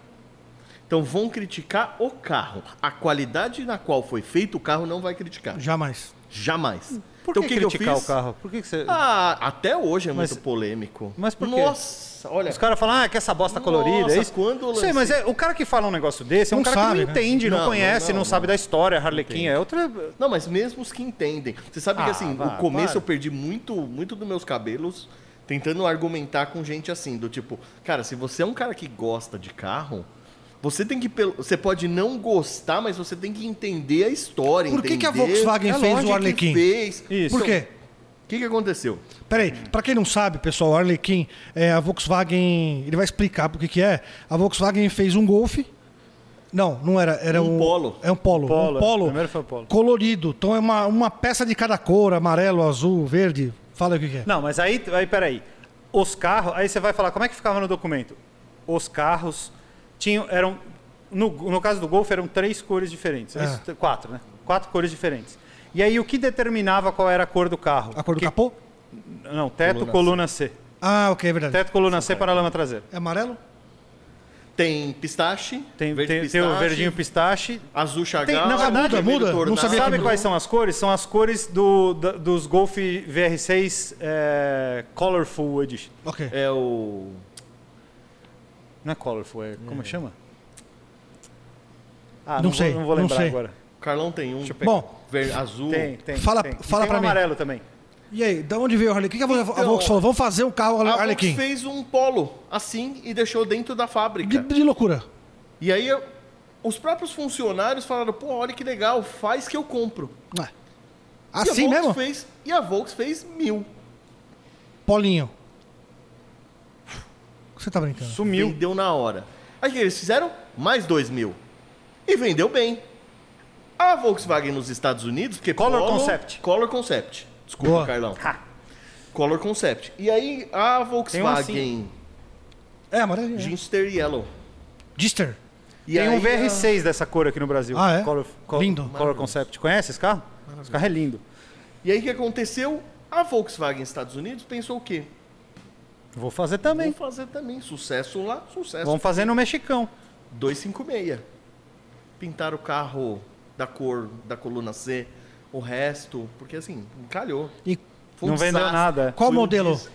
[SPEAKER 4] Então vão criticar o carro. A qualidade na qual foi feito o carro não vai criticar.
[SPEAKER 3] Jamais.
[SPEAKER 4] Jamais.
[SPEAKER 1] Por
[SPEAKER 4] então,
[SPEAKER 1] que,
[SPEAKER 4] o que, que eu
[SPEAKER 1] criticar
[SPEAKER 4] fiz?
[SPEAKER 1] o carro? Por que, que você.
[SPEAKER 4] Ah, até hoje é
[SPEAKER 1] Mas-
[SPEAKER 4] muito polêmico.
[SPEAKER 1] mas por quê?
[SPEAKER 4] Nossa, olha.
[SPEAKER 1] Os caras falam, ah, que essa bosta colorida, é
[SPEAKER 4] Nossa,
[SPEAKER 1] isso?
[SPEAKER 4] quando eu
[SPEAKER 1] Sei, mas
[SPEAKER 4] lancei-
[SPEAKER 1] é, o cara que fala um negócio desse é um
[SPEAKER 3] Não
[SPEAKER 1] cara que
[SPEAKER 3] sabe,
[SPEAKER 1] não
[SPEAKER 3] né?
[SPEAKER 1] entende, não,
[SPEAKER 4] Não,
[SPEAKER 1] conhece,
[SPEAKER 4] não,
[SPEAKER 1] não,
[SPEAKER 4] não.
[SPEAKER 1] sabe da história, Harlequin, é outra.
[SPEAKER 4] Não, mas mesmo os que entendem. Você sabe
[SPEAKER 1] Ah,
[SPEAKER 4] que assim,
[SPEAKER 1] vá,
[SPEAKER 4] no começo
[SPEAKER 1] para.
[SPEAKER 4] eu perdi muito, muito dos meus cabelos tentando argumentar com gente assim, do tipo, cara, se você é um cara que gosta de carro, você tem que pelo- você pode não gostar, mas você tem que entender a história,
[SPEAKER 3] Por que que a
[SPEAKER 4] entender
[SPEAKER 3] Volkswagen fez o
[SPEAKER 4] lógica que
[SPEAKER 3] Arlequim?
[SPEAKER 4] Fez. Então,
[SPEAKER 1] Isso.
[SPEAKER 3] Por
[SPEAKER 4] um
[SPEAKER 3] quê?
[SPEAKER 4] O que, que aconteceu?
[SPEAKER 3] Peraí, pra quem não sabe, pessoal, o Arlequim, é, a Volkswagen, ele vai explicar porque que é. A Volkswagen fez um Golf. Não, não era, era
[SPEAKER 4] Um
[SPEAKER 3] um,
[SPEAKER 4] Polo.
[SPEAKER 3] É um polo,
[SPEAKER 1] Um Polo,
[SPEAKER 3] um polo.
[SPEAKER 1] primeiro foi um Polo.
[SPEAKER 3] Colorido, então é uma, uma peça de cada cor, amarelo, azul, verde, Fala aí o que, que é.
[SPEAKER 1] Não, mas aí, aí peraí. Os carros, aí você vai falar, como é que ficava no documento? Os carros tinham, eram, no, no caso do Golf, eram três cores diferentes.
[SPEAKER 3] É.
[SPEAKER 1] Isso, quatro, né? Quatro cores diferentes. E aí, o que determinava qual era a cor do carro?
[SPEAKER 3] A cor do
[SPEAKER 1] Que-
[SPEAKER 3] capô?
[SPEAKER 1] Não, teto,
[SPEAKER 4] Coluna
[SPEAKER 1] coluna, C.
[SPEAKER 3] Ah, ok, é verdade.
[SPEAKER 1] Teto, coluna C, paralama traseiro.
[SPEAKER 3] É amarelo?
[SPEAKER 4] Tem pistache,
[SPEAKER 1] Tem,
[SPEAKER 4] verde
[SPEAKER 1] tem, tem
[SPEAKER 4] pistache,
[SPEAKER 1] o verdinho pistache.
[SPEAKER 4] azul chagal,
[SPEAKER 1] Tem- na verdade,
[SPEAKER 4] vermelho
[SPEAKER 3] muda,
[SPEAKER 4] tornado.
[SPEAKER 3] não sabia
[SPEAKER 1] Sabe
[SPEAKER 3] que-
[SPEAKER 1] quais são as cores? São as cores do, da- dos Golf VR6 é, Colorful Edition.
[SPEAKER 3] Ok.
[SPEAKER 4] É o...
[SPEAKER 1] Não é Colorful, é, como chama? Ah,
[SPEAKER 3] Não
[SPEAKER 1] não,
[SPEAKER 3] sei,
[SPEAKER 1] vou, não Uh, vou
[SPEAKER 3] não
[SPEAKER 1] lembrar
[SPEAKER 3] sei.
[SPEAKER 1] agora.
[SPEAKER 4] o Carlão tem um.
[SPEAKER 3] Bom.
[SPEAKER 4] Ver- azul.
[SPEAKER 1] Tem, tem.
[SPEAKER 3] Fala-
[SPEAKER 1] tem. E
[SPEAKER 3] fala
[SPEAKER 1] tem
[SPEAKER 3] pra
[SPEAKER 1] um
[SPEAKER 3] mim.
[SPEAKER 1] amarelo também.
[SPEAKER 3] E aí, da onde veio a Harley? O que, que a Volks a
[SPEAKER 4] Então-
[SPEAKER 3] Volks falou? Vamos fazer um carro
[SPEAKER 4] A Volks
[SPEAKER 3] Harlequin.
[SPEAKER 4] fez um polo assim e deixou dentro da
[SPEAKER 3] De,
[SPEAKER 4] fábrica.
[SPEAKER 3] de loucura.
[SPEAKER 4] E aí eu- os próprios funcionários falaram, pô, olha que legal, faz que eu compro.
[SPEAKER 3] Ué. é. Assim
[SPEAKER 4] e a Volks
[SPEAKER 3] mesmo?
[SPEAKER 4] Fez, e a Volks fez mil.
[SPEAKER 3] Polinho. Você tá brincando?
[SPEAKER 1] Sumiu.
[SPEAKER 4] Vendeu na hora. Aí o que eles fizeram? Mais dois mil. E vendeu bem. A Volkswagen nos Estados Unidos, porque
[SPEAKER 1] Color Concept.
[SPEAKER 4] Color Concept. Desculpa,
[SPEAKER 3] Boa.
[SPEAKER 4] Carlão.
[SPEAKER 1] Ha. um assim.
[SPEAKER 4] Color Concept. E aí a Volkswagen
[SPEAKER 3] É, amarelo. é.
[SPEAKER 4] Ginster Yellow.
[SPEAKER 3] Dister.
[SPEAKER 4] E
[SPEAKER 1] Tem um
[SPEAKER 4] aí, a-
[SPEAKER 1] VR6 dessa cor aqui no Brasil.
[SPEAKER 3] Ah, é?
[SPEAKER 1] Color, Col-
[SPEAKER 3] Lindo.
[SPEAKER 1] Color Concept. Conhece esse carro? Esse carro é lindo.
[SPEAKER 4] E aí o que aconteceu? A Volkswagen Estados Unidos pensou o quê?
[SPEAKER 1] Vou fazer também.
[SPEAKER 4] Vamos fazer também. Sucesso lá, sucesso.
[SPEAKER 1] Vamos fazer no Mexicão.
[SPEAKER 4] 256. Pintaram o carro da cor da coluna C, o resto, porque assim, calhou.
[SPEAKER 3] E...
[SPEAKER 4] Foi um
[SPEAKER 1] não vendeu
[SPEAKER 4] desastre.
[SPEAKER 1] nada.
[SPEAKER 3] Qual
[SPEAKER 4] Foi um
[SPEAKER 3] modelo?
[SPEAKER 4] des-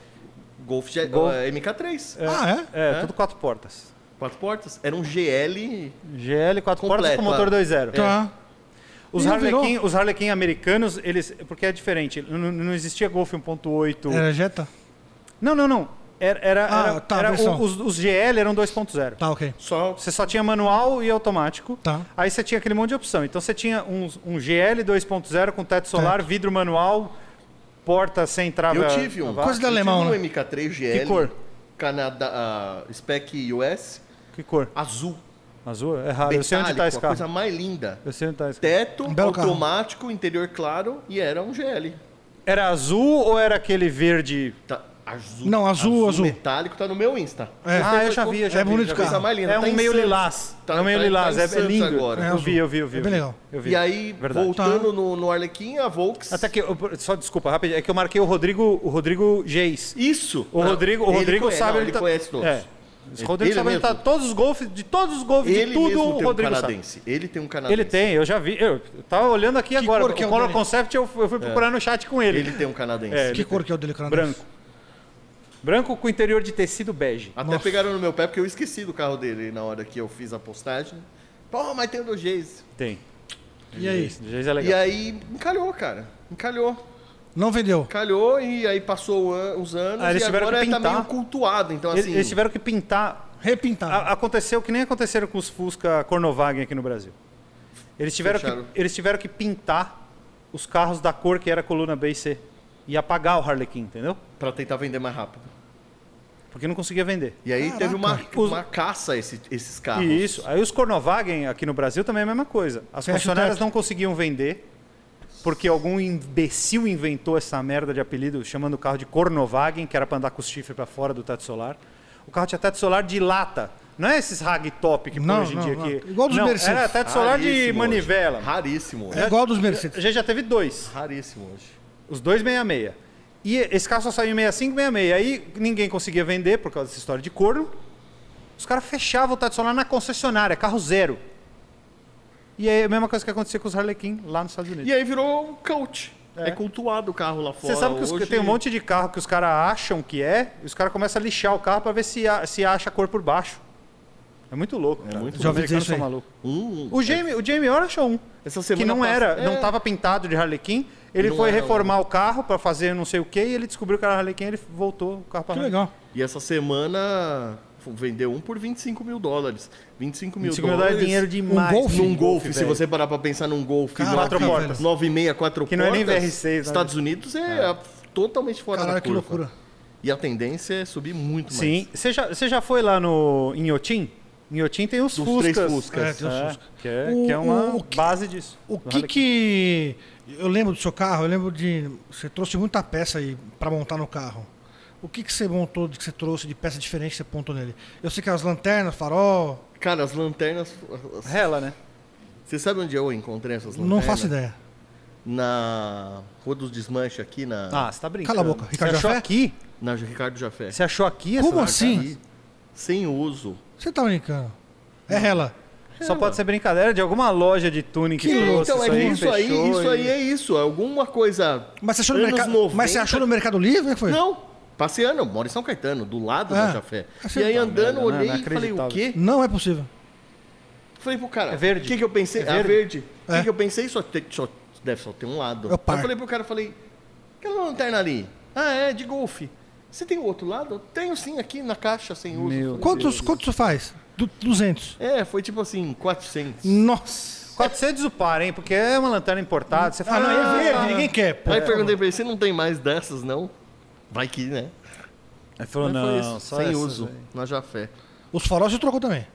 [SPEAKER 4] Golf, G-
[SPEAKER 1] Golf.
[SPEAKER 4] eh, MK3.
[SPEAKER 3] Ah, é?
[SPEAKER 1] É,
[SPEAKER 4] É?
[SPEAKER 1] tudo quatro portas.
[SPEAKER 4] Quatro portas. Era um GL.
[SPEAKER 1] GL, quatro portas
[SPEAKER 4] Completo,
[SPEAKER 1] com motor
[SPEAKER 4] é.
[SPEAKER 1] 2.0.
[SPEAKER 3] Tá.
[SPEAKER 1] Os
[SPEAKER 3] Ih,
[SPEAKER 1] Harlequin, os Harlequin americanos, eles. Porque é diferente. Não, não existia Golf 1.8.
[SPEAKER 3] Era Jetta?
[SPEAKER 1] Não, não, não. Era, era,
[SPEAKER 3] É. Ah,
[SPEAKER 1] era-
[SPEAKER 3] tá,
[SPEAKER 1] era
[SPEAKER 3] versão.
[SPEAKER 1] o- os, os GL eram 2.0.
[SPEAKER 3] Tá, ok.
[SPEAKER 4] Só
[SPEAKER 1] Você só tinha manual e automático.
[SPEAKER 3] Tá.
[SPEAKER 1] Aí você tinha aquele monte de opção. Então você tinha uns- um, GL 2.0 com
[SPEAKER 3] Tá.
[SPEAKER 1] teto solar, vidro manual, porta sem trava.
[SPEAKER 4] Eu tive um.
[SPEAKER 1] naval.
[SPEAKER 3] Coisa da
[SPEAKER 4] eu
[SPEAKER 3] alemão,
[SPEAKER 4] tive um
[SPEAKER 3] né?
[SPEAKER 4] MK3 GL.
[SPEAKER 1] Ah, Que cor?
[SPEAKER 4] Canadá, ah, Spec US.
[SPEAKER 1] Que cor?
[SPEAKER 4] Azul.
[SPEAKER 1] Azul? É raro. Eu sei onde
[SPEAKER 4] metálico,
[SPEAKER 1] tá esse
[SPEAKER 4] A
[SPEAKER 1] carro.
[SPEAKER 4] coisa mais linda.
[SPEAKER 1] Eu sei onde tá esse carro.
[SPEAKER 4] Teto,
[SPEAKER 3] Um belo carro.
[SPEAKER 4] automático, interior claro e era um GL.
[SPEAKER 1] Era azul ou era aquele verde?
[SPEAKER 4] Tá, azul.
[SPEAKER 3] Não, azul, azul.
[SPEAKER 4] metálico tá no meu Insta.
[SPEAKER 3] É.
[SPEAKER 1] Ah, eu já vi, eu já
[SPEAKER 3] É
[SPEAKER 1] vi,
[SPEAKER 3] bonito
[SPEAKER 1] já vi.
[SPEAKER 3] carro.
[SPEAKER 4] Coisa mais linda.
[SPEAKER 1] É
[SPEAKER 4] Tá
[SPEAKER 1] um
[SPEAKER 4] em
[SPEAKER 1] meio
[SPEAKER 4] Santos.
[SPEAKER 1] lilás.
[SPEAKER 4] Tá-
[SPEAKER 1] é um meio
[SPEAKER 4] tá-
[SPEAKER 1] lilás,
[SPEAKER 4] tá em
[SPEAKER 1] é- é,
[SPEAKER 4] Santos
[SPEAKER 1] lindo.
[SPEAKER 4] agora.
[SPEAKER 3] É
[SPEAKER 1] Eu vi,
[SPEAKER 3] azul.
[SPEAKER 1] eu vi, eu vi.
[SPEAKER 3] É
[SPEAKER 1] eu
[SPEAKER 3] bem
[SPEAKER 1] vi.
[SPEAKER 3] legal.
[SPEAKER 1] Eu vi.
[SPEAKER 4] E aí,
[SPEAKER 1] Verdade.
[SPEAKER 4] voltando
[SPEAKER 3] Tá.
[SPEAKER 4] no, no Arlequim, a Volks.
[SPEAKER 1] Até que, eu- só desculpa, rápido, é que eu marquei o Rodrigo, o Rodrigo Geis.
[SPEAKER 4] Isso!
[SPEAKER 1] O
[SPEAKER 4] Não,
[SPEAKER 1] Rodrigo, o
[SPEAKER 4] ele
[SPEAKER 1] Rodrigo
[SPEAKER 4] conhece,
[SPEAKER 1] sabe,
[SPEAKER 4] não,
[SPEAKER 1] ele,
[SPEAKER 4] ele
[SPEAKER 1] tá-
[SPEAKER 4] conhece todos.
[SPEAKER 1] É. O Rodrigo
[SPEAKER 4] Ele
[SPEAKER 1] sabe onde tá
[SPEAKER 4] mesmo.
[SPEAKER 1] todos os golfes, de todos os golfes,
[SPEAKER 4] Ele
[SPEAKER 1] de tudo,
[SPEAKER 4] mesmo
[SPEAKER 1] o
[SPEAKER 4] tem um
[SPEAKER 1] Rodrigo sabe.
[SPEAKER 4] canadense. Ele tem um canadense.
[SPEAKER 1] Ele tem, eu já vi. Eu tava olhando aqui agora.
[SPEAKER 3] cor que é
[SPEAKER 1] o
[SPEAKER 3] o
[SPEAKER 1] Color
[SPEAKER 3] dele?
[SPEAKER 1] Concept eu, eu fui procurar no chat com ele.
[SPEAKER 4] É. Ele tem um canadense.
[SPEAKER 1] É,
[SPEAKER 3] Que cor que é o dele, Canadá?
[SPEAKER 1] Branco. Branco com interior de tecido bege.
[SPEAKER 4] Até
[SPEAKER 3] Nossa.
[SPEAKER 4] pegaram no meu pé porque eu esqueci do carro dele na hora que eu fiz a postagem. Pô, mas tem o do Geis.
[SPEAKER 1] Tem.
[SPEAKER 3] E aí?
[SPEAKER 1] Geis é legal.
[SPEAKER 4] E aí, encalhou, cara. Encalhou.
[SPEAKER 3] Não vendeu.
[SPEAKER 4] Calhou e aí passou o an- os anos
[SPEAKER 1] Ah, eles
[SPEAKER 4] e
[SPEAKER 1] tiveram
[SPEAKER 4] agora
[SPEAKER 1] que
[SPEAKER 4] tá
[SPEAKER 1] pintar.
[SPEAKER 4] meio cultuado. Então,
[SPEAKER 1] Eles-
[SPEAKER 4] assim,
[SPEAKER 1] Eles tiveram que pintar
[SPEAKER 3] Repintado.
[SPEAKER 1] A- Aconteceu que nem aconteceram com os Fusca Cornovagen aqui no Brasil. Eles tiveram, que,
[SPEAKER 4] Fecharam.
[SPEAKER 1] eles tiveram que pintar os carros da cor que era a coluna B e C. E apagar o Harlequin, entendeu?
[SPEAKER 4] pra tentar vender mais rápido.
[SPEAKER 1] Porque não conseguia vender.
[SPEAKER 4] E aí teve uma,
[SPEAKER 1] Caraca.
[SPEAKER 4] uma caça a esse- esses carros.
[SPEAKER 1] E isso. Aí os Cornovagen aqui no Brasil também é a mesma coisa. As
[SPEAKER 3] Fecha o
[SPEAKER 1] funcionárias
[SPEAKER 3] teto.
[SPEAKER 1] não conseguiam vender porque algum imbecil inventou essa merda de apelido chamando o carro de Cornovagen, que era pra andar com os chifres pra fora do teto solar. O carro tinha teto solar de lata. Não é esses rag top que põe
[SPEAKER 3] Não,
[SPEAKER 1] hoje em
[SPEAKER 3] não,
[SPEAKER 1] dia
[SPEAKER 3] não.
[SPEAKER 1] que
[SPEAKER 3] Igual dos
[SPEAKER 1] não,
[SPEAKER 3] Mercedes.
[SPEAKER 1] era teto solar é de
[SPEAKER 4] Raríssimo hoje.
[SPEAKER 1] manivela.
[SPEAKER 4] Raríssimo hoje.
[SPEAKER 3] É igual a dos Mercedes.
[SPEAKER 1] A gente já teve dois.
[SPEAKER 4] Raríssimo hoje.
[SPEAKER 1] Os dois 66. E esse carro só saiu em 65, 66. Aí ninguém conseguia vender por causa dessa história de corno. Os caras fechavam o teto solar na concessionária, carro zero. E aí a mesma coisa que acontecia com os Harlequin lá nos Estados Unidos.
[SPEAKER 4] E aí virou um cult.
[SPEAKER 1] É.
[SPEAKER 4] É, cultuado o carro lá fora.
[SPEAKER 1] Você sabe que os-
[SPEAKER 4] hoje.
[SPEAKER 1] tem um monte de carro que os caras acham que é, e os caras começam a lixar o carro pra ver se, a- se acha a cor por baixo. É muito louco. cara.
[SPEAKER 4] muito
[SPEAKER 1] Os
[SPEAKER 3] Já ouvi dizer
[SPEAKER 1] americanos
[SPEAKER 3] isso
[SPEAKER 1] são
[SPEAKER 3] aí.
[SPEAKER 1] malucos.
[SPEAKER 4] Hum,
[SPEAKER 1] O Jamie, o Jamie Orr achou um.
[SPEAKER 4] Essa semana
[SPEAKER 1] que não
[SPEAKER 4] passa-
[SPEAKER 1] era, não
[SPEAKER 4] É.
[SPEAKER 1] estava pintado de Harlequin. Ele
[SPEAKER 4] Não
[SPEAKER 1] foi
[SPEAKER 4] era
[SPEAKER 1] reformar o carro para fazer não sei o que e ele descobriu que era Harlequin ele voltou o carro para
[SPEAKER 3] Que legal.
[SPEAKER 4] E essa semana f- vendeu um por 25 mil dólares. 25 mil
[SPEAKER 1] 25 mil
[SPEAKER 4] dólares.
[SPEAKER 1] dólares é dinheiro demais.
[SPEAKER 3] Um Golf?
[SPEAKER 1] pra
[SPEAKER 4] Num Golf, se
[SPEAKER 1] velho.
[SPEAKER 4] você parar pra pensar num Golf.
[SPEAKER 3] Caraca,
[SPEAKER 4] nove-
[SPEAKER 1] quatro portas.
[SPEAKER 4] 9,6, 4 portas.
[SPEAKER 1] Que não é nem VR6, né?
[SPEAKER 4] Estados Unidos é, a- totalmente fora
[SPEAKER 3] Caralho,
[SPEAKER 4] da
[SPEAKER 3] que
[SPEAKER 4] curva.
[SPEAKER 3] loucura.
[SPEAKER 4] E a tendência é subir muito mais.
[SPEAKER 1] Sim. Você já, você já foi lá no em Inhotim? Em Inhotim tem os
[SPEAKER 4] Dos
[SPEAKER 1] Fuscas.
[SPEAKER 4] três Fuscas.
[SPEAKER 3] É, tem os
[SPEAKER 1] É,
[SPEAKER 3] Fusca.
[SPEAKER 1] que, é,
[SPEAKER 3] O-
[SPEAKER 1] que é uma
[SPEAKER 3] o que-
[SPEAKER 1] base disso.
[SPEAKER 3] O
[SPEAKER 1] do
[SPEAKER 3] que
[SPEAKER 1] Harlequin.
[SPEAKER 3] que Eu lembro do seu carro, eu lembro de. Você trouxe muita peça aí para montar no carro. O que, que você montou, de que você trouxe de peça diferente que você montou nele? Eu sei que é as lanternas, farol.
[SPEAKER 4] Cara, as lanternas. as-
[SPEAKER 1] Rela, né?
[SPEAKER 4] Você sabe onde eu encontrei essas lanternas?
[SPEAKER 3] Não faço ideia.
[SPEAKER 4] Na Rua dos Desmanche, aqui na,
[SPEAKER 1] Ah, você tá brincando.
[SPEAKER 3] Cala a boca, Ricardo
[SPEAKER 1] Você achou
[SPEAKER 3] Jafé?
[SPEAKER 1] aqui?
[SPEAKER 4] na Ricardo Jafé.
[SPEAKER 1] Você achou aqui essa
[SPEAKER 3] Como
[SPEAKER 1] marca?
[SPEAKER 3] assim?
[SPEAKER 4] Sem uso.
[SPEAKER 3] Você tá brincando? É
[SPEAKER 1] Hum.
[SPEAKER 3] ela.
[SPEAKER 1] Só pode ser brincadeira de alguma loja de tuning que,
[SPEAKER 4] Que
[SPEAKER 1] trouxe
[SPEAKER 4] então, é
[SPEAKER 1] isso aí,
[SPEAKER 4] isso aí,
[SPEAKER 1] fechou
[SPEAKER 4] isso
[SPEAKER 1] e-
[SPEAKER 4] aí é isso. Alguma coisa.
[SPEAKER 3] Mas você achou, no
[SPEAKER 4] Anos
[SPEAKER 3] mercado,
[SPEAKER 4] 90.
[SPEAKER 3] mas você achou no Mercado Livre? Como é que Foi?
[SPEAKER 4] Não, passeando, eu moro em São Caetano, do lado
[SPEAKER 3] Ah,
[SPEAKER 4] da Jafé.
[SPEAKER 3] assim,
[SPEAKER 4] E aí
[SPEAKER 3] tá,
[SPEAKER 4] andando,
[SPEAKER 1] merda, né? não,
[SPEAKER 4] olhei
[SPEAKER 1] não
[SPEAKER 4] e falei, o
[SPEAKER 1] acreditava.
[SPEAKER 4] quê?
[SPEAKER 3] Não é possível.
[SPEAKER 4] Falei pro cara,
[SPEAKER 1] É verde.
[SPEAKER 4] o que, que eu pensei?
[SPEAKER 1] É
[SPEAKER 4] É
[SPEAKER 1] verde.
[SPEAKER 4] verde. O que,
[SPEAKER 3] É.
[SPEAKER 4] que eu pensei? Só, te- só- deve só ter um lado.
[SPEAKER 3] É o par.
[SPEAKER 4] eu falei pro cara, falei, aquela lanterna ali. Ah, é, de golfe. Você tem o outro lado? Eu Tenho sim, aqui na caixa, sem uso.
[SPEAKER 1] Meu
[SPEAKER 4] Falei,
[SPEAKER 3] Quantos, quantos você faz? Du 200.
[SPEAKER 4] É, foi tipo assim, 400.
[SPEAKER 3] Nossa.
[SPEAKER 1] 400 o par, hein? Porque é uma lanterna importada. Você
[SPEAKER 3] Ah,
[SPEAKER 1] fala,
[SPEAKER 3] não, é
[SPEAKER 1] "Ah,
[SPEAKER 3] verde, ninguém quer. Pô.
[SPEAKER 4] Aí perguntei pra ele, você não tem mais dessas, não? Vai que, né?
[SPEAKER 1] Aí falou,
[SPEAKER 4] Mas
[SPEAKER 1] não, é
[SPEAKER 4] foi isso,
[SPEAKER 1] só
[SPEAKER 4] sem
[SPEAKER 1] essas
[SPEAKER 4] uso,
[SPEAKER 1] aí."
[SPEAKER 4] na Jafé.
[SPEAKER 3] Os faróis você trocou também.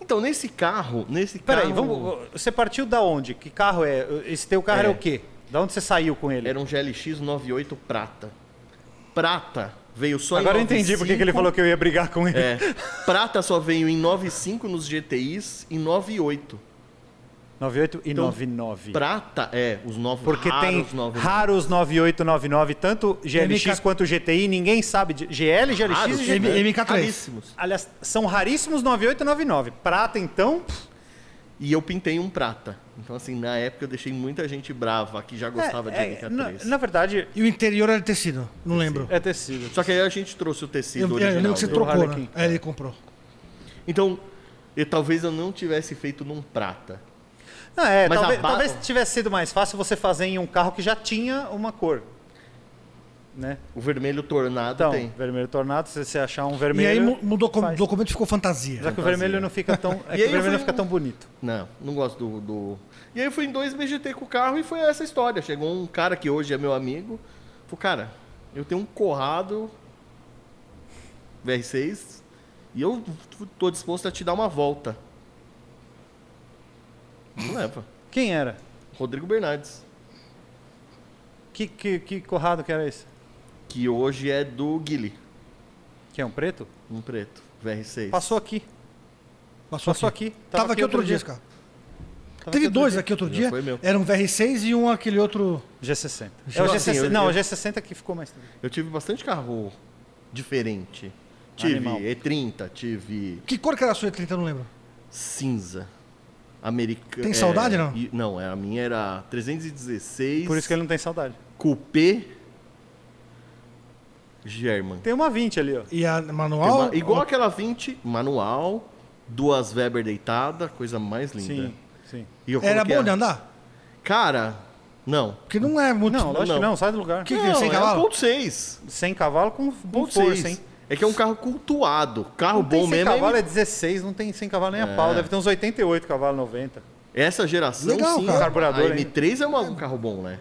[SPEAKER 4] Então, nesse carro, nesse
[SPEAKER 1] Peraí,
[SPEAKER 4] carro...
[SPEAKER 1] vamos, você partiu da onde? Que carro é? Esse teu carro
[SPEAKER 4] É.
[SPEAKER 1] era o quê? Da onde você saiu com ele?
[SPEAKER 4] Era um GLX 98 prata. Prata veio só
[SPEAKER 1] Agora
[SPEAKER 4] em
[SPEAKER 1] eu entendi porque que
[SPEAKER 4] 95.
[SPEAKER 1] ele falou que eu ia brigar com ele.
[SPEAKER 4] um É. Prata só veio em 95 nos GTIs e 98.
[SPEAKER 1] 98 e
[SPEAKER 4] Então,
[SPEAKER 1] 99.
[SPEAKER 4] Prata é os novos
[SPEAKER 1] Porque
[SPEAKER 4] raros
[SPEAKER 1] tem
[SPEAKER 4] novos.
[SPEAKER 1] raros 9899, tanto GLX
[SPEAKER 3] MK
[SPEAKER 1] quanto GTI, ninguém sabe. de- GL, GLX
[SPEAKER 4] Raros, né?
[SPEAKER 1] e
[SPEAKER 3] M-
[SPEAKER 1] GTI.
[SPEAKER 3] MK3.
[SPEAKER 4] raríssimos.
[SPEAKER 1] Aliás, são raríssimos 9899. Prata, então, pff,
[SPEAKER 4] E eu pintei um prata. Então assim, na época eu deixei muita gente brava que já gostava
[SPEAKER 1] é-
[SPEAKER 4] de
[SPEAKER 1] é, na,
[SPEAKER 4] MK3.
[SPEAKER 1] na verdade,
[SPEAKER 3] E o interior era de tecido. Não lembro.
[SPEAKER 1] é tecido.
[SPEAKER 4] Só que aí a gente trouxe o
[SPEAKER 3] Eu,
[SPEAKER 4] tecido
[SPEAKER 3] eu
[SPEAKER 4] original.
[SPEAKER 3] lembro que você
[SPEAKER 4] dele.
[SPEAKER 3] trocou,
[SPEAKER 1] Harlequin.
[SPEAKER 3] né? É, ele comprou.
[SPEAKER 4] Então, eu, talvez eu não tivesse feito num prata.
[SPEAKER 1] Não, é,
[SPEAKER 4] Mas a
[SPEAKER 1] talvez,
[SPEAKER 4] ba-
[SPEAKER 1] talvez tivesse sido mais fácil você fazer em um carro que já tinha uma cor. Né?
[SPEAKER 4] O vermelho tornado
[SPEAKER 1] Então,
[SPEAKER 4] Ah, tem.
[SPEAKER 1] vermelho tornado, se você achar um
[SPEAKER 3] E
[SPEAKER 1] vermelho.
[SPEAKER 3] aí mu- mudou como- o
[SPEAKER 1] faz.
[SPEAKER 3] documento ficou fantasia.
[SPEAKER 1] Já que o vermelho não fica tão. É que
[SPEAKER 4] aí
[SPEAKER 1] o
[SPEAKER 4] eu
[SPEAKER 1] vermelho
[SPEAKER 4] fui
[SPEAKER 1] não fica
[SPEAKER 4] um-
[SPEAKER 1] tão bonito.
[SPEAKER 4] Não, não gosto do, do- E aí eu fui em dois BGT com o carro e foi essa história. Chegou um cara que hoje é meu amigo. Falou, cara, eu tenho um Corrado VR6 e eu tô disposto a te dar uma volta. Não leva.
[SPEAKER 1] Quem era?
[SPEAKER 4] Rodrigo Bernardes,
[SPEAKER 1] Que, que, que corrado que era esse?
[SPEAKER 4] que hoje é do Guile,
[SPEAKER 1] Que é um preto?
[SPEAKER 4] um preto, VR6.
[SPEAKER 1] Passou aqui.
[SPEAKER 3] Passou,
[SPEAKER 1] Passou
[SPEAKER 3] aqui.
[SPEAKER 1] aqui.
[SPEAKER 3] Tava, aqui outro dia, esse carro.
[SPEAKER 1] Tava
[SPEAKER 3] Teve
[SPEAKER 1] aqui outro
[SPEAKER 3] dois
[SPEAKER 1] dia.
[SPEAKER 3] aqui outro
[SPEAKER 4] Já
[SPEAKER 3] dia.
[SPEAKER 4] foi meu.
[SPEAKER 3] Era um VR6 e um aquele outro.
[SPEAKER 1] G60. É
[SPEAKER 4] Tipo
[SPEAKER 1] o
[SPEAKER 4] assim,
[SPEAKER 1] G60.
[SPEAKER 4] eu-
[SPEAKER 1] não,
[SPEAKER 4] eu-
[SPEAKER 1] o G60 que ficou mais.
[SPEAKER 4] Eu tive bastante carro diferente. Tive
[SPEAKER 1] Animal.
[SPEAKER 4] E30, tive
[SPEAKER 3] Que cor que era a sua E30? Eu não lembro.
[SPEAKER 4] cinza. Americana.
[SPEAKER 3] Tem saudade, não?
[SPEAKER 4] Não, é, a minha era 316.
[SPEAKER 1] Por isso que ele não tem saudade.
[SPEAKER 4] Coupé. German.
[SPEAKER 1] Tem uma 20 ali, ó.
[SPEAKER 3] E a
[SPEAKER 4] Tem
[SPEAKER 3] manual.
[SPEAKER 4] uma- igual aquela 20, manual, duas Weber deitada, coisa mais linda.
[SPEAKER 1] Sim, sim.
[SPEAKER 4] E eu
[SPEAKER 3] Era
[SPEAKER 4] coloquei
[SPEAKER 3] bom
[SPEAKER 4] a-
[SPEAKER 3] de andar?
[SPEAKER 4] Cara, não.
[SPEAKER 3] Porque não é muito.
[SPEAKER 1] Não, lógico que
[SPEAKER 4] não.
[SPEAKER 1] não, sai do lugar.
[SPEAKER 3] Que-
[SPEAKER 4] não,
[SPEAKER 3] sem
[SPEAKER 4] é
[SPEAKER 3] cavalo?
[SPEAKER 4] 1.6.
[SPEAKER 1] Sem cavalo com, com força,
[SPEAKER 4] 1.6.
[SPEAKER 1] hein?
[SPEAKER 4] É que é um carro cultuado. Carro
[SPEAKER 1] Não tem
[SPEAKER 4] bom
[SPEAKER 1] 100
[SPEAKER 4] mesmo. é
[SPEAKER 1] cavalo é 16, não tem 100 cavalo nem a pau. Deve ter uns 88 cavalo, 90.
[SPEAKER 4] Essa geração,
[SPEAKER 3] Legal,
[SPEAKER 4] sim.
[SPEAKER 3] cara.
[SPEAKER 4] a-
[SPEAKER 1] Carburador,
[SPEAKER 4] a M3 é uma- um carro bom, né?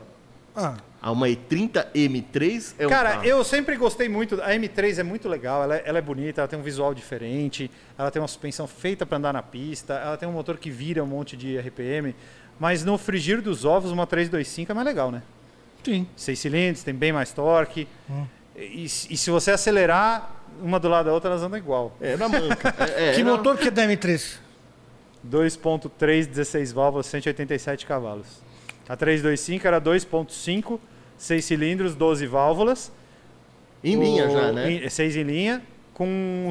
[SPEAKER 3] Ah,
[SPEAKER 4] A uma E30 M3 é um
[SPEAKER 1] Cara,
[SPEAKER 4] carro.
[SPEAKER 1] eu sempre gostei muito. A M3 é muito legal, ela, é- ela é bonita, ela tem um visual diferente, ela tem uma suspensão feita para andar na pista, ela tem um motor que vira um monte de RPM. Mas no frigir dos ovos, uma 325 é mais legal, né?
[SPEAKER 3] sim.
[SPEAKER 1] Seis cilindros, tem bem mais torque. E, e se você acelerar, uma do lado da outra, elas andam igual.
[SPEAKER 4] É, na manca. É, é,
[SPEAKER 3] que
[SPEAKER 4] era-
[SPEAKER 3] motor que é da M3?
[SPEAKER 1] 2.3, 16 válvulas, 187 cavalos. A 325 era 2.5, 6 cilindros, 12 válvulas.
[SPEAKER 4] Em linha já, né?
[SPEAKER 1] 6 em linha, com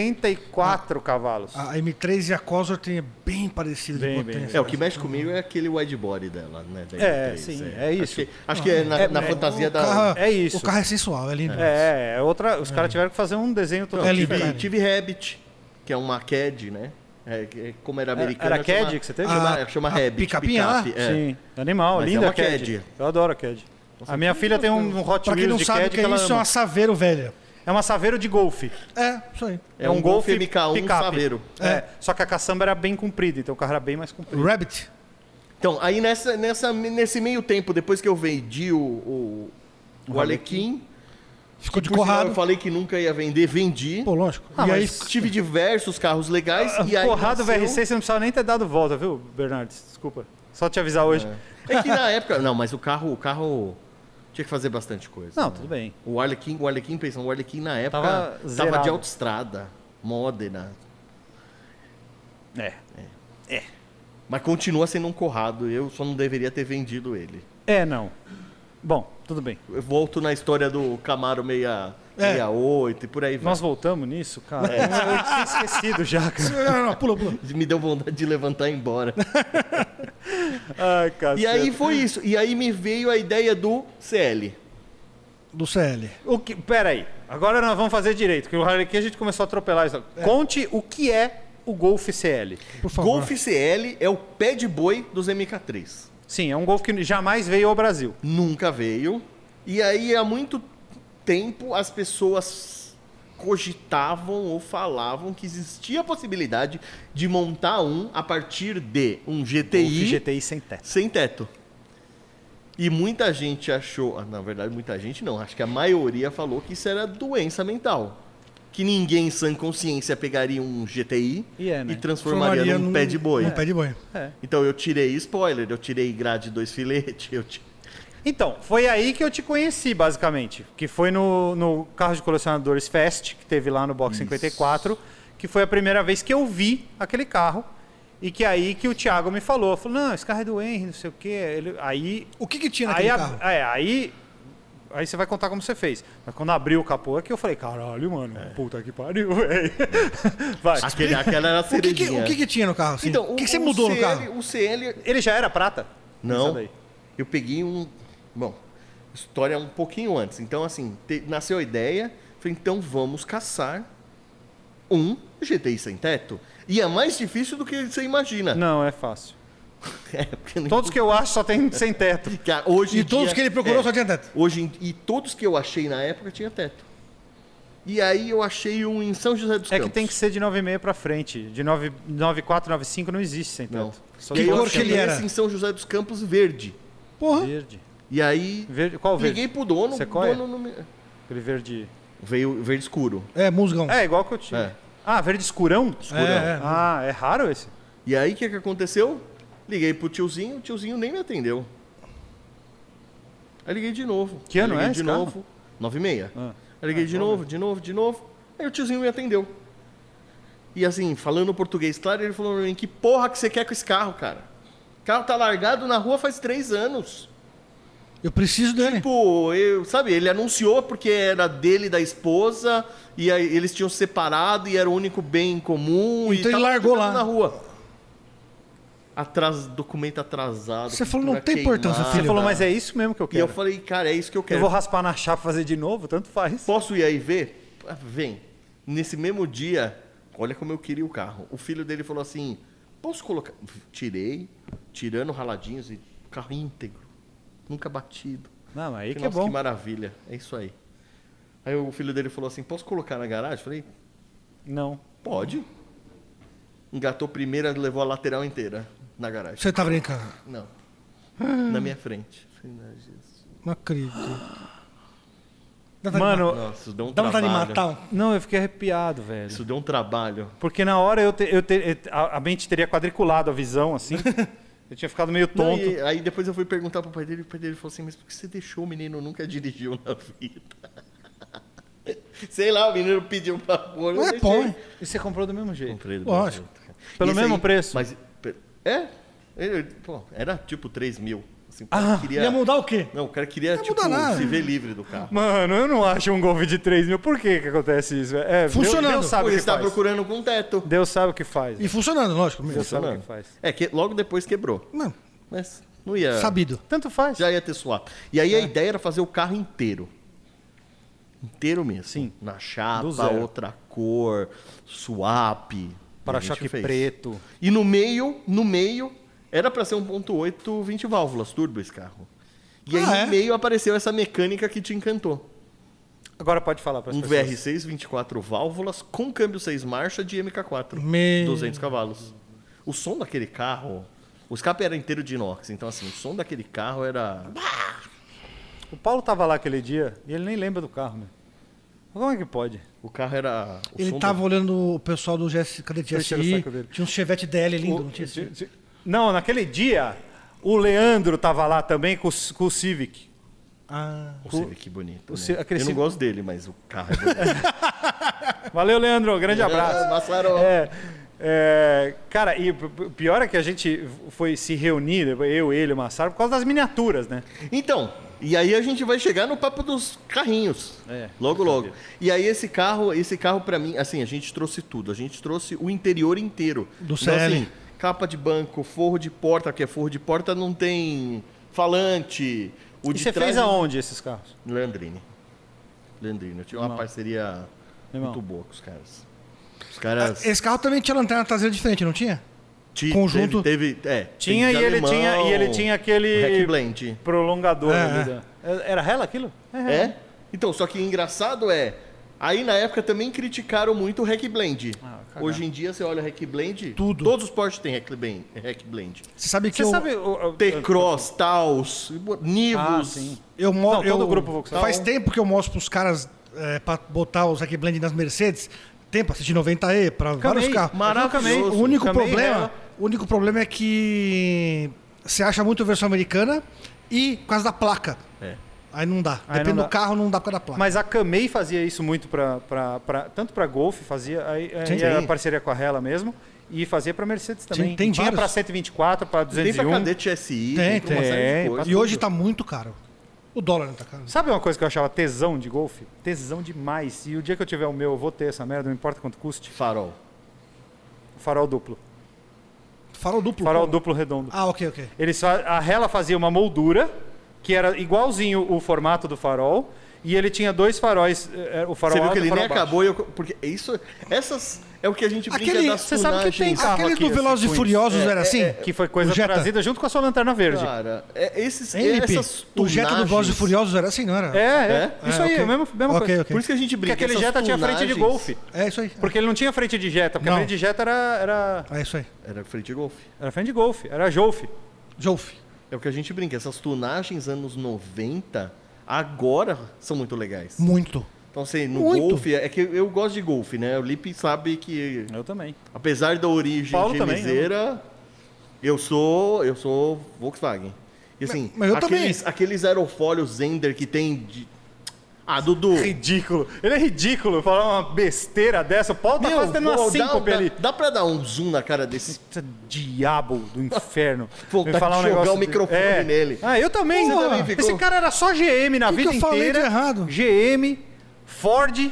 [SPEAKER 1] 174 cavalos.
[SPEAKER 3] A M3 e a Cosworth tem é bem parecido
[SPEAKER 1] Bem,
[SPEAKER 3] de
[SPEAKER 1] bem.
[SPEAKER 3] potência. né?
[SPEAKER 4] É, o que mexe comigo é aquele wide body dela, né? da
[SPEAKER 1] É,
[SPEAKER 4] M3,
[SPEAKER 1] sim, é isso.
[SPEAKER 4] Acho que, acho que é na,
[SPEAKER 1] É,
[SPEAKER 4] na
[SPEAKER 1] é,
[SPEAKER 4] fantasia
[SPEAKER 3] O
[SPEAKER 4] da.
[SPEAKER 3] carro-
[SPEAKER 1] É isso.
[SPEAKER 3] O carro é sensual, é lindo.
[SPEAKER 1] É, é outra, os caras tiveram que fazer um desenho
[SPEAKER 4] Não,
[SPEAKER 1] total.
[SPEAKER 3] É lindo,
[SPEAKER 4] tive,
[SPEAKER 3] cara.
[SPEAKER 4] tive Rabbit, que é uma CAD, né? É, que- como era americana.
[SPEAKER 1] Era a
[SPEAKER 4] chama-
[SPEAKER 1] CAD que você teve?
[SPEAKER 3] Ah,
[SPEAKER 4] Chama, chama
[SPEAKER 3] a
[SPEAKER 4] Rabbit.
[SPEAKER 3] picapinha lá?
[SPEAKER 4] picape, é.
[SPEAKER 1] ah, Sim, animal,
[SPEAKER 4] Mas
[SPEAKER 1] linda
[SPEAKER 4] é
[SPEAKER 1] a
[SPEAKER 4] uma
[SPEAKER 1] CAD.
[SPEAKER 4] CAD.
[SPEAKER 1] Eu adoro a CAD. a minha filha tem um Hot
[SPEAKER 3] Pra quem
[SPEAKER 1] Wheels
[SPEAKER 3] não
[SPEAKER 1] de
[SPEAKER 3] sabe,
[SPEAKER 1] CAD
[SPEAKER 3] o que
[SPEAKER 1] que
[SPEAKER 3] é
[SPEAKER 1] ela
[SPEAKER 3] isso é
[SPEAKER 1] ama.
[SPEAKER 3] uma Saveiro velha.
[SPEAKER 1] É uma Saveiro de golfe.
[SPEAKER 3] É, isso aí.
[SPEAKER 4] É um Golf MK1
[SPEAKER 1] picape.
[SPEAKER 4] Saveiro.
[SPEAKER 1] É. só que a caçamba era bem comprida, então o carro era bem mais comprido.
[SPEAKER 3] Rabbit.
[SPEAKER 4] Então, aí nessa, nessa, nesse meio tempo, depois que eu vendi o, o, o Arlequim,
[SPEAKER 3] Ficou de
[SPEAKER 4] por sinal,
[SPEAKER 3] corrado.
[SPEAKER 4] eu falei que nunca ia vender, vendi.
[SPEAKER 3] Pô, lógico.
[SPEAKER 1] Ah,
[SPEAKER 3] e aí,
[SPEAKER 1] mas- Ah,
[SPEAKER 4] Tive diversos carros legais. e aí
[SPEAKER 1] Corrado
[SPEAKER 4] nasceu-
[SPEAKER 1] VRC, você não precisava nem ter dado volta, viu, Bernardes? Desculpa. Só te avisar hoje.
[SPEAKER 4] É que na época. Não, mas o carro, o carro tinha que fazer bastante coisa.
[SPEAKER 1] Não,
[SPEAKER 4] né?
[SPEAKER 1] tudo bem.
[SPEAKER 4] O Arlequim, o Arlequim pensando, o Arlequim na época
[SPEAKER 1] Tava
[SPEAKER 4] tava,
[SPEAKER 1] zerado.
[SPEAKER 4] de autoestrada, Modena.
[SPEAKER 1] É.
[SPEAKER 4] Mas continua sendo um corrado. Eu só não deveria ter vendido ele.
[SPEAKER 1] É, não. Bom, tudo bem.
[SPEAKER 4] Eu volto na história do Camaro 6-
[SPEAKER 1] É.
[SPEAKER 4] 68 e por aí vai.
[SPEAKER 1] Nós voltamos nisso, cara. Eu tinha esquecido já, cara.
[SPEAKER 3] Não, Ah, não, não, pula, pula.
[SPEAKER 4] Me deu vontade de levantar e ir embora.
[SPEAKER 1] Tá Ai, cara.
[SPEAKER 4] E aí foi isso. E aí me veio a ideia do CL.
[SPEAKER 3] Do CL.
[SPEAKER 1] O que... Pera aí. Agora nós vamos fazer direito, porque o Harlequin a gente começou a atropelar isso. Conte o que é o Golf CL.
[SPEAKER 3] Por favor.
[SPEAKER 4] Golf CL é o pé de boi dos MK3.
[SPEAKER 1] Sim, é um Golf que jamais veio ao Brasil.
[SPEAKER 4] Nunca veio. E aí há muito tempo as pessoas cogitavam ou falavam que existia a possibilidade de montar um a partir de um
[SPEAKER 1] Golf
[SPEAKER 4] GTI
[SPEAKER 1] GTI sem teto.
[SPEAKER 4] sem teto. E muita gente achou, ah, na verdade muita gente não, acho que a maioria falou que isso era doença mental. Que ninguém em sã consciência pegaria um GTI
[SPEAKER 1] E é, né?
[SPEAKER 4] transformaria num, pé de boi.
[SPEAKER 3] Num pé de boi.
[SPEAKER 1] É.
[SPEAKER 4] Então eu tirei spoiler, eu tirei grade dois filetes, eu ti-
[SPEAKER 1] Então, foi aí que eu te conheci, basicamente. Que foi no, no Carro de Colecionadores Fest, que teve lá no Box 54, que foi a primeira vez que eu vi aquele carro. E que é aí que o Thiago me falou, falou, não, esse carro é do Henry, não sei o quê. Ele, aí
[SPEAKER 3] O que que tinha
[SPEAKER 1] aí,
[SPEAKER 3] naquele
[SPEAKER 1] a-
[SPEAKER 3] carro?
[SPEAKER 1] é, aí, aí você vai contar como você fez. Mas quando abriu o capô aqui, eu falei, caralho, mano,
[SPEAKER 3] É.
[SPEAKER 1] puta que pariu, velho. vai.
[SPEAKER 4] Aquele, aquela era a
[SPEAKER 3] O que que,
[SPEAKER 4] cerejinha.
[SPEAKER 3] o que que tinha no carro? assim?
[SPEAKER 4] então,
[SPEAKER 3] o que, que você mudou no
[SPEAKER 4] CL,
[SPEAKER 3] carro?
[SPEAKER 4] O CL...
[SPEAKER 1] Ele já era prata? Essa
[SPEAKER 4] Não,
[SPEAKER 1] daí.
[SPEAKER 4] eu peguei um... Bom, história um pouquinho antes. Então, assim, te- nasceu a ideia, falei, então vamos caçar um GTI sem teto. E é mais difícil do que você imagina.
[SPEAKER 1] Não, é fácil.
[SPEAKER 4] É, porque não-
[SPEAKER 1] Todos que eu acho só tem sem teto.
[SPEAKER 4] Cara, hoje em
[SPEAKER 3] E todos
[SPEAKER 4] dia-
[SPEAKER 3] que ele procurou
[SPEAKER 4] é.
[SPEAKER 3] só tinha teto.
[SPEAKER 4] Hoje em- e todos que eu achei na época tinha teto. E aí eu achei um em São José dos
[SPEAKER 1] É
[SPEAKER 4] Campos.
[SPEAKER 1] que tem que ser de 9,5 pra frente. De 9, 9,4, 9,5 não existe sem
[SPEAKER 4] Não.
[SPEAKER 1] teto. Só
[SPEAKER 3] Que
[SPEAKER 1] tem
[SPEAKER 3] cor
[SPEAKER 4] eu
[SPEAKER 1] opção.
[SPEAKER 3] que ele
[SPEAKER 4] achei
[SPEAKER 3] era?
[SPEAKER 4] esse em São José dos Campos verde.
[SPEAKER 3] Porra.
[SPEAKER 1] Verde.
[SPEAKER 4] E aí
[SPEAKER 1] verde. Qual verde?
[SPEAKER 4] liguei pro dono,
[SPEAKER 1] Sequoia?
[SPEAKER 4] dono não me...
[SPEAKER 1] Aquele verde...
[SPEAKER 4] veio verde escuro.
[SPEAKER 3] É, musgão.
[SPEAKER 1] É, igual que eu tinha.
[SPEAKER 4] É.
[SPEAKER 1] Ah, verde escurão?
[SPEAKER 4] Escurão.
[SPEAKER 3] É, é.
[SPEAKER 1] Ah, é raro esse?
[SPEAKER 4] E aí o que, que aconteceu? Liguei pro tiozinho, o tiozinho nem me atendeu. Aí liguei de novo.
[SPEAKER 1] Que ano
[SPEAKER 4] Aí liguei
[SPEAKER 1] é
[SPEAKER 4] de
[SPEAKER 1] esse carro?
[SPEAKER 4] novo. Nove e meia.
[SPEAKER 1] Ah.
[SPEAKER 4] Aí liguei de novo, de novo, de novo. Aí o tiozinho me atendeu. E assim, falando português claro, ele falou pra mim, que porra que você quer com esse carro, cara? O carro tá largado na rua faz três anos.
[SPEAKER 3] Eu preciso dele.
[SPEAKER 4] Tipo, eu, sabe, ele anunciou porque era dele e da esposa, e aí eles tinham se separado e era o único bem comum. e
[SPEAKER 3] Então ele
[SPEAKER 4] tava
[SPEAKER 3] largou
[SPEAKER 4] jogado
[SPEAKER 3] lá.
[SPEAKER 4] Na rua. Atras, documento atrasado.
[SPEAKER 3] Você falou, não
[SPEAKER 4] pintura
[SPEAKER 3] tem importância,
[SPEAKER 4] queimada.
[SPEAKER 1] Você
[SPEAKER 3] Filho
[SPEAKER 1] falou,
[SPEAKER 3] da-
[SPEAKER 1] mas é isso mesmo que eu
[SPEAKER 4] E
[SPEAKER 1] quero.
[SPEAKER 4] eu falei, cara, é isso que eu
[SPEAKER 1] Eu
[SPEAKER 4] quero.
[SPEAKER 1] vou raspar na chapa e fazer de novo, tanto faz.
[SPEAKER 4] Posso ir aí ver? Ah, Vem. Nesse mesmo dia, olha como eu queria o carro. O filho dele falou assim: posso colocar. Tirei, tirando raladinhos e carro íntegro. Nunca batido.
[SPEAKER 1] Não, mas aí que é
[SPEAKER 4] Nossa,
[SPEAKER 1] bom.
[SPEAKER 4] que maravilha. É isso aí. Aí o filho dele falou assim: posso colocar na garagem? Falei,
[SPEAKER 1] Não.
[SPEAKER 4] pode. Engatou primeira, levou a lateral inteira na garagem.
[SPEAKER 3] Você tá brincando.
[SPEAKER 4] Não. Na minha frente. Falei, "Não, Jesus."
[SPEAKER 3] Não acredito. Dá vontade de
[SPEAKER 1] Mano,
[SPEAKER 4] Nossa, isso deu um
[SPEAKER 3] matar- dá vontade de
[SPEAKER 4] trabalho.
[SPEAKER 3] matar. um.
[SPEAKER 1] não, eu fiquei arrepiado, velho.
[SPEAKER 4] Isso deu um trabalho.
[SPEAKER 1] Porque na hora eu, te, eu te- a, a mente teria quadriculado a visão, assim. eu tinha ficado meio
[SPEAKER 4] Não,
[SPEAKER 1] tonto.
[SPEAKER 4] e aí depois eu fui perguntar pro pai dele, e o pai dele falou assim, mas por que você deixou o menino nunca dirigiu na vida? Sei lá, o menino pediu pra pôr,
[SPEAKER 1] é
[SPEAKER 4] eu
[SPEAKER 3] Mas
[SPEAKER 4] deixei.
[SPEAKER 3] põe.
[SPEAKER 1] E você comprou do mesmo jeito.
[SPEAKER 4] Comprei do
[SPEAKER 3] Lógico.
[SPEAKER 4] mesmo jeito, cara.
[SPEAKER 1] Pelo
[SPEAKER 4] E esse
[SPEAKER 1] mesmo preço?
[SPEAKER 4] Mas, pe- é, ele- pô, era tipo 3 mil. Assim, o
[SPEAKER 1] Ah,
[SPEAKER 4] cara queria,
[SPEAKER 3] Ia mudar o quê?
[SPEAKER 4] Não, o cara queria
[SPEAKER 3] Não ia
[SPEAKER 4] tipo,
[SPEAKER 3] mudar nada.
[SPEAKER 4] se ver livre do carro.
[SPEAKER 1] Mano, eu não acho um Golf de 3 mil. Por que que acontece isso? velho? É,
[SPEAKER 3] Funcionando.
[SPEAKER 1] Deus, Deus sabe
[SPEAKER 4] Pô,
[SPEAKER 1] o
[SPEAKER 4] ele
[SPEAKER 1] que
[SPEAKER 4] está
[SPEAKER 1] faz.
[SPEAKER 4] procurando com um teto.
[SPEAKER 1] Deus sabe o que faz.
[SPEAKER 3] E funcionando, lógico. mesmo.
[SPEAKER 1] Deus sabe o
[SPEAKER 4] Mano,
[SPEAKER 1] que faz.
[SPEAKER 4] É, que logo depois quebrou.
[SPEAKER 3] Não,
[SPEAKER 4] Mas não
[SPEAKER 1] É.
[SPEAKER 4] ia...
[SPEAKER 3] sabido.
[SPEAKER 1] Tanto faz.
[SPEAKER 4] Já ia ter swap. E
[SPEAKER 1] É.
[SPEAKER 4] aí a ideia era fazer o carro inteiro. Inteiro mesmo.
[SPEAKER 1] Sim.
[SPEAKER 4] Na
[SPEAKER 1] Do
[SPEAKER 4] chapa,
[SPEAKER 1] zero.
[SPEAKER 4] outra cor, swap.
[SPEAKER 1] Para
[SPEAKER 4] A gente
[SPEAKER 1] choque
[SPEAKER 4] fez.
[SPEAKER 1] preto.
[SPEAKER 4] E no meio, no meio, era pra ser 1.8, 20 válvulas, turbo esse carro. E aí
[SPEAKER 3] Ah, é?
[SPEAKER 4] no meio apareceu essa mecânica que te encantou.
[SPEAKER 1] Agora pode falar para as
[SPEAKER 4] Um
[SPEAKER 1] pessoas.
[SPEAKER 4] VR6 24 válvulas com câmbio 6 marcha de MK4.
[SPEAKER 3] Meu.
[SPEAKER 4] 200 cavalos. O som daquele carro... O escape era inteiro de inox, então assim, o som daquele carro era...
[SPEAKER 1] O Paulo tava lá aquele dia e ele nem lembra do carro, né? Como é que pode?
[SPEAKER 4] O carro era... o som
[SPEAKER 3] Ele
[SPEAKER 4] do
[SPEAKER 3] tava olhando o pessoal do GS, cadê
[SPEAKER 1] Ele tirou o
[SPEAKER 3] GSI?
[SPEAKER 1] saco dele.
[SPEAKER 3] Tinha um Chevette DL lindo, não tinha?
[SPEAKER 1] Não, naquele dia, O Leandro tava lá também com, o- com o Civic.
[SPEAKER 3] Ah,
[SPEAKER 4] O Civic bonito.
[SPEAKER 1] o Civic-
[SPEAKER 4] né?
[SPEAKER 1] aquele
[SPEAKER 4] Eu não
[SPEAKER 1] Civic-
[SPEAKER 4] gosto dele, mas o carro é bonito.
[SPEAKER 1] Valeu, Leandro. Grande
[SPEAKER 3] Um
[SPEAKER 4] Ah,
[SPEAKER 1] abraço.
[SPEAKER 4] Massaro.
[SPEAKER 1] É, é, cara, e p- p- pior é que a gente foi se reunir, eu, ele, o Massaro, por causa das miniaturas, né?
[SPEAKER 4] Então, e aí a gente vai chegar no papo dos carrinhos.
[SPEAKER 1] É,
[SPEAKER 4] logo, logo. E aí esse carro, esse carro para mim, assim, a gente trouxe tudo. A gente trouxe o interior inteiro.
[SPEAKER 3] Do
[SPEAKER 4] Então,
[SPEAKER 3] CL.
[SPEAKER 4] assim, capa de banco, forro de porta, que é forro de porta não tem falante. O
[SPEAKER 1] E
[SPEAKER 4] de
[SPEAKER 1] você
[SPEAKER 4] trás é
[SPEAKER 1] fez aonde esses carros?
[SPEAKER 4] Leandrini. Leandrini. Eu tinha uma parceria
[SPEAKER 1] Irmão.
[SPEAKER 4] muito boa com os caras. Os caras...
[SPEAKER 3] Esse carro também tinha lanterna traseira diferente, não tinha?
[SPEAKER 4] ti-
[SPEAKER 3] conjunto-
[SPEAKER 4] Teve, teve- é,
[SPEAKER 1] Tinha e,
[SPEAKER 4] tem de
[SPEAKER 1] ele
[SPEAKER 4] alemão,
[SPEAKER 1] tinha e ele tinha aquele
[SPEAKER 4] Hack Blend.
[SPEAKER 1] prolongador
[SPEAKER 3] É,
[SPEAKER 1] ali.
[SPEAKER 3] é.
[SPEAKER 1] da- Era rela aquilo?
[SPEAKER 4] É? Então, só que engraçado é. Aí na época também criticaram muito o Hack Blend.
[SPEAKER 1] Ah, cagada.
[SPEAKER 4] Hoje em dia você olha o Hack Blend.
[SPEAKER 3] Tudo.
[SPEAKER 4] Todos os Porsche têm Hack Blend. Hack Blend.
[SPEAKER 3] Você sabe que
[SPEAKER 1] Você
[SPEAKER 3] eu,
[SPEAKER 1] sabe. o- o-
[SPEAKER 4] T-Cross, Taos,
[SPEAKER 1] Ah,
[SPEAKER 4] Nivus.
[SPEAKER 1] sim.
[SPEAKER 3] eu mostro.
[SPEAKER 1] Não, todo grupo Volkswagen.
[SPEAKER 3] Faz tempo que eu mostro pros caras é, pra botar os Hack Blend nas Mercedes. Tempo, assisti 90E, pra vários carros.
[SPEAKER 4] Maravilhoso.
[SPEAKER 3] O único
[SPEAKER 1] Camei, né?
[SPEAKER 3] problema,
[SPEAKER 1] rela.
[SPEAKER 3] o único problema é que você acha muito a versão americana e por causa da placa.
[SPEAKER 4] É.
[SPEAKER 3] Aí não dá.
[SPEAKER 1] Aí
[SPEAKER 3] Depende
[SPEAKER 1] não dá.
[SPEAKER 3] do carro, não dá por causa da placa.
[SPEAKER 1] Mas a Camei fazia isso muito pra, pra, pra, tanto para Golf, fazia aí, aí
[SPEAKER 3] Sim.
[SPEAKER 1] era
[SPEAKER 4] Sim.
[SPEAKER 1] parceria com a Rela mesmo, e fazia para Mercedes também.
[SPEAKER 3] tem
[SPEAKER 1] E tinha
[SPEAKER 3] vários.
[SPEAKER 1] para 124, para
[SPEAKER 4] Tem pra
[SPEAKER 1] 201.
[SPEAKER 4] cadete SI.
[SPEAKER 3] Tem,
[SPEAKER 4] pra uma
[SPEAKER 1] tem,
[SPEAKER 4] série de
[SPEAKER 1] pra
[SPEAKER 4] coisas.
[SPEAKER 3] e hoje tá muito caro. O dólar não tá caro.
[SPEAKER 1] Sabe uma coisa que eu achava tesão de Golf? Tesão demais. E o dia que eu tiver o meu, eu vou ter essa merda, não importa quanto custe.
[SPEAKER 4] Farol.
[SPEAKER 1] Farol duplo.
[SPEAKER 3] Farol duplo.
[SPEAKER 1] Farol
[SPEAKER 3] pô.
[SPEAKER 1] duplo redondo.
[SPEAKER 3] Ah, ok, ok.
[SPEAKER 1] Eles fa- a Hella fazia uma moldura, que era igualzinho o formato do farol, e ele tinha dois faróis, eh, eh, o farol
[SPEAKER 4] Você viu
[SPEAKER 1] alto
[SPEAKER 4] que
[SPEAKER 1] e o
[SPEAKER 4] ele
[SPEAKER 1] farol
[SPEAKER 4] nem
[SPEAKER 1] baixo.
[SPEAKER 4] acabou e eu. Porque isso. Essas. É o que a gente brinca
[SPEAKER 3] Aquele-
[SPEAKER 4] das
[SPEAKER 1] você sabe que tem
[SPEAKER 4] tunagens.
[SPEAKER 1] carro
[SPEAKER 3] Aqueles
[SPEAKER 1] aqui,
[SPEAKER 3] do
[SPEAKER 1] assim,
[SPEAKER 3] Velozes
[SPEAKER 1] com
[SPEAKER 3] e
[SPEAKER 1] isso.
[SPEAKER 3] Furiosos era assim?
[SPEAKER 1] Que foi coisa
[SPEAKER 3] O Jetta.
[SPEAKER 1] trazida junto com a sua lanterna verde.
[SPEAKER 4] Cara, é, esses,
[SPEAKER 3] Hein, Lipe?
[SPEAKER 4] essas
[SPEAKER 3] O Jetta do Velozes e
[SPEAKER 4] tunagens-
[SPEAKER 3] Furiosos era assim, não era?
[SPEAKER 1] É, é,
[SPEAKER 3] É,
[SPEAKER 1] isso aí,
[SPEAKER 3] ok.
[SPEAKER 1] é a mesma, mesma
[SPEAKER 3] Ok,
[SPEAKER 1] coisa.
[SPEAKER 3] ok.
[SPEAKER 4] Por isso que a
[SPEAKER 1] Porque
[SPEAKER 4] gente brinca.
[SPEAKER 1] aquele
[SPEAKER 4] essas
[SPEAKER 1] Jetta tinha frente de
[SPEAKER 4] tunagens-
[SPEAKER 1] golfe.
[SPEAKER 3] É isso aí.
[SPEAKER 1] Porque ele não tinha frente de Jetta, porque
[SPEAKER 3] Não.
[SPEAKER 1] a frente de Jetta era, era,
[SPEAKER 3] É isso aí.
[SPEAKER 4] Era frente de golfe.
[SPEAKER 1] era frente de golfe, era Jolfe.
[SPEAKER 3] Jolf.
[SPEAKER 4] É o que a gente brinca, essas tunagens anos 90 agora são muito legais.
[SPEAKER 3] Muito.
[SPEAKER 4] Então, assim, no
[SPEAKER 3] Muito.
[SPEAKER 4] golfe, é que eu gosto de golfe, né? O Lipe sabe que,
[SPEAKER 1] Eu também.
[SPEAKER 4] apesar da origem
[SPEAKER 1] Paulo também, né?
[SPEAKER 4] gemiseira, eu sou eu sou Volkswagen. E assim,
[SPEAKER 3] mas eu também.
[SPEAKER 4] aqueles, aqueles aerofólios Zender que tem de... Ah, Dudu,
[SPEAKER 1] Ridículo. Ele é ridículo falar uma besteira dessa. O Paulo tá quase tendo uma
[SPEAKER 4] pô, dá,
[SPEAKER 1] síncope
[SPEAKER 4] dá,
[SPEAKER 1] ali.
[SPEAKER 4] dá pra dar um zoom na cara desse...
[SPEAKER 1] Esse diabo do inferno.
[SPEAKER 4] Vontade
[SPEAKER 3] tá
[SPEAKER 1] Me
[SPEAKER 4] de jogar o
[SPEAKER 1] de-
[SPEAKER 4] microfone nele.
[SPEAKER 1] Ah, eu também.
[SPEAKER 4] Você
[SPEAKER 1] Porra.
[SPEAKER 4] também ficou-
[SPEAKER 1] Esse cara era só GM na
[SPEAKER 3] Que que
[SPEAKER 1] vida
[SPEAKER 3] eu falei de
[SPEAKER 1] inteira.
[SPEAKER 3] errado?
[SPEAKER 1] GM, Ford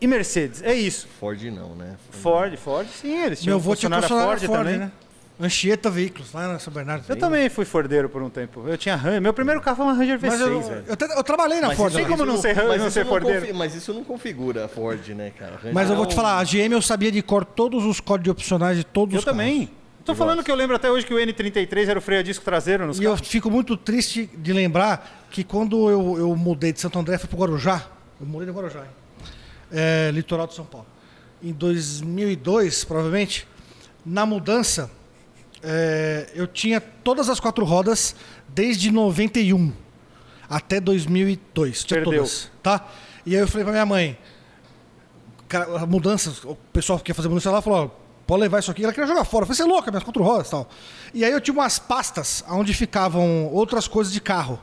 [SPEAKER 1] e Mercedes. É isso.
[SPEAKER 4] Ford não, né?
[SPEAKER 1] Ford, Ford, sim, eles tinham
[SPEAKER 3] Meu avô tinha
[SPEAKER 1] funcionário
[SPEAKER 3] funcionário Ford,
[SPEAKER 1] também.
[SPEAKER 3] né? Anchieta Veículos, lá na São Bernardo.
[SPEAKER 1] Eu também fui Fordeiro por um tempo. Eu tinha Ranger. Meu primeiro carro foi uma Ranger V6,
[SPEAKER 3] Mas eu,
[SPEAKER 1] velho.
[SPEAKER 3] eu, até- eu trabalhei na
[SPEAKER 4] Mas
[SPEAKER 3] Ford.
[SPEAKER 4] isso-
[SPEAKER 1] Tem
[SPEAKER 3] lá.
[SPEAKER 1] como é não
[SPEAKER 4] isso
[SPEAKER 1] ser-
[SPEAKER 4] mas
[SPEAKER 1] não
[SPEAKER 4] isso
[SPEAKER 1] ser Fordeiro?
[SPEAKER 4] confi- Mas isso não configura a Ford, né, cara?
[SPEAKER 3] Mas eu
[SPEAKER 4] Arranjar
[SPEAKER 1] é
[SPEAKER 3] vou te
[SPEAKER 4] um-
[SPEAKER 3] falar, a GM eu sabia de cor todos os códigos opcionais de todos
[SPEAKER 1] Eu
[SPEAKER 3] os carros.
[SPEAKER 1] também. Tô falando que eu lembro até hoje que o N33 era o freio a disco traseiro nos
[SPEAKER 3] E eu
[SPEAKER 1] carros.
[SPEAKER 3] fico muito triste de lembrar que quando eu, eu mudei de Santo André, fui pro Guarujá. Eu morei no Guarujá, hein? É, litoral de São Paulo. Em 2002, provavelmente, na mudança, é, eu tinha todas as quatro rodas desde 91 até 2002. Tinha
[SPEAKER 1] Perdeu.
[SPEAKER 3] todas, tá? E aí eu falei pra minha mãe, cara, a mudança, o pessoal que quer fazer mudança lá falou, ó, pode levar isso aqui. Ela queria jogar fora. Eu falei, você é louca, minhas quatro rodas e tal. E aí eu tinha umas pastas onde ficavam outras coisas de carro.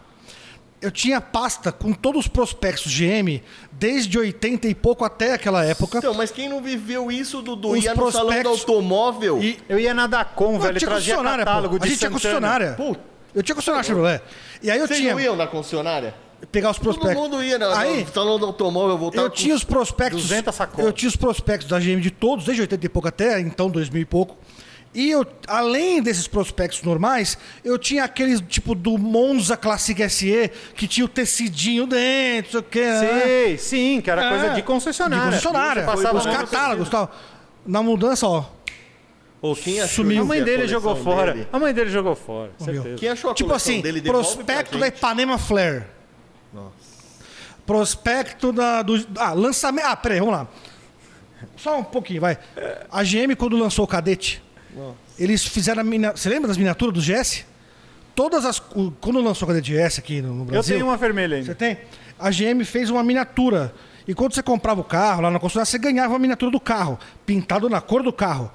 [SPEAKER 3] Eu tinha pasta com todos os prospectos GM, desde 80 e pouco até aquela época.
[SPEAKER 4] Então, mas quem não viveu isso, Dudu?
[SPEAKER 3] Os
[SPEAKER 4] Ia no salão do
[SPEAKER 3] prospectos-
[SPEAKER 4] automóvel?
[SPEAKER 3] E
[SPEAKER 1] Eu ia na Dacom,
[SPEAKER 3] Não,
[SPEAKER 1] velho. Trazia catálogo
[SPEAKER 3] pô. A
[SPEAKER 1] de
[SPEAKER 3] gente tinha
[SPEAKER 1] Santana.
[SPEAKER 3] concessionária.
[SPEAKER 4] Puta.
[SPEAKER 3] Eu tinha concessionária Chevrolet. E aí eu
[SPEAKER 4] Vocês
[SPEAKER 3] tinha
[SPEAKER 4] não iam na concessionária?
[SPEAKER 3] pegar os prospectos.
[SPEAKER 4] Todo mundo ia na-
[SPEAKER 3] aí,
[SPEAKER 4] no salão do automóvel, tá voltava
[SPEAKER 3] Eu tinha os prospectos.
[SPEAKER 1] 200 sacolas.
[SPEAKER 3] Eu tinha os prospectos da GM de todos, desde 80 e pouco até então 2000 e pouco. E eu, além desses prospectos normais, eu tinha aqueles tipo do Monza Classic SE, que tinha o tecidinho dentro, sei o quê. né?
[SPEAKER 1] Sei, sim, que era
[SPEAKER 3] É,
[SPEAKER 1] coisa de concessionária.
[SPEAKER 3] De concessionária.
[SPEAKER 1] Você passava
[SPEAKER 3] os
[SPEAKER 1] a mão no
[SPEAKER 3] catálogos e tal. Na mudança, ó.
[SPEAKER 4] Ou quem achou
[SPEAKER 3] Sumiu.
[SPEAKER 1] A
[SPEAKER 4] que
[SPEAKER 1] mãe dele
[SPEAKER 4] coleção
[SPEAKER 1] jogou fora.
[SPEAKER 4] dele-
[SPEAKER 1] A mãe dele jogou fora, certeza.
[SPEAKER 4] Quem achou a
[SPEAKER 3] Tipo
[SPEAKER 4] coleção
[SPEAKER 3] assim,
[SPEAKER 4] dele devolve pra
[SPEAKER 3] prospecto da
[SPEAKER 4] gente.
[SPEAKER 3] Ipanema Flare. Prospecto da. Do, ah, lançamento. Ah, peraí, vamos lá. Só um pouquinho, vai. A GM, quando lançou o cadete, eles fizeram. A mina, você lembra das miniaturas do GS? Todas as. o- quando lançou o cadete GS aqui no, no
[SPEAKER 1] Eu
[SPEAKER 3] Brasil.
[SPEAKER 1] tenho uma vermelha
[SPEAKER 3] Você
[SPEAKER 1] ainda.
[SPEAKER 3] tem? A GM fez uma miniatura. E quando você comprava o carro lá na concessionária, você ganhava a miniatura do carro, pintado na cor do carro.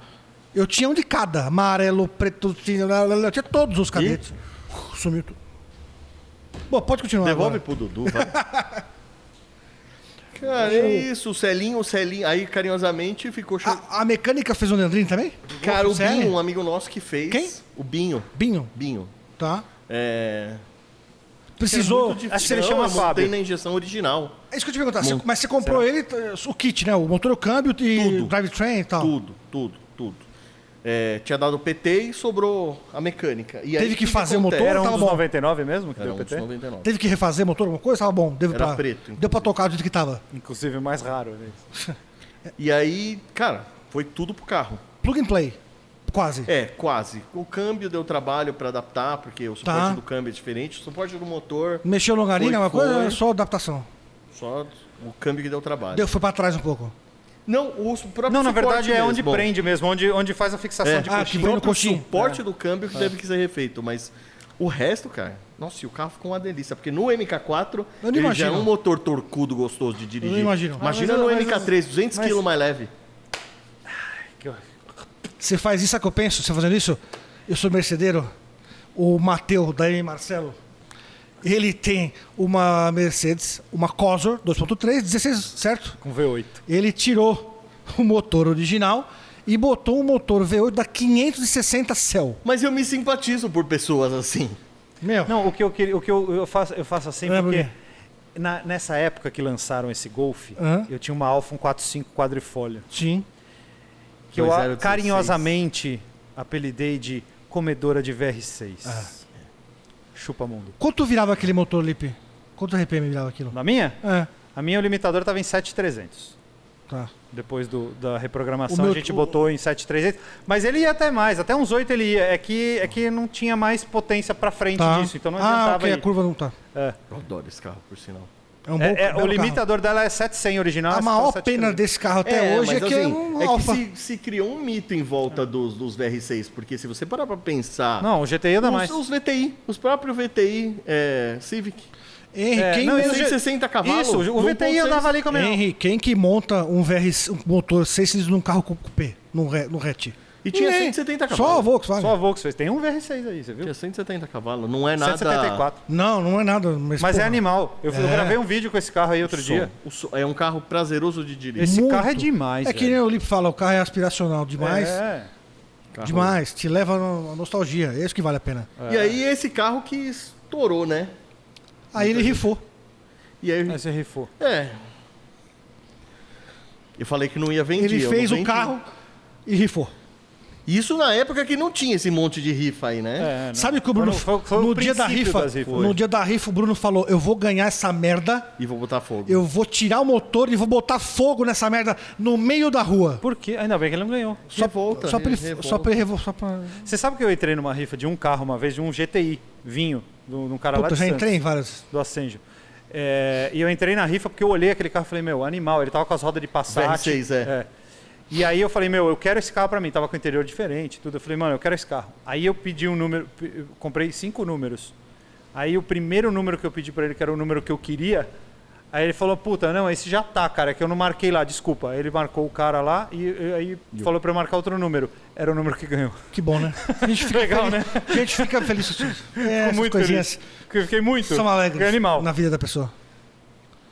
[SPEAKER 3] Eu tinha um de cada: amarelo, preto, tinha- eu tinha todos os cadetes. sumiu tudo. Bom, pode continuar.
[SPEAKER 4] Devolve
[SPEAKER 3] agora.
[SPEAKER 4] pro Dudu, vai. Cara, é isso, o Celinho, o Celinho. Aí, carinhosamente, ficou cho...
[SPEAKER 3] A, a mecânica fez o Leandrinho também?
[SPEAKER 4] Cara, o
[SPEAKER 3] Sério?
[SPEAKER 4] Binho, um amigo nosso que fez.
[SPEAKER 3] Quem?
[SPEAKER 4] O Binho.
[SPEAKER 3] Binho,
[SPEAKER 4] Binho.
[SPEAKER 3] tá.
[SPEAKER 4] É.
[SPEAKER 3] Precisou.
[SPEAKER 4] Muito difícil.
[SPEAKER 1] Acho que ele
[SPEAKER 4] Não,
[SPEAKER 1] chama
[SPEAKER 4] eu montei
[SPEAKER 1] Fábio.
[SPEAKER 4] na injeção original.
[SPEAKER 3] É isso que eu te ia perguntar. Você- mas você comprou ele, t- o kit, né? O motor, o câmbio e
[SPEAKER 4] Tudo.
[SPEAKER 3] o drivetrain e tal.
[SPEAKER 4] Tudo, tudo, tudo. É, tinha dado PT e sobrou a mecânica. E aí,
[SPEAKER 3] Teve
[SPEAKER 4] o
[SPEAKER 3] que fazer
[SPEAKER 4] acontece?
[SPEAKER 3] motor?
[SPEAKER 1] Era um
[SPEAKER 3] Tava
[SPEAKER 1] dos
[SPEAKER 3] bom.
[SPEAKER 1] 99 mesmo que
[SPEAKER 4] Era
[SPEAKER 1] deu
[SPEAKER 4] um
[SPEAKER 1] PT?
[SPEAKER 4] dos 99.
[SPEAKER 3] Teve que refazer motor, alguma coisa? Tava bom. Deu
[SPEAKER 4] Era
[SPEAKER 3] pra,
[SPEAKER 4] preto,
[SPEAKER 3] Deu pra
[SPEAKER 4] inclusive.
[SPEAKER 3] tocar do jeito que tava.
[SPEAKER 1] Inclusive, mais raro. né?
[SPEAKER 4] E aí, cara, foi tudo pro carro.
[SPEAKER 3] Plug and play. Quase.
[SPEAKER 4] É, quase. O câmbio deu trabalho pra adaptar, porque o suporte
[SPEAKER 3] Tá.
[SPEAKER 4] do câmbio é diferente. O suporte do motor,
[SPEAKER 3] Mexeu longarina, é
[SPEAKER 4] Foi,
[SPEAKER 3] uma coisa,
[SPEAKER 4] foi.
[SPEAKER 3] é só adaptação.
[SPEAKER 4] só o câmbio que deu trabalho.
[SPEAKER 3] Deu, foi pra trás um pouco.
[SPEAKER 4] Não, o su- próprio
[SPEAKER 1] Não, na
[SPEAKER 4] suporte
[SPEAKER 1] verdade é
[SPEAKER 4] mesmo.
[SPEAKER 1] onde prende mesmo, onde, onde faz a fixação
[SPEAKER 4] É.
[SPEAKER 1] de
[SPEAKER 3] Ah,
[SPEAKER 1] coxinha.
[SPEAKER 3] que vem no É.
[SPEAKER 4] O
[SPEAKER 3] coxinho.
[SPEAKER 4] suporte um do câmbio que deve que ser refeito, mas o resto, cara... Nossa, e o carro ficou uma delícia, porque no MK4
[SPEAKER 3] Eu não
[SPEAKER 4] ele já é
[SPEAKER 3] imagino.
[SPEAKER 4] um motor torcudo gostoso de dirigir.
[SPEAKER 3] Eu não imagino.
[SPEAKER 4] Imagina
[SPEAKER 1] Ah, mas-
[SPEAKER 4] no
[SPEAKER 1] mas-
[SPEAKER 4] MK3, 200
[SPEAKER 1] mas-
[SPEAKER 4] kg mais leve.
[SPEAKER 3] Você faz isso, sabe o que eu penso? Você fazendo isso? Eu sou mercedeiro. O Mateu, da M. Marcelo, ele tem uma Mercedes, uma Cosor 2.3, 16, certo?
[SPEAKER 1] Com V8.
[SPEAKER 3] Ele tirou o motor original e botou um motor V8 da 560 Cell.
[SPEAKER 4] Mas eu me simpatizo por pessoas assim.
[SPEAKER 3] Meu,
[SPEAKER 1] Não, o que eu, queria- o que eu, eu faço, eu faço assim
[SPEAKER 3] É,
[SPEAKER 1] porque...
[SPEAKER 3] porque-
[SPEAKER 1] na- nessa época que lançaram esse Golf,
[SPEAKER 3] Aham.
[SPEAKER 1] eu tinha uma Alfa 145 quadrifolha.
[SPEAKER 3] sim.
[SPEAKER 1] Que eu a-
[SPEAKER 4] 2016.
[SPEAKER 1] carinhosamente apelidei de comedora de VR6.
[SPEAKER 3] Ah.
[SPEAKER 1] Chupa mundo.
[SPEAKER 3] Quanto virava aquele motor, Lipe? Quanto RPM virava aquilo?
[SPEAKER 1] Na minha?
[SPEAKER 3] É,
[SPEAKER 1] A minha o limitador estava em 7,300.
[SPEAKER 3] tá.
[SPEAKER 1] Depois do- da reprogramação
[SPEAKER 3] O meu-
[SPEAKER 1] a gente
[SPEAKER 3] o-
[SPEAKER 1] botou em 7,300. Mas ele ia até mais, até uns 8 ele ia. É que, é que não tinha mais potência para frente
[SPEAKER 3] tá.
[SPEAKER 1] disso, então não
[SPEAKER 3] ah,
[SPEAKER 1] adiantava
[SPEAKER 3] ok,
[SPEAKER 1] ir.
[SPEAKER 3] a curva não tá.
[SPEAKER 1] É.
[SPEAKER 4] Eu adoro esse carro, por sinal.
[SPEAKER 3] É um bom
[SPEAKER 1] É, é,
[SPEAKER 3] belo
[SPEAKER 1] o
[SPEAKER 3] carro.
[SPEAKER 1] limitador dela é 700 original.
[SPEAKER 3] A
[SPEAKER 1] essa
[SPEAKER 3] maior
[SPEAKER 1] tá
[SPEAKER 3] Ah, pena
[SPEAKER 1] 7.300.
[SPEAKER 3] desse carro até hoje é
[SPEAKER 4] mas,
[SPEAKER 3] que é
[SPEAKER 4] assim,
[SPEAKER 3] um
[SPEAKER 4] é que
[SPEAKER 3] Alfa.
[SPEAKER 4] se, se criou um mito em volta dos, dos VR6, porque se você parar pra pensar...
[SPEAKER 1] Não, o GTI ainda é mais.
[SPEAKER 4] os, os VTI, os próprios VTI é, Civic.
[SPEAKER 3] Henry,
[SPEAKER 1] É,
[SPEAKER 3] quem
[SPEAKER 1] não,
[SPEAKER 3] monta-
[SPEAKER 1] e o G-
[SPEAKER 4] 160 cavalos,
[SPEAKER 1] Isso, o VTI
[SPEAKER 4] 1.6.
[SPEAKER 1] andava ali com a minha.
[SPEAKER 3] Henry, quem que monta um VR, um motor 6 cilindros num carro com cupê, num, re, num hatch?
[SPEAKER 4] E tinha
[SPEAKER 3] Ninguém.
[SPEAKER 4] 170 cavalos.
[SPEAKER 3] Só a Volkswagen.
[SPEAKER 1] Só a Volkswagen. Tem um VR6 aí, você viu?
[SPEAKER 4] Tinha 170 cavalos, não é nada...
[SPEAKER 1] 174.
[SPEAKER 3] Não, não é nada. Mas,
[SPEAKER 1] Mas é
[SPEAKER 3] porra,
[SPEAKER 1] animal. Eu, eu
[SPEAKER 3] É.
[SPEAKER 1] gravei um vídeo com esse carro aí outro
[SPEAKER 4] som.
[SPEAKER 1] dia.
[SPEAKER 4] O som- é um carro prazeroso de dirigir.
[SPEAKER 1] Esse
[SPEAKER 3] muito.
[SPEAKER 1] carro é demais.
[SPEAKER 3] É que nem
[SPEAKER 1] velho.
[SPEAKER 3] o Lipe fala, o carro é aspiracional demais.
[SPEAKER 1] É.
[SPEAKER 4] Carro-
[SPEAKER 3] Demais, te leva no- à nostalgia, é isso que vale a pena.
[SPEAKER 4] E aí esse carro que estourou, né?
[SPEAKER 3] Aí ele rifou.
[SPEAKER 4] E aí...
[SPEAKER 1] Mas você rifou.
[SPEAKER 4] É. Eu falei que não ia vender.
[SPEAKER 3] Ele
[SPEAKER 4] eu
[SPEAKER 3] fez o
[SPEAKER 4] não vendi.
[SPEAKER 3] carro e rifou.
[SPEAKER 4] Isso na época que não tinha esse monte de rifa aí, né?
[SPEAKER 1] É, não.
[SPEAKER 3] Sabe o que o Bruno
[SPEAKER 1] Foi- foi o
[SPEAKER 3] no dia da
[SPEAKER 1] princípio
[SPEAKER 3] rifa,
[SPEAKER 1] das rifas.
[SPEAKER 3] no dia da rifa o Bruno falou: "Eu vou ganhar essa merda,
[SPEAKER 4] E vou botar fogo.
[SPEAKER 3] eu vou tirar o motor e vou botar fogo nessa merda no meio da rua".
[SPEAKER 1] Por quê? Ainda bem que ele não ganhou.
[SPEAKER 3] Só,
[SPEAKER 4] Revolta, né?
[SPEAKER 3] só pra ele,
[SPEAKER 4] revolta.
[SPEAKER 3] só pra ele revol- só pra-
[SPEAKER 1] Você sabe que eu entrei numa rifa de um carro uma vez, de um GTI, vinho, de um de um cara lá
[SPEAKER 3] Puta,
[SPEAKER 1] de
[SPEAKER 3] já
[SPEAKER 1] Santos,
[SPEAKER 3] entrei em várias.
[SPEAKER 1] do Ascenjo. É, e eu entrei na rifa porque eu olhei aquele carro e falei, meu, animal, ele tava com as rodas de Passat.
[SPEAKER 4] VR6, é.
[SPEAKER 1] E aí eu falei, meu, eu quero esse carro pra mim. Tava com o interior diferente, tudo. Eu falei, mano, eu quero esse carro. Aí eu pedi um número, p- eu comprei cinco números. Aí o primeiro número que eu pedi pra ele, que era o número que eu queria, aí ele falou, puta, não, esse já tá, cara, é que eu não marquei lá, desculpa. Aí ele marcou o cara lá e, e aí falou pra eu marcar outro número. Era o número que ganhou.
[SPEAKER 3] Que bom, né? A gente fica
[SPEAKER 1] Legal,
[SPEAKER 3] feliz, né? A gente fica feliz com isso. É,
[SPEAKER 1] Fico
[SPEAKER 3] essas
[SPEAKER 1] muito
[SPEAKER 3] coisinhas
[SPEAKER 1] feliz. Eu fiquei muito.
[SPEAKER 3] são alegres
[SPEAKER 1] Fiquei animal.
[SPEAKER 3] na vida da pessoa.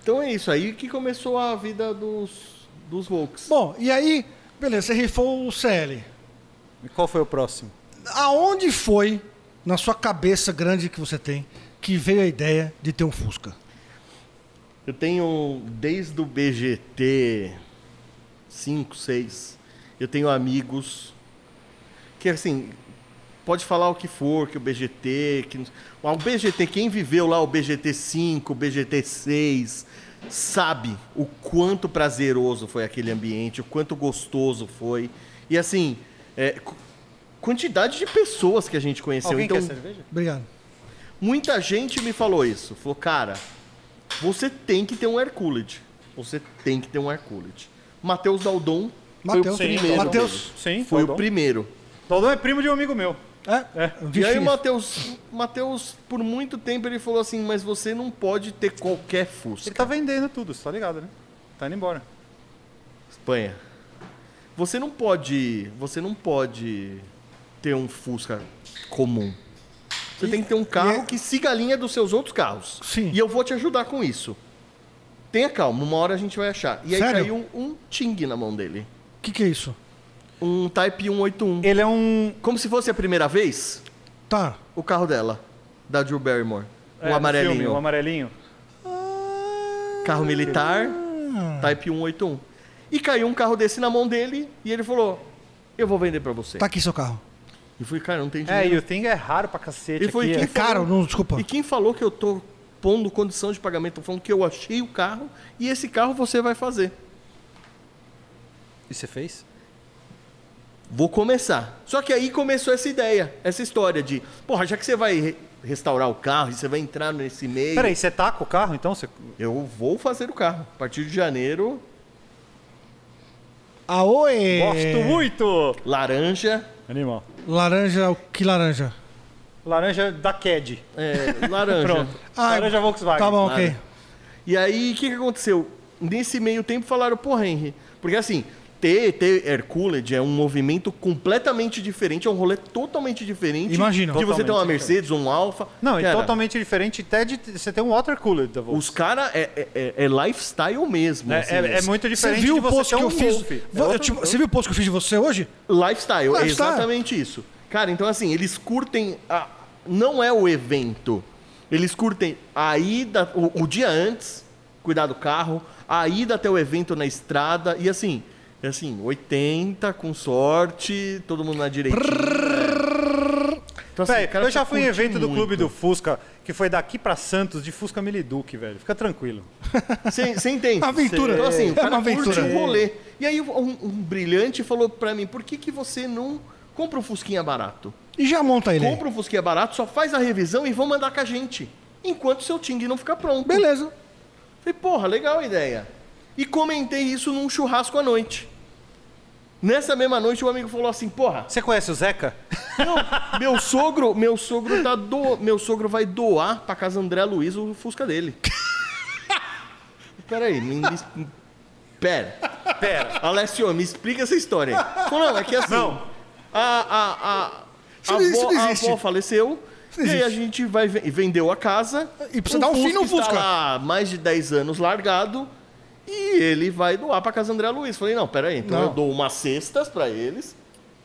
[SPEAKER 4] Então é isso aí que começou a vida dos, dos Volks.
[SPEAKER 3] Bom, e aí, beleza, você rifou o CL.
[SPEAKER 1] E qual foi o próximo?
[SPEAKER 3] Aonde foi na sua cabeça grande que você tem que veio a ideia de ter um Fusca?
[SPEAKER 4] Eu tenho desde o BGT 5, 6. Eu tenho amigos que assim, pode falar o que for, que o BGT, que o BGT, quem viveu lá o BGT 5, o BGT 6, sabe o quanto prazeroso foi aquele ambiente, o quanto gostoso foi. E assim, é, qu- quantidade de pessoas que a gente conheceu.
[SPEAKER 1] Alguém
[SPEAKER 4] então,
[SPEAKER 1] quer cerveja?
[SPEAKER 3] Obrigado.
[SPEAKER 4] Muita gente me falou isso. Falou, cara, você tem que ter um Hercules. Você tem que ter um Hercules. Matheus Daldon
[SPEAKER 3] Mateus,
[SPEAKER 4] foi o primeiro.
[SPEAKER 3] Mateus,
[SPEAKER 4] dele.
[SPEAKER 1] Sim,
[SPEAKER 4] Foi
[SPEAKER 1] Daldon.
[SPEAKER 4] o primeiro.
[SPEAKER 1] Dodon é primo de um amigo meu.
[SPEAKER 3] é?
[SPEAKER 1] É.
[SPEAKER 3] Eu
[SPEAKER 4] E aí
[SPEAKER 3] vi-
[SPEAKER 4] o Matheus, Matheus, por muito tempo ele falou assim, mas você não pode ter qualquer Fusca.
[SPEAKER 1] Ele tá vendendo tudo, você tá ligado, né? Tá indo embora.
[SPEAKER 4] Espanha. Você não pode, você não pode ter um Fusca comum. Você tem que ter um carro que siga a linha dos seus outros carros.
[SPEAKER 3] é Sim.
[SPEAKER 4] E eu vou te ajudar com isso. Tenha calma, uma hora a gente vai achar. E aí
[SPEAKER 3] Sério?
[SPEAKER 4] caiu um, um Ting na mão dele.
[SPEAKER 3] O que, que é isso?
[SPEAKER 4] Um Type 181.
[SPEAKER 1] Ele é um.
[SPEAKER 4] Como se fosse a primeira vez,
[SPEAKER 3] Tá.
[SPEAKER 4] o carro dela, da Drew Barrymore. O
[SPEAKER 1] é, do
[SPEAKER 4] um amarelinho.
[SPEAKER 1] filme, o amarelinho.
[SPEAKER 3] Ah.
[SPEAKER 4] Carro militar, Type 181. E caiu um carro desse na mão dele e ele falou: Eu vou vender pra você.
[SPEAKER 3] Tá aqui seu carro.
[SPEAKER 4] E eu falei, cara, não tem
[SPEAKER 1] É,
[SPEAKER 4] dinheiro.
[SPEAKER 1] e o Thing é raro pra cacete.
[SPEAKER 4] E foi
[SPEAKER 1] aqui,
[SPEAKER 4] quem
[SPEAKER 1] é.
[SPEAKER 3] É caro? Não, desculpa.
[SPEAKER 4] E quem falou que eu tô pondo condição de pagamento? Tô falando que eu achei o carro e esse carro você vai fazer.
[SPEAKER 1] E você fez?
[SPEAKER 4] Vou começar. Só que aí começou essa ideia, essa história de, porra, já que você vai re- restaurar o carro e você vai entrar nesse meio,
[SPEAKER 1] Peraí, você tá com o carro então? Você...
[SPEAKER 4] eu vou fazer o carro. A partir de janeiro,
[SPEAKER 3] Aoe!
[SPEAKER 1] Gosto muito!
[SPEAKER 4] laranja,
[SPEAKER 1] Animal.
[SPEAKER 3] Laranja, o que laranja?
[SPEAKER 1] Laranja da CAD.
[SPEAKER 4] é, laranja.
[SPEAKER 1] Pronto.
[SPEAKER 3] Ah,
[SPEAKER 1] laranja Volkswagen. É
[SPEAKER 3] Tá bom, ok.
[SPEAKER 4] Laranja. E aí, o que, que aconteceu? Nesse meio tempo falaram, porra, Henry, porque assim, ter, ter Hercules é um movimento completamente diferente, é um rolê totalmente diferente.
[SPEAKER 3] Imagino.
[SPEAKER 4] De você ter uma
[SPEAKER 1] Totalmente
[SPEAKER 4] Mercedes, um Alfa.
[SPEAKER 1] Não, é
[SPEAKER 4] Cara,
[SPEAKER 1] totalmente diferente. Até de você tem um water cooler da Volkswagen.
[SPEAKER 4] Os caras é, é- é- é lifestyle mesmo.
[SPEAKER 1] É,
[SPEAKER 4] assim,
[SPEAKER 1] é- é
[SPEAKER 4] né?
[SPEAKER 1] muito
[SPEAKER 3] Você
[SPEAKER 1] diferente
[SPEAKER 3] viu
[SPEAKER 1] de
[SPEAKER 3] o
[SPEAKER 1] você
[SPEAKER 3] post
[SPEAKER 1] ter
[SPEAKER 3] que
[SPEAKER 1] um
[SPEAKER 3] eu fiz?
[SPEAKER 1] Golf.
[SPEAKER 3] Vou- eu te- Você viu o post que eu fiz de você hoje?
[SPEAKER 4] Lifestyle, é
[SPEAKER 3] Lifestyle.
[SPEAKER 4] exatamente isso. Cara, então assim, eles curtem. a- Não é o evento. Eles curtem a ida, o, o dia antes, cuidar do carro, a ida até o evento na estrada, e assim, é assim, 80, com sorte, todo mundo na direita. Então, assim,
[SPEAKER 1] Véi,
[SPEAKER 4] o cara
[SPEAKER 1] eu já
[SPEAKER 4] tá
[SPEAKER 1] fui em evento do
[SPEAKER 4] curtindo
[SPEAKER 1] clube do
[SPEAKER 4] muito.
[SPEAKER 1] Fusca, que foi daqui pra Santos, de Fusca Miliduque, velho. Fica tranquilo.
[SPEAKER 4] Você você entende?
[SPEAKER 3] Uma aventura.
[SPEAKER 4] Então, assim,
[SPEAKER 3] É
[SPEAKER 4] o cara
[SPEAKER 3] uma
[SPEAKER 4] curte
[SPEAKER 3] aventura.
[SPEAKER 4] o rolê. E aí, um, um brilhante falou pra mim, por que, que você não compra um Fusquinha barato?
[SPEAKER 3] E já monta ele. é. aí.
[SPEAKER 4] Compra um Fusquinha barato, só faz a revisão e vão mandar com a gente. Enquanto seu Ting não ficar pronto.
[SPEAKER 3] Beleza.
[SPEAKER 4] Falei, porra, legal a ideia. E comentei isso num churrasco à noite. Nessa mesma noite, o amigo falou assim, porra,
[SPEAKER 1] Você conhece o Zeca?
[SPEAKER 4] não, meu sogro, meu sogro tá do, meu sogro vai doar pra casa André Luiz o Fusca dele. Peraí, me, me, pera.
[SPEAKER 1] Pera.
[SPEAKER 4] Alessio, me explica essa história. aí. Falou, não, é que assim.
[SPEAKER 1] Não.
[SPEAKER 4] A, a, a,
[SPEAKER 3] Isso
[SPEAKER 4] a,
[SPEAKER 3] não- isso
[SPEAKER 4] avó,
[SPEAKER 3] não
[SPEAKER 4] a
[SPEAKER 3] existe.
[SPEAKER 4] avó faleceu.
[SPEAKER 3] não
[SPEAKER 4] E aí a
[SPEAKER 3] existe.
[SPEAKER 4] gente vai ve- vendeu a casa.
[SPEAKER 3] E precisa dar um fim no Fusca.
[SPEAKER 4] Está lá há mais de 10 anos largado. E ele vai doar pra casa André Luiz. Falei, não, peraí, então
[SPEAKER 3] Não.
[SPEAKER 4] eu dou umas cestas pra eles.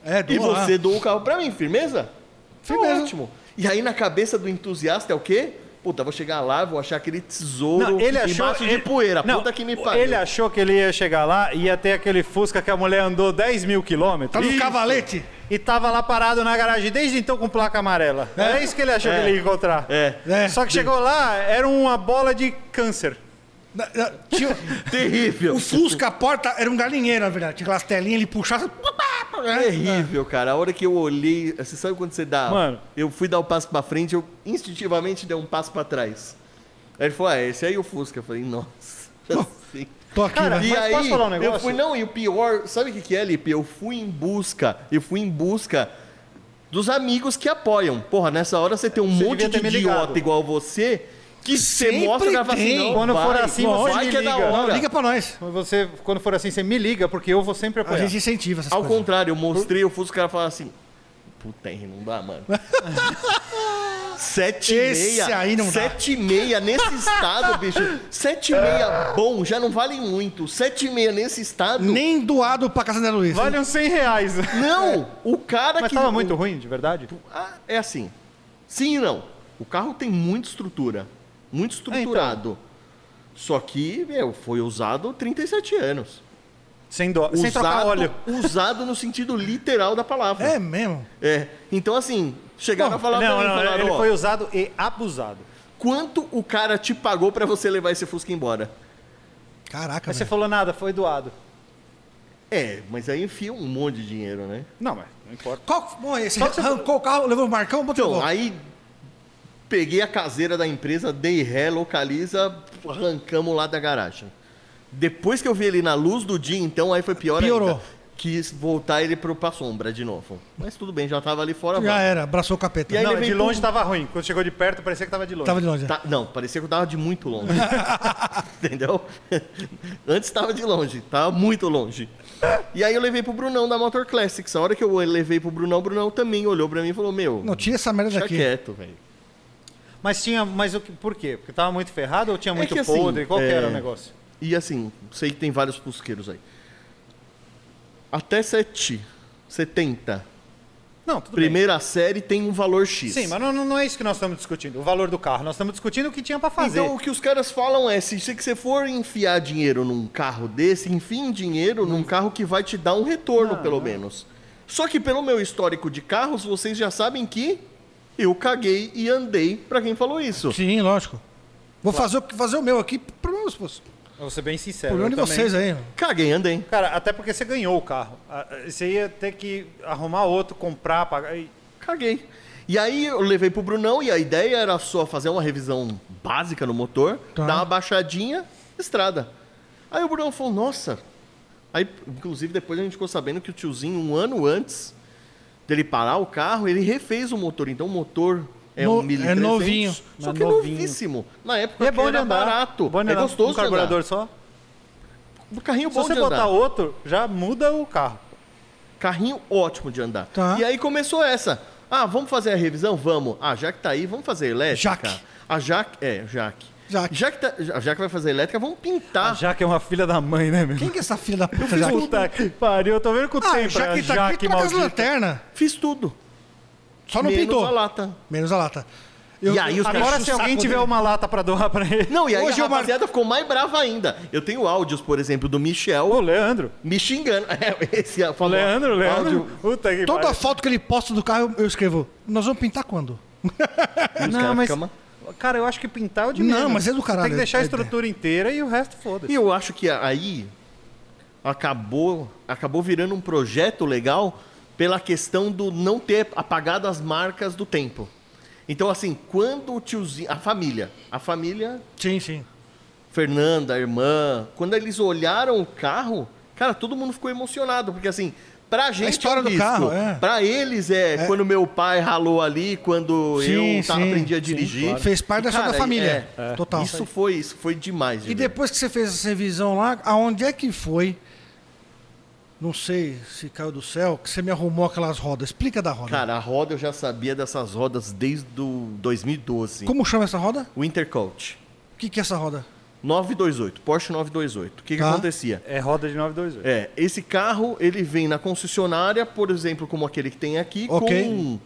[SPEAKER 3] É,
[SPEAKER 4] E
[SPEAKER 3] doa lá.
[SPEAKER 4] você doa o carro pra mim, firmeza?
[SPEAKER 3] Firmeza.
[SPEAKER 4] Tá ótimo. E aí na cabeça do entusiasta é o quê? Puta, vou chegar lá, vou achar aquele tesouro
[SPEAKER 1] Não, ele achou.
[SPEAKER 4] embaixo
[SPEAKER 1] ele-
[SPEAKER 4] de poeira.
[SPEAKER 1] Não,
[SPEAKER 4] puta que me pariu.
[SPEAKER 1] Ele achou que ele ia chegar lá e ia ter aquele Fusca que a mulher andou 10 mil
[SPEAKER 3] Tá
[SPEAKER 1] quilômetros.
[SPEAKER 3] no
[SPEAKER 1] Ih,
[SPEAKER 3] cavalete.
[SPEAKER 1] E tava lá parado na garagem desde então com placa amarela. Era isso que ele achou
[SPEAKER 4] É.
[SPEAKER 1] que ele ia encontrar.
[SPEAKER 4] É.
[SPEAKER 3] É.
[SPEAKER 1] Só que chegou lá, era uma bola de câncer.
[SPEAKER 3] Na- na- tinha-
[SPEAKER 4] Terrível.
[SPEAKER 3] o Fusca, a porta, era um galinheiro, na verdade. Tinha aquelas telinhas, ele puxava... né?
[SPEAKER 4] Terrível, cara. A hora que eu olhei, você sabe quando você dá.
[SPEAKER 1] Mano.
[SPEAKER 4] Eu fui dar o passo pra frente, eu instintivamente dei um passo pra trás. Aí ele falou: ah, esse aí é o Fusca. Eu falei, nossa. assim."
[SPEAKER 3] Tô aqui,
[SPEAKER 1] Cara,
[SPEAKER 3] né?
[SPEAKER 4] E
[SPEAKER 1] Mas
[SPEAKER 4] aí,
[SPEAKER 1] posso falar um
[SPEAKER 4] eu
[SPEAKER 1] negócio?
[SPEAKER 4] fui, não, e o pior, sabe o que, que é, Lipe? Eu fui em busca, eu fui em busca dos amigos que apoiam. Porra, nessa hora você tem um
[SPEAKER 1] Você
[SPEAKER 4] monte
[SPEAKER 1] devia
[SPEAKER 4] de
[SPEAKER 1] ter me
[SPEAKER 4] idiota
[SPEAKER 1] ligado.
[SPEAKER 4] igual você que você
[SPEAKER 3] Sempre
[SPEAKER 4] mostra e o cara fala assim,
[SPEAKER 3] tem.
[SPEAKER 4] não,
[SPEAKER 1] Quando
[SPEAKER 4] vai,
[SPEAKER 1] for assim, você
[SPEAKER 4] vai
[SPEAKER 1] me
[SPEAKER 4] que é da
[SPEAKER 1] liga.
[SPEAKER 4] hora.
[SPEAKER 3] Não, liga pra nós.
[SPEAKER 1] Mas Você, quando for assim, você me liga, porque eu vou sempre
[SPEAKER 3] A
[SPEAKER 1] apoiar.
[SPEAKER 3] gente incentiva essas
[SPEAKER 4] Ao
[SPEAKER 3] coisas.
[SPEAKER 4] contrário, eu mostrei o Fusca, o cara falou assim: Puta, Henry, não dá, mano. Sete e
[SPEAKER 3] Esse
[SPEAKER 4] meia.
[SPEAKER 3] aí não dá.
[SPEAKER 4] sete e meia nesse estado, bicho. Sete e meia bom já não vale muito. Sete e meia nesse estado.
[SPEAKER 3] Nem doado pra casa da Luiz.
[SPEAKER 1] Vale uns 100 reais.
[SPEAKER 4] Não! O cara
[SPEAKER 1] Mas
[SPEAKER 4] que.
[SPEAKER 1] tava
[SPEAKER 4] o-
[SPEAKER 1] muito ruim, de verdade?
[SPEAKER 4] Ah, é assim. Sim e não. O carro tem muita estrutura. Muito
[SPEAKER 1] É, então.
[SPEAKER 4] estruturado. Só que, meu, foi usado 37 anos.
[SPEAKER 1] Sem, dó, sem trocar
[SPEAKER 4] Usado-
[SPEAKER 1] óleo.
[SPEAKER 4] Usado no sentido literal da palavra.
[SPEAKER 3] É mesmo?
[SPEAKER 4] É. Então, assim, chegaram a falar pra
[SPEAKER 1] Não,
[SPEAKER 4] mim,
[SPEAKER 1] não,
[SPEAKER 4] falaram,
[SPEAKER 1] ele
[SPEAKER 4] ó,
[SPEAKER 1] foi usado e abusado.
[SPEAKER 4] quanto o cara te pagou pra você levar esse Fusca embora?
[SPEAKER 3] Caraca,
[SPEAKER 1] Mas você
[SPEAKER 3] velho.
[SPEAKER 1] falou nada, foi doado.
[SPEAKER 4] É, mas aí enfia um monte de dinheiro, né?
[SPEAKER 1] Não, mas não importa.
[SPEAKER 3] Qual, bom, esse
[SPEAKER 1] Só que você-
[SPEAKER 3] arrancou o carro, levou o Marcão, botou
[SPEAKER 4] Então,
[SPEAKER 3] de volta.
[SPEAKER 4] aí peguei a caseira da empresa, dei ré, localiza, arrancamos lá da garagem. Depois que eu vi ele na luz do dia, então, aí foi pior
[SPEAKER 3] Piorou.
[SPEAKER 4] ainda. Quis voltar ele pro, pra sombra de novo. Mas tudo bem, já tava ali fora.
[SPEAKER 3] Já
[SPEAKER 4] mano.
[SPEAKER 3] era, abraçou o capeta.
[SPEAKER 4] E aí
[SPEAKER 1] não,
[SPEAKER 4] ele
[SPEAKER 1] de
[SPEAKER 4] veio
[SPEAKER 1] longe
[SPEAKER 4] com-
[SPEAKER 1] tava ruim. Quando chegou de perto, parecia que tava de longe.
[SPEAKER 3] Tava de longe.
[SPEAKER 4] Tá- não, parecia que eu tava de muito longe. Entendeu? Antes tava de longe, tava muito longe. E aí eu levei pro Brunão da Motor Classics. A hora que eu levei pro Brunão, o Brunão também olhou pra mim e falou: Meu,
[SPEAKER 3] Não, tira essa merda
[SPEAKER 4] deixa
[SPEAKER 3] daqui.
[SPEAKER 4] quieto, velho.
[SPEAKER 1] Mas tinha. Mas o que, por quê? Porque tava muito ferrado ou tinha muito
[SPEAKER 4] que assim,
[SPEAKER 1] podre? Qual que
[SPEAKER 4] é,
[SPEAKER 1] era o negócio?
[SPEAKER 4] E assim, sei que tem vários pusqueiros aí. Até 7, 70.
[SPEAKER 1] Não, tudo bem.
[SPEAKER 4] Primeira série tem um valor X.
[SPEAKER 1] Sim, mas não, não é isso que nós estamos discutindo. O valor do carro. Nós estamos discutindo o que tinha para fazer.
[SPEAKER 4] Então o que os caras falam é, se se você for enfiar dinheiro num carro desse, enfie dinheiro num carro que vai te dar um retorno, pelo menos. Só que pelo meu histórico de carros, vocês já sabem que eu caguei e andei pra quem falou isso.
[SPEAKER 3] Sim, lógico. Vou fazer, o- fazer o meu aqui, problema, pô,
[SPEAKER 4] É,
[SPEAKER 1] Eu vou ser bem sincero.
[SPEAKER 3] problema
[SPEAKER 1] eu
[SPEAKER 3] de
[SPEAKER 1] também.
[SPEAKER 3] vocês aí. mano.
[SPEAKER 4] Caguei e andei.
[SPEAKER 1] Cara, até porque você ganhou o carro. Ah, ah, Você ia ter que arrumar outro, comprar, pagar. e-
[SPEAKER 4] Caguei. E aí eu levei pro Brunão e a ideia era só fazer uma revisão básica no motor,
[SPEAKER 3] Tá.
[SPEAKER 4] dar uma baixadinha, estrada. Aí o Brunão falou, nossa. Aí, inclusive, depois a gente ficou sabendo que o tiozinho, um ano antes dele parar o carro, ele refez o motor. Então o motor é
[SPEAKER 3] No-
[SPEAKER 4] um 1300.
[SPEAKER 3] é novinho.
[SPEAKER 4] Só
[SPEAKER 1] Mas
[SPEAKER 4] que é
[SPEAKER 1] novinho.
[SPEAKER 4] novíssimo. Na
[SPEAKER 1] E
[SPEAKER 4] época
[SPEAKER 1] é
[SPEAKER 4] aquilo
[SPEAKER 1] bom de
[SPEAKER 4] era
[SPEAKER 1] andar.
[SPEAKER 4] barato.
[SPEAKER 1] Bom de
[SPEAKER 4] é
[SPEAKER 1] andar.
[SPEAKER 4] gostoso
[SPEAKER 1] Um carburador
[SPEAKER 4] de
[SPEAKER 1] só.
[SPEAKER 4] andar. Carrinho
[SPEAKER 1] Se
[SPEAKER 4] bom
[SPEAKER 1] você
[SPEAKER 4] de
[SPEAKER 1] botar
[SPEAKER 4] andar.
[SPEAKER 1] outro, já muda o carro.
[SPEAKER 4] Carrinho ótimo de andar.
[SPEAKER 3] Tá.
[SPEAKER 4] E aí começou essa. Ah, vamos fazer a revisão? Vamos. Ah, já que tá aí, vamos fazer elétrica.
[SPEAKER 3] Jaque.
[SPEAKER 4] A Jaque. É, Jaque.
[SPEAKER 3] Jaque.
[SPEAKER 4] Já que, tá, já- já que vai fazer elétrica, vamos pintar.
[SPEAKER 1] Já que é uma filha da mãe, né, meu?
[SPEAKER 3] Quem que é essa filha da puta?
[SPEAKER 1] Puta
[SPEAKER 3] Jaque?
[SPEAKER 1] que pariu, eu tô vendo com o
[SPEAKER 3] Ah,
[SPEAKER 1] tempo. é a
[SPEAKER 3] já que tá aqui,
[SPEAKER 1] Jaque
[SPEAKER 3] troca as
[SPEAKER 1] maldita.
[SPEAKER 3] lanternas.
[SPEAKER 4] Fiz tudo.
[SPEAKER 3] Só não
[SPEAKER 4] Menos
[SPEAKER 3] pintou.
[SPEAKER 4] a lata.
[SPEAKER 3] Menos a lata.
[SPEAKER 4] E aí os
[SPEAKER 1] Agora,
[SPEAKER 4] caras-
[SPEAKER 1] se alguém tiver uma lata pra doar pra ele.
[SPEAKER 4] Não, e aí
[SPEAKER 3] Hoje
[SPEAKER 4] a
[SPEAKER 3] eu mar-
[SPEAKER 4] rapaziada ficou mais brava ainda. Eu tenho áudios, por exemplo, do Michel
[SPEAKER 1] Ô, Leandro.
[SPEAKER 4] me xingando. É, esse é o famoso
[SPEAKER 1] Leandro, Leandro.
[SPEAKER 4] áudio.
[SPEAKER 1] Puta que
[SPEAKER 3] Toda
[SPEAKER 1] pariu.
[SPEAKER 3] foto que ele posta do carro, eu- eu escrevo. Nós vamos pintar quando?
[SPEAKER 4] E os
[SPEAKER 1] Ah, Não,
[SPEAKER 4] caras
[SPEAKER 1] mas.
[SPEAKER 4] ficam-
[SPEAKER 1] Cara, eu acho que pintar é o de
[SPEAKER 3] Não,
[SPEAKER 1] menos.
[SPEAKER 3] mas é do caralho.
[SPEAKER 1] Tem que deixar a
[SPEAKER 3] É-
[SPEAKER 1] estrutura inteira e o resto
[SPEAKER 4] E
[SPEAKER 1] foda-se.
[SPEAKER 4] eu acho que aí acabou, acabou virando um projeto legal pela questão do não ter apagado as marcas do tempo. Então, assim, quando o tiozinho. A família. A família,
[SPEAKER 3] Sim, sim.
[SPEAKER 4] Fernanda, a irmã. Quando eles olharam o carro, cara, todo mundo ficou emocionado. Porque, assim, pra gente.
[SPEAKER 3] história
[SPEAKER 4] é um
[SPEAKER 3] do
[SPEAKER 4] risco.
[SPEAKER 3] carro, é.
[SPEAKER 4] Pra eles é, quando meu pai ralou ali, quando
[SPEAKER 3] Sim,
[SPEAKER 4] eu tá,
[SPEAKER 3] sim,
[SPEAKER 4] aprendi a
[SPEAKER 3] sim,
[SPEAKER 4] dirigir.
[SPEAKER 3] claro. Fez parte da sua da família.
[SPEAKER 4] é,
[SPEAKER 3] Total.
[SPEAKER 4] Isso foi, isso foi demais. de
[SPEAKER 3] E
[SPEAKER 4] ver.
[SPEAKER 3] depois que você fez essa revisão lá, aonde é que foi? Não sei se caiu do céu, que você me arrumou aquelas rodas. Explica da roda.
[SPEAKER 4] Cara, a roda eu já sabia dessas rodas desde o 2012.
[SPEAKER 3] Como chama essa roda?
[SPEAKER 4] Wintercoat.
[SPEAKER 3] O que, que é essa roda?
[SPEAKER 4] 928, Porsche 928. O que, que
[SPEAKER 3] Tá.
[SPEAKER 4] acontecia?
[SPEAKER 1] É roda de 928.
[SPEAKER 4] É, esse carro ele vem na concessionária, por exemplo, como aquele que tem aqui,
[SPEAKER 3] Ok.
[SPEAKER 4] com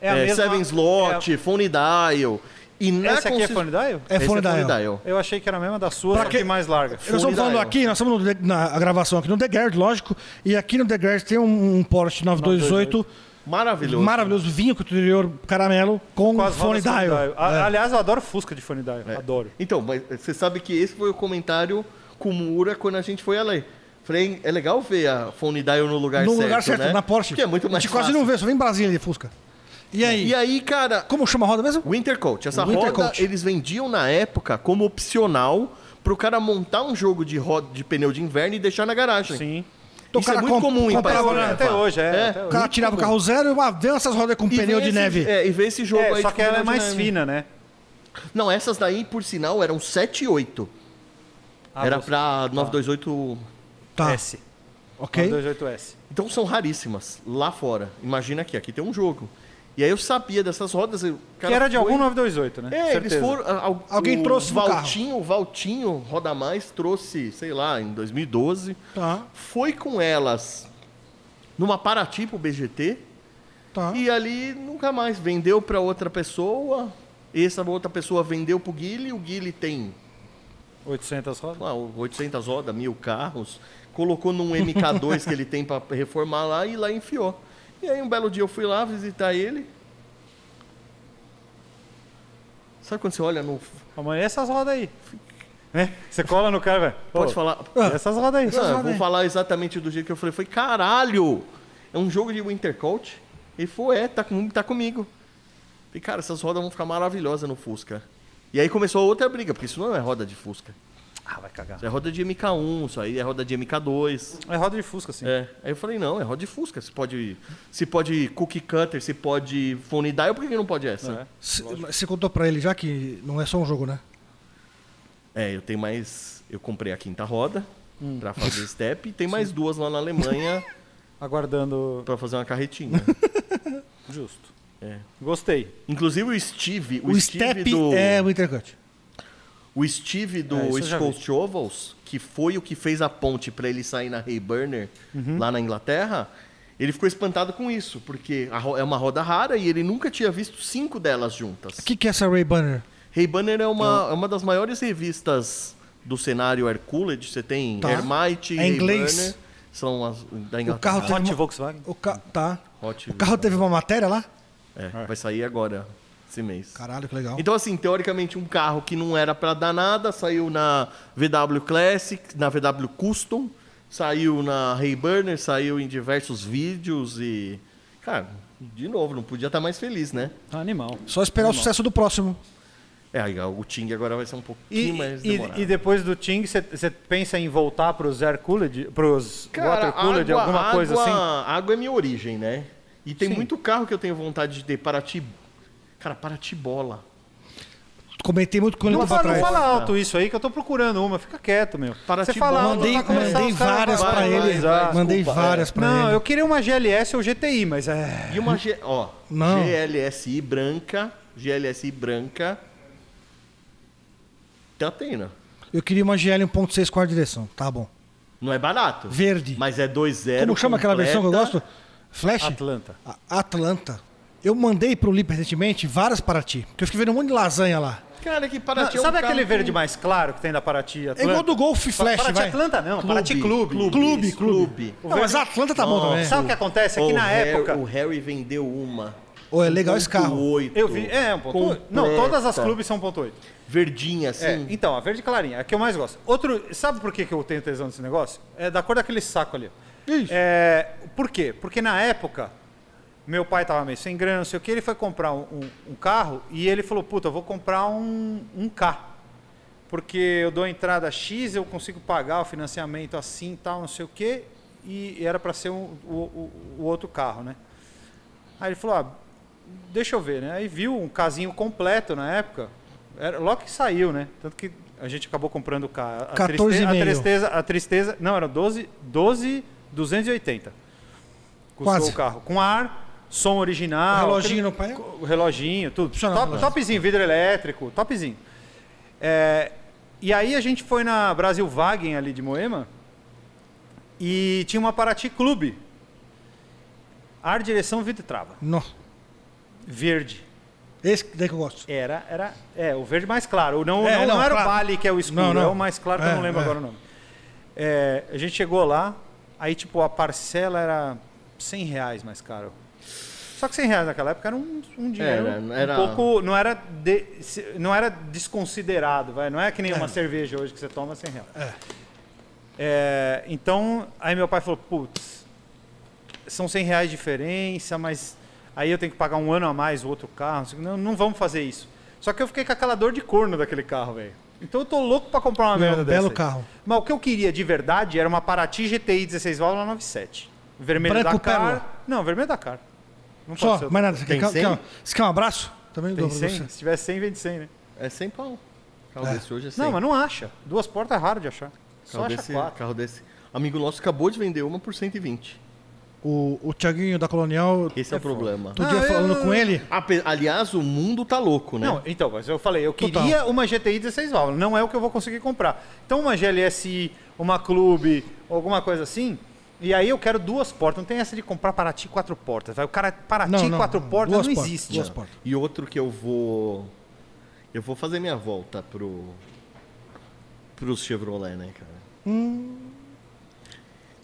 [SPEAKER 1] É a
[SPEAKER 4] é,
[SPEAKER 1] mesma-
[SPEAKER 4] Seven Slot, Phone Dial. E na
[SPEAKER 1] Essa aqui é
[SPEAKER 4] concessi-
[SPEAKER 1] fone dial?
[SPEAKER 3] É
[SPEAKER 4] Esse
[SPEAKER 3] fone dial.
[SPEAKER 1] Eu achei que era a mesma da sua,
[SPEAKER 3] Pra
[SPEAKER 1] só
[SPEAKER 3] quê?
[SPEAKER 1] que mais larga.
[SPEAKER 3] Nós estamos falando
[SPEAKER 4] dial.
[SPEAKER 3] aqui, nós estamos no The- na gravação aqui no The Garage, lógico. E aqui no The Garage tem um, um Porsche 928,
[SPEAKER 4] Maravilhoso.
[SPEAKER 3] maravilhoso, vinho com interior caramelo, com,
[SPEAKER 1] Com as
[SPEAKER 3] fone
[SPEAKER 1] rodas fone
[SPEAKER 3] dial.
[SPEAKER 1] dial. A-
[SPEAKER 3] É.
[SPEAKER 1] Aliás, eu adoro Fusca de fone dial.
[SPEAKER 4] É.
[SPEAKER 1] Adoro.
[SPEAKER 4] Então, mas você sabe que esse foi o comentário com o Mura quando a gente foi além. Falei, é legal ver a Phone Dial no lugar
[SPEAKER 3] no
[SPEAKER 4] certo,
[SPEAKER 3] lugar certo,
[SPEAKER 4] né?
[SPEAKER 3] na Porsche.
[SPEAKER 4] Que é muito mais
[SPEAKER 3] A gente quase não
[SPEAKER 4] fácil.
[SPEAKER 3] vê, só vem em Brasília de Fusca. E aí?
[SPEAKER 4] E aí, cara,
[SPEAKER 3] Como chama a roda mesmo?
[SPEAKER 4] Wintercoat. Essa roda
[SPEAKER 3] Wintercoat.
[SPEAKER 4] eles vendiam na época como opcional pro cara montar um jogo de roda de pneu de inverno e deixar na garagem.
[SPEAKER 1] Sim.
[SPEAKER 3] Então,
[SPEAKER 4] Isso
[SPEAKER 3] o
[SPEAKER 4] é
[SPEAKER 3] cara com-
[SPEAKER 4] muito comum em
[SPEAKER 3] comprava
[SPEAKER 4] país
[SPEAKER 1] né?
[SPEAKER 4] de
[SPEAKER 1] Até
[SPEAKER 4] neva.
[SPEAKER 1] hoje, é, até
[SPEAKER 3] O
[SPEAKER 1] hoje.
[SPEAKER 3] cara tirava o carro zero e ah, vê essas rodas com
[SPEAKER 4] E
[SPEAKER 3] pneu
[SPEAKER 4] ver
[SPEAKER 3] de
[SPEAKER 4] esse-
[SPEAKER 3] neve.
[SPEAKER 4] É, e ver esse jogo
[SPEAKER 1] É,
[SPEAKER 4] aí
[SPEAKER 1] só
[SPEAKER 4] de
[SPEAKER 1] que ela é
[SPEAKER 4] pneu
[SPEAKER 1] mais
[SPEAKER 4] dinâmico.
[SPEAKER 1] fina, né?
[SPEAKER 4] Não, essas daí, por sinal, eram 7 e 8.
[SPEAKER 1] Ah,
[SPEAKER 4] Era
[SPEAKER 1] você-
[SPEAKER 4] pra 928...
[SPEAKER 3] Tá,
[SPEAKER 1] S.
[SPEAKER 3] ok.
[SPEAKER 1] 928S.
[SPEAKER 4] Então são raríssimas lá fora. Imagina aqui, aqui tem um jogo. E aí eu sabia dessas rodas. eu-
[SPEAKER 1] Que
[SPEAKER 4] cara,
[SPEAKER 1] era de
[SPEAKER 4] foi-
[SPEAKER 1] algum 928, né?
[SPEAKER 4] É, eles
[SPEAKER 1] Certeza.
[SPEAKER 4] foram. a- al-
[SPEAKER 3] Alguém
[SPEAKER 4] o
[SPEAKER 3] trouxe no carro.
[SPEAKER 4] Valtinho, o Valtinho Roda Mais trouxe, sei lá, em 2012.
[SPEAKER 3] Tá,
[SPEAKER 4] Foi com elas numa Paraty pro BGT
[SPEAKER 3] tá.
[SPEAKER 4] e ali nunca mais vendeu pra outra pessoa. Essa outra pessoa vendeu pro Guile, o Guile tem
[SPEAKER 1] 800 rodas.
[SPEAKER 4] lá, 800 rodas, mil carros, colocou num MK2 que ele tem pra reformar lá e lá enfiou. E aí um belo dia eu fui lá visitar ele. Sabe quando você olha no.
[SPEAKER 1] Amanhã essas rodas aí. Né? Você cola no cara, velho.
[SPEAKER 4] Pode
[SPEAKER 1] Pô,
[SPEAKER 4] falar.
[SPEAKER 1] e Essas rodas aí.
[SPEAKER 4] Não, eu vou
[SPEAKER 3] rodas aí.
[SPEAKER 4] falar exatamente do jeito que eu falei. Foi caralho! É um jogo de Wintercoat. Ele falou, é, tá, com, tá comigo. Falei, cara, essas rodas vão ficar maravilhosas no Fusca. E aí começou outra briga, porque isso não é roda de Fusca.
[SPEAKER 1] Ah, vai cagar.
[SPEAKER 4] Isso é roda de MK1, isso aí é roda de MK2.
[SPEAKER 1] É roda de Fusca, assim.
[SPEAKER 4] É. Aí eu falei, não, é roda de Fusca. Se pode, se pode cookie cutter, se pode phone dial, por que que não pode essa?
[SPEAKER 3] C- Você contou pra ele já que não é só um jogo, né?
[SPEAKER 4] É, Hum. eu tenho mais... Eu comprei a quinta roda pra fazer step e tem mais duas lá na Alemanha
[SPEAKER 1] Aguardando.
[SPEAKER 4] pra fazer uma carretinha.
[SPEAKER 1] Justo.
[SPEAKER 4] É.
[SPEAKER 1] Gostei.
[SPEAKER 4] Inclusive o Steve, o,
[SPEAKER 3] O
[SPEAKER 4] Steve
[SPEAKER 3] Step
[SPEAKER 4] do,
[SPEAKER 3] é o intercut.
[SPEAKER 4] o Steve do
[SPEAKER 1] É, isso eu já
[SPEAKER 4] Skull
[SPEAKER 1] vi.
[SPEAKER 4] Shovels, que foi o que fez a ponte para ele sair na Hayburner
[SPEAKER 3] Uhum.
[SPEAKER 4] lá na Inglaterra, ele ficou espantado com isso, porque a ro- é uma roda rara e ele nunca tinha visto cinco delas juntas.
[SPEAKER 3] O que, que é essa Ray Banner?
[SPEAKER 4] Hey Banner é uma, é uma das maiores revistas do cenário Hercules. Você tem
[SPEAKER 3] Tá.
[SPEAKER 4] Hermite,
[SPEAKER 3] É
[SPEAKER 4] Hey
[SPEAKER 3] inglês.
[SPEAKER 4] Banner, são as
[SPEAKER 3] O
[SPEAKER 4] da
[SPEAKER 3] carro
[SPEAKER 4] Inglaterra.
[SPEAKER 3] teve
[SPEAKER 1] Hot
[SPEAKER 3] uma...
[SPEAKER 1] Volkswagen.
[SPEAKER 3] O ca... Tá.
[SPEAKER 4] Hot
[SPEAKER 3] O carro teve uma matéria lá?
[SPEAKER 4] É, vai sair agora, esse mês.
[SPEAKER 3] Caralho, que legal.
[SPEAKER 4] Então, assim, teoricamente, um carro que não era pra dar nada saiu na VW Classic, na VW Custom, saiu na Hayburner, saiu em diversos vídeos e. Cara, de novo, não podia estar mais feliz, né?
[SPEAKER 1] Tá animal.
[SPEAKER 3] Só esperar o sucesso do próximo.
[SPEAKER 4] É, aí, ó, o Ting agora vai ser um
[SPEAKER 1] E,
[SPEAKER 4] pouquinho mais
[SPEAKER 1] e-
[SPEAKER 4] demorado.
[SPEAKER 1] e depois do Ting, você pensa em voltar pros Air Cooled, pros Water Cooled, alguma coisa
[SPEAKER 4] água-
[SPEAKER 1] assim?
[SPEAKER 4] Água é minha origem, né? E tem
[SPEAKER 1] Sim.
[SPEAKER 4] muito carro que eu tenho vontade de ter. Paraty. Cara, Paraty bola.
[SPEAKER 3] Comentei muito com ele
[SPEAKER 1] Não
[SPEAKER 3] tempo
[SPEAKER 1] fala, não
[SPEAKER 3] atrás.
[SPEAKER 1] fala alto isso aí, que eu tô procurando uma, fica quieto, meu.
[SPEAKER 4] Para
[SPEAKER 1] Você
[SPEAKER 4] te
[SPEAKER 1] fala
[SPEAKER 4] bom.
[SPEAKER 1] alto,
[SPEAKER 3] Mandei,
[SPEAKER 1] vai começar
[SPEAKER 3] mandei
[SPEAKER 1] os caras a
[SPEAKER 3] várias
[SPEAKER 1] falar
[SPEAKER 3] pra
[SPEAKER 4] vai,
[SPEAKER 1] mais
[SPEAKER 3] ele.
[SPEAKER 1] alto.
[SPEAKER 3] mandei
[SPEAKER 4] desculpa,
[SPEAKER 3] várias pra
[SPEAKER 1] Não,
[SPEAKER 3] ele.
[SPEAKER 1] eu queria uma GLS ou GTI, mas é.
[SPEAKER 4] E uma G, ó,
[SPEAKER 3] Não.
[SPEAKER 4] GLSI branca, GLSI branca. Tá tendo.
[SPEAKER 3] Eu queria uma um GL 1.6 quarta direção. Tá bom.
[SPEAKER 4] Não é barato.
[SPEAKER 3] Verde.
[SPEAKER 4] Mas é 2.0.
[SPEAKER 3] Como chama aquela versão que eu
[SPEAKER 4] completa.
[SPEAKER 3] gosto? Flash?
[SPEAKER 1] Atlanta.
[SPEAKER 3] A- Atlanta. Eu mandei pro Lipe recentemente várias para ti. Porque eu fiquei vendo um monte de lasanha lá.
[SPEAKER 4] Cara, que
[SPEAKER 1] Não,
[SPEAKER 4] Paraty é um
[SPEAKER 1] sabe
[SPEAKER 4] carro
[SPEAKER 1] aquele
[SPEAKER 4] que-
[SPEAKER 1] verde mais claro que tem da Paraty
[SPEAKER 3] É
[SPEAKER 1] Atlanta?
[SPEAKER 3] igual do Golf Flash,
[SPEAKER 1] Paraty
[SPEAKER 3] vai.
[SPEAKER 1] Atlanta não,
[SPEAKER 4] Clube,
[SPEAKER 1] Paraty Clube.
[SPEAKER 4] clube,
[SPEAKER 3] Clube,
[SPEAKER 4] isso,
[SPEAKER 3] clube.
[SPEAKER 4] clube.
[SPEAKER 3] Não, mas a Atlanta tá bom também.
[SPEAKER 1] Sabe o que acontece? É que
[SPEAKER 4] O
[SPEAKER 1] na
[SPEAKER 4] Harry-
[SPEAKER 1] época...
[SPEAKER 4] O Harry vendeu uma.
[SPEAKER 3] Ô, é legal esse carro.
[SPEAKER 4] 1.8.
[SPEAKER 1] Eu vi, é, um ponto oito. Não, todas as
[SPEAKER 4] Completa.
[SPEAKER 1] clubes são ponto oito.
[SPEAKER 4] Verdinha, assim.
[SPEAKER 1] É, então, a verde clarinha, é a que eu mais gosto. Outro, sabe por que, que eu tenho tesão nesse negócio? É da cor daquele saco ali.
[SPEAKER 3] Ixi.
[SPEAKER 1] É, por quê? Porque na época, meu pai tava meio sem grana, não sei o que, ele foi comprar um, um- um carro e ele falou, puta, eu vou comprar um, um K. Porque eu dou a entrada X, eu consigo pagar o financiamento assim e tal, não sei o que, e era para ser um- o- o- o outro carro, né? Aí ele falou, ah, deixa eu ver, né? Aí viu um casinho completo na época. Era logo que saiu, né? Tanto que a gente acabou comprando o carro. A,
[SPEAKER 3] 14,5.
[SPEAKER 1] tristeza, a tristeza, a tristeza, não, era 12, 12 280. Custou
[SPEAKER 3] Quase.
[SPEAKER 1] o carro com ar, som original,
[SPEAKER 3] Reloginho no
[SPEAKER 1] aquele-
[SPEAKER 3] painel.
[SPEAKER 1] o reloginho, tudo.
[SPEAKER 3] Funcionava o
[SPEAKER 1] Top,
[SPEAKER 3] relógio.
[SPEAKER 1] topzinho, vidro elétrico, topzinho. É, e aí a gente foi na Brasil Wagen ali de Moema e tinha uma Paraty Clube. Ar, direção, vidro e trava
[SPEAKER 3] Nossa.
[SPEAKER 1] verde.
[SPEAKER 3] Esse daí que eu gosto.
[SPEAKER 1] Era, era, é, o verde mais claro. O Não,
[SPEAKER 3] É,
[SPEAKER 1] não,
[SPEAKER 3] não,
[SPEAKER 1] não era
[SPEAKER 3] claro.
[SPEAKER 1] o Bali que é o escuro,
[SPEAKER 3] Não, não.
[SPEAKER 1] é o mais claro que
[SPEAKER 3] É,
[SPEAKER 1] eu não lembro
[SPEAKER 3] é.
[SPEAKER 1] agora o nome. É, a gente chegou lá, aí tipo, a parcela era 100 reais mais caro. Só que 100 reais naquela época era um, um dinheiro
[SPEAKER 4] É, Era, era-
[SPEAKER 1] um pouco... Não era, de- se- não era desconsiderado, vai. não é que nem
[SPEAKER 3] É.
[SPEAKER 1] uma cerveja hoje que você toma 100 reais. É, então, aí meu pai falou, putz, são 100 reais de diferença, mas aí eu tenho que pagar um ano a mais o outro carro. não sei o que. Não, não vamos fazer isso. Só que eu fiquei com aquela dor de corno daquele carro, velho. Então eu tô louco pra comprar uma
[SPEAKER 3] Meu,
[SPEAKER 1] merda dessa.
[SPEAKER 3] belo
[SPEAKER 1] aí.
[SPEAKER 3] carro.
[SPEAKER 1] Mas o que eu queria de verdade era uma Paraty GTI 16 válvula 97. Vermelho
[SPEAKER 3] Branco
[SPEAKER 1] da car.
[SPEAKER 3] pérola.
[SPEAKER 1] Não, vermelho da car. Não pode ser
[SPEAKER 3] Só,
[SPEAKER 1] outro.
[SPEAKER 3] mais nada. Você quer,
[SPEAKER 4] Tem
[SPEAKER 3] quer-
[SPEAKER 4] cem?
[SPEAKER 3] quer- você quer um abraço? Também dou
[SPEAKER 1] Tem
[SPEAKER 3] pra
[SPEAKER 1] 100?
[SPEAKER 3] você.
[SPEAKER 1] Se tiver 100, vende 100, né?
[SPEAKER 4] É sem pau. Carro
[SPEAKER 3] É.
[SPEAKER 4] desse hoje é 100.
[SPEAKER 1] Não, mas não acha. Duas portas é raro de achar. Só
[SPEAKER 4] carro
[SPEAKER 1] acha
[SPEAKER 4] desse,
[SPEAKER 1] quatro.
[SPEAKER 4] carro desse. Amigo nosso acabou de vender uma por 120.
[SPEAKER 3] O, o Thiaguinho da Colonial,
[SPEAKER 4] Esse é, o problema.
[SPEAKER 3] todo dia
[SPEAKER 1] Ah, eu-
[SPEAKER 3] falando com ele.
[SPEAKER 4] Ape- Aliás, o mundo tá louco, né?
[SPEAKER 1] Não, então, mas eu falei, eu
[SPEAKER 3] Total.
[SPEAKER 1] queria uma GTI 16 válvulas, não é o que eu vou conseguir comprar. Então, uma GLSI, uma Clube, alguma coisa assim, e aí eu quero duas portas, não tem essa de comprar Paraty quatro portas. Vai, o cara, Paraty
[SPEAKER 3] Não, não,
[SPEAKER 1] quatro
[SPEAKER 3] não,
[SPEAKER 1] portas
[SPEAKER 3] duas
[SPEAKER 1] não
[SPEAKER 3] portas,
[SPEAKER 1] existe.
[SPEAKER 3] duas
[SPEAKER 1] Não.
[SPEAKER 3] portas.
[SPEAKER 4] E outro que eu vou. Eu vou fazer minha volta pro. pros Chevrolet, né, cara?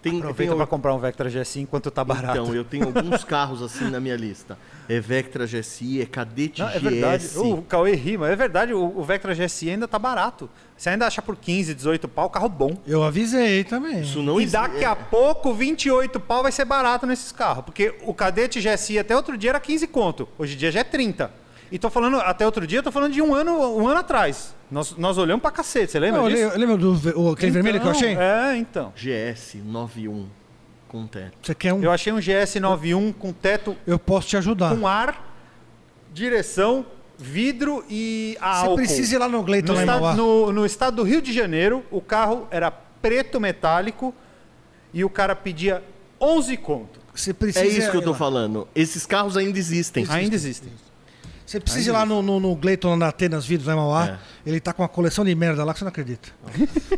[SPEAKER 4] Tem, tem
[SPEAKER 1] Hum. Aproveita
[SPEAKER 4] al-
[SPEAKER 1] pra comprar um Vectra GSI enquanto tá barato.
[SPEAKER 4] Então, eu tenho alguns carros assim na minha lista. É Vectra GSI, é Cadete
[SPEAKER 1] Não,
[SPEAKER 4] GS.
[SPEAKER 1] é verdade, o Cauê ri, mas é verdade, o, o Vectra GSI ainda tá barato. Você ainda acha por 15, 18 pau, carro bom.
[SPEAKER 3] Eu avisei também.
[SPEAKER 4] Isso não
[SPEAKER 1] e
[SPEAKER 4] exi-
[SPEAKER 1] daqui a pouco, 28 pau vai ser barato nesses carros. Porque o cadete GSI até outro dia era 15 conto. Hoje em dia já é 30. E tô falando, até outro dia, eu tô falando de um ano, um ano atrás. Nós, nós olhamos pra cacete, você lembra
[SPEAKER 3] Não,
[SPEAKER 1] disso?
[SPEAKER 3] lembra, lembra do ve- o, aquele
[SPEAKER 1] Então,
[SPEAKER 3] vermelho que eu achei?
[SPEAKER 1] É, então.
[SPEAKER 4] GS 91 com teto.
[SPEAKER 3] Você quer um?
[SPEAKER 1] Eu
[SPEAKER 3] Eu,
[SPEAKER 1] achei um GS91 com teto
[SPEAKER 3] posso te ajudar.
[SPEAKER 1] com ar, direção, vidro e
[SPEAKER 3] Você
[SPEAKER 1] álcool.
[SPEAKER 3] precisa ir lá no Gleiton,
[SPEAKER 1] No,
[SPEAKER 3] lá em
[SPEAKER 1] esta-
[SPEAKER 3] Mauá.
[SPEAKER 1] no- no estado do Rio de Janeiro, o carro era preto metálico e o cara pedia 11 conto.
[SPEAKER 3] Você precisa
[SPEAKER 4] É isso que eu
[SPEAKER 3] ir
[SPEAKER 4] tô
[SPEAKER 3] lá.
[SPEAKER 4] falando. Esses carros ainda existem.
[SPEAKER 1] Ainda existem.
[SPEAKER 3] Você precisa ir lá no, no, no Gleiton, lá na Atenas Vídeos, lá em Mauá.
[SPEAKER 4] É.
[SPEAKER 3] Ele tá com uma coleção de merda lá que você não acredita.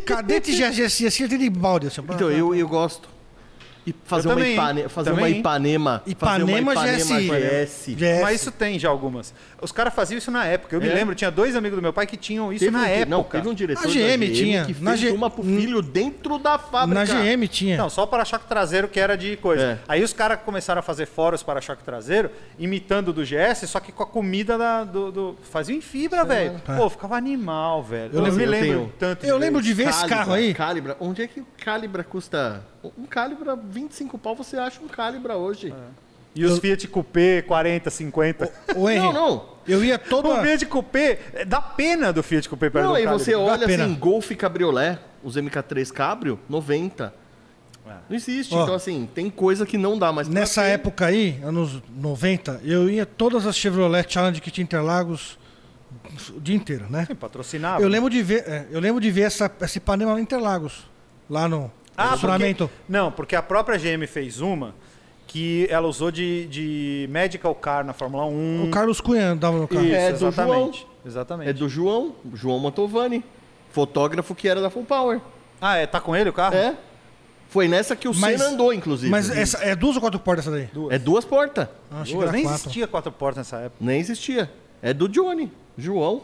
[SPEAKER 3] Cadete GSS, assim, tem de balde. Assim,
[SPEAKER 4] Então, eu, eu gosto. E fazer, uma,
[SPEAKER 1] também,
[SPEAKER 4] Ipane... fazer
[SPEAKER 1] também.
[SPEAKER 4] uma Ipanema. fazer uma
[SPEAKER 3] Ipanema é assim.
[SPEAKER 4] Ipanema é
[SPEAKER 3] GSI.
[SPEAKER 4] GS.
[SPEAKER 3] GS.
[SPEAKER 1] Mas isso tem já algumas. Os caras faziam isso na época. Eu me
[SPEAKER 4] É?
[SPEAKER 1] lembro, tinha dois amigos do meu pai que tinham isso
[SPEAKER 4] Teve
[SPEAKER 1] na
[SPEAKER 4] um,
[SPEAKER 1] época.
[SPEAKER 4] Não, teve um diretor
[SPEAKER 3] A GM
[SPEAKER 4] da
[SPEAKER 3] tinha.
[SPEAKER 4] que fez
[SPEAKER 3] Na G-
[SPEAKER 4] uma pro filho dentro da fábrica.
[SPEAKER 3] Na GM tinha.
[SPEAKER 1] Não, só para-choque traseiro que era de coisa.
[SPEAKER 4] É.
[SPEAKER 1] Aí os caras começaram a fazer fora os para-choque traseiro, imitando do GS, só que com a comida da- do, do- Faziam em fibra, velho. Pô, ficava animal, velho.
[SPEAKER 4] Eu lembro-
[SPEAKER 1] me
[SPEAKER 4] eu
[SPEAKER 1] lembro
[SPEAKER 4] tenho-
[SPEAKER 1] tanto.
[SPEAKER 3] eu
[SPEAKER 1] de-
[SPEAKER 3] lembro de ver esse
[SPEAKER 4] Calibra,
[SPEAKER 3] carro aí.
[SPEAKER 4] Calibra. Onde é que o Calibra custa? Um Calibra, 25 pau, você acha um Calibra hoje.
[SPEAKER 1] E os Fiat Coupé 40, 50.
[SPEAKER 3] Ô, Henry,
[SPEAKER 4] Não, não.
[SPEAKER 3] Eu ia
[SPEAKER 1] O,
[SPEAKER 3] toda...
[SPEAKER 1] Fiat Coupé, é, dá pena do Fiat Coupé perto
[SPEAKER 4] Não,
[SPEAKER 1] do
[SPEAKER 4] aí
[SPEAKER 1] Calibra.
[SPEAKER 4] você olha
[SPEAKER 3] pena.
[SPEAKER 4] assim, Golf Cabriolé, os MK3 Cabrio, 90. Não existe.
[SPEAKER 3] É. Ó.
[SPEAKER 4] Então, assim, tem coisa que não dá mais pra
[SPEAKER 3] Nessa
[SPEAKER 4] ter.
[SPEAKER 3] época aí, anos 90, eu ia todas as Chevrolet Challenge que tinha Interlagos o dia inteiro, né?
[SPEAKER 4] Ah,
[SPEAKER 1] Patrocinava.
[SPEAKER 3] Eu lembro de ver, é, eu lembro de ver essa, esse Panema lá em Interlagos, lá no
[SPEAKER 1] Ah,
[SPEAKER 3] estacionamento.
[SPEAKER 1] porque, não, porque a própria GM fez uma que ela usou de, de medical car na Fórmula 1.
[SPEAKER 4] Hum.
[SPEAKER 3] O Carlos Cunha andava no carro.
[SPEAKER 1] Isso,
[SPEAKER 4] É, do João.
[SPEAKER 1] exatamente. Exatamente.
[SPEAKER 4] É do João, João Mantovani, fotógrafo que era da Full Power.
[SPEAKER 1] Ah, é, tá com ele o carro?
[SPEAKER 4] É. Foi nessa que o
[SPEAKER 3] Mas-
[SPEAKER 4] Senna andou, inclusive.
[SPEAKER 3] Mas essa, é duas ou quatro portas essa daí?
[SPEAKER 4] É duas portas.
[SPEAKER 3] Ah, achei que
[SPEAKER 1] Duas,
[SPEAKER 3] era
[SPEAKER 1] nem
[SPEAKER 3] quatro.
[SPEAKER 1] existia quatro portas nessa época.
[SPEAKER 4] Nem existia. É do Johnny. João.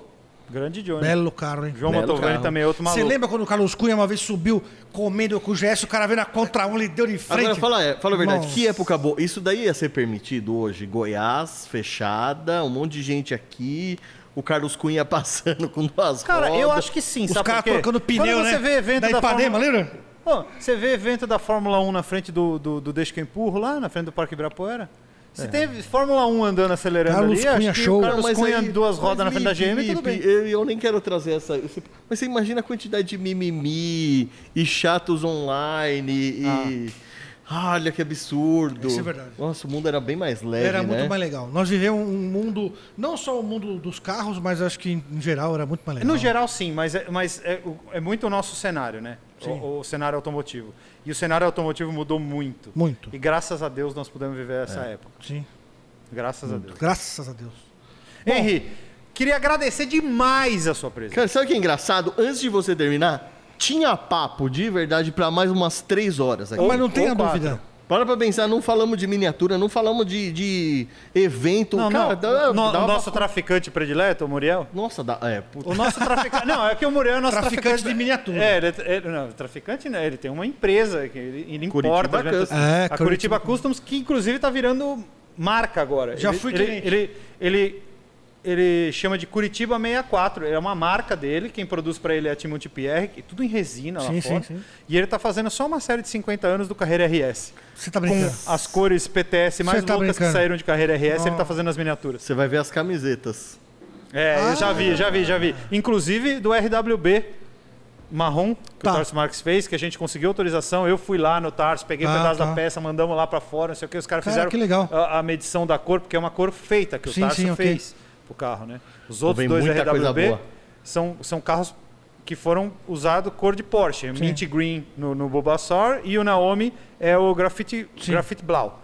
[SPEAKER 1] Grande
[SPEAKER 4] né?
[SPEAKER 1] Johnny.
[SPEAKER 3] Belo carro, hein?
[SPEAKER 1] João
[SPEAKER 4] Belo
[SPEAKER 1] Mantovani
[SPEAKER 4] carro.
[SPEAKER 1] também é outro
[SPEAKER 3] Você
[SPEAKER 1] maluco.
[SPEAKER 3] lembra quando o Carlos Cunha uma vez subiu comendo com o GS, o cara veio na contra um, ele deu de frente?
[SPEAKER 4] Agora, fala, é, fala a verdade.
[SPEAKER 3] Irmãos.
[SPEAKER 4] Que época boa. Isso daí ia ser permitido hoje. Goiás, fechada, um monte de gente aqui. O Carlos Cunha passando com duas
[SPEAKER 1] Cara,
[SPEAKER 4] rodas.
[SPEAKER 1] eu acho que sim,
[SPEAKER 3] Os
[SPEAKER 1] sabe
[SPEAKER 3] caras
[SPEAKER 1] por quê?
[SPEAKER 3] trocando pneu,
[SPEAKER 1] Quando
[SPEAKER 3] né?
[SPEAKER 1] você vê evento da, Fórmula...
[SPEAKER 3] Ipanema, lembra?
[SPEAKER 1] Pô, você vê evento da Fórmula 1 na frente do, do, do Deixa que eu empurro lá, na frente do Parque Ibirapuera. Se tem Fórmula 1 andando acelerando
[SPEAKER 3] É. Carlos
[SPEAKER 1] ali, acho
[SPEAKER 3] Cunha
[SPEAKER 1] que
[SPEAKER 3] show.
[SPEAKER 1] o Carlos
[SPEAKER 4] Mas
[SPEAKER 1] Cunha
[SPEAKER 4] aí-
[SPEAKER 1] duas rodas na
[SPEAKER 4] mas
[SPEAKER 1] frente da GM,
[SPEAKER 4] Lipe,
[SPEAKER 1] tudo bem.
[SPEAKER 4] Eu, eu nem quero trazer essa. esse- mas você imagina a quantidade de mimimi e chatos online e. Ah, Olha que absurdo.
[SPEAKER 3] Isso é verdade.
[SPEAKER 4] Nossa, o mundo era bem mais leve.
[SPEAKER 3] Era muito
[SPEAKER 4] né?
[SPEAKER 3] mais legal. Nós vivemos um mundo, não só o mundo dos carros, mas acho que em geral era muito mais legal.
[SPEAKER 1] É, No geral, sim, mas, é- mas é, o- é muito o nosso cenário, né? O, o cenário automotivo. E o cenário automotivo mudou muito.
[SPEAKER 3] Muito.
[SPEAKER 1] E graças a Deus nós pudemos viver essa
[SPEAKER 4] É.
[SPEAKER 1] época.
[SPEAKER 3] Sim.
[SPEAKER 1] Graças a
[SPEAKER 4] Hum.
[SPEAKER 1] Deus.
[SPEAKER 3] Graças a Deus.
[SPEAKER 1] Henri, queria agradecer demais a sua presença.
[SPEAKER 4] Cara, sabe o que é engraçado? Antes de você terminar, tinha papo de verdade pra mais umas três horas aqui.
[SPEAKER 3] Mas não
[SPEAKER 1] ou
[SPEAKER 3] tenha
[SPEAKER 1] quatro.
[SPEAKER 3] dúvida.
[SPEAKER 4] Para pra pensar, não falamos de miniatura, não falamos de, de evento.
[SPEAKER 1] Não,
[SPEAKER 4] Cara,
[SPEAKER 1] não,
[SPEAKER 4] dá-
[SPEAKER 1] no-
[SPEAKER 4] dá uma-
[SPEAKER 1] nosso traficante predileto, o Muriel.
[SPEAKER 4] Nossa, dá. É, puta.
[SPEAKER 1] O nosso traficante. não, é que o Muriel é nosso
[SPEAKER 3] Traficante
[SPEAKER 1] traficante.
[SPEAKER 3] de miniatura.
[SPEAKER 1] É, ele, ele- não, traficante não, ele tem uma empresa que ele, ele
[SPEAKER 4] Curitiba
[SPEAKER 1] importa. gente,
[SPEAKER 4] Customs.
[SPEAKER 1] assim,
[SPEAKER 3] É,
[SPEAKER 1] a Curitiba,
[SPEAKER 3] Curitiba
[SPEAKER 1] Customs, que inclusive está virando marca agora.
[SPEAKER 3] Já
[SPEAKER 1] ele,
[SPEAKER 3] fui
[SPEAKER 1] ele,
[SPEAKER 3] cliente.
[SPEAKER 1] Ele, ele, ele chama de Curitiba 64. É uma marca dele, quem produz para ele é a Timothy Pierre, que- tudo em resina lá
[SPEAKER 3] Sim,
[SPEAKER 1] fora.
[SPEAKER 3] sim, sim.
[SPEAKER 1] E ele está fazendo só uma série de 50 anos do Carreira RS.
[SPEAKER 3] Você tá
[SPEAKER 1] Com
[SPEAKER 3] brincando.
[SPEAKER 1] as cores PTS mais
[SPEAKER 3] Você tá
[SPEAKER 1] loucas que
[SPEAKER 3] brincando.
[SPEAKER 1] saíram de Carreira RS, ele está
[SPEAKER 3] Nossa.
[SPEAKER 1] fazendo as miniaturas.
[SPEAKER 4] Você vai ver as camisetas.
[SPEAKER 1] É, eu
[SPEAKER 3] Ah.
[SPEAKER 1] já vi, já vi, já vi. Inclusive do RWB marrom que
[SPEAKER 3] Tá.
[SPEAKER 1] o Tarso Marques fez, que a gente conseguiu autorização. Eu fui lá no Tarso, peguei um
[SPEAKER 3] Ah,
[SPEAKER 1] pedaço da
[SPEAKER 3] tá.
[SPEAKER 1] peça, mandamos lá pra fora, não sei o que. Os caras
[SPEAKER 3] Cara,
[SPEAKER 1] fizeram
[SPEAKER 3] que legal.
[SPEAKER 1] A, a medição da cor, porque é uma cor feita que o
[SPEAKER 3] Sim,
[SPEAKER 1] Tarso
[SPEAKER 3] sim, ok.
[SPEAKER 1] fez pro carro, né? Os outros
[SPEAKER 4] Vem
[SPEAKER 1] dois
[SPEAKER 4] muita coisa
[SPEAKER 1] RWB
[SPEAKER 4] boa.
[SPEAKER 1] são, são carros que foram usados cor de Porsche. Mint Green no, no Bulbasaur e o Naomi é o Graffiti,
[SPEAKER 3] Sim.
[SPEAKER 1] graffiti Blau.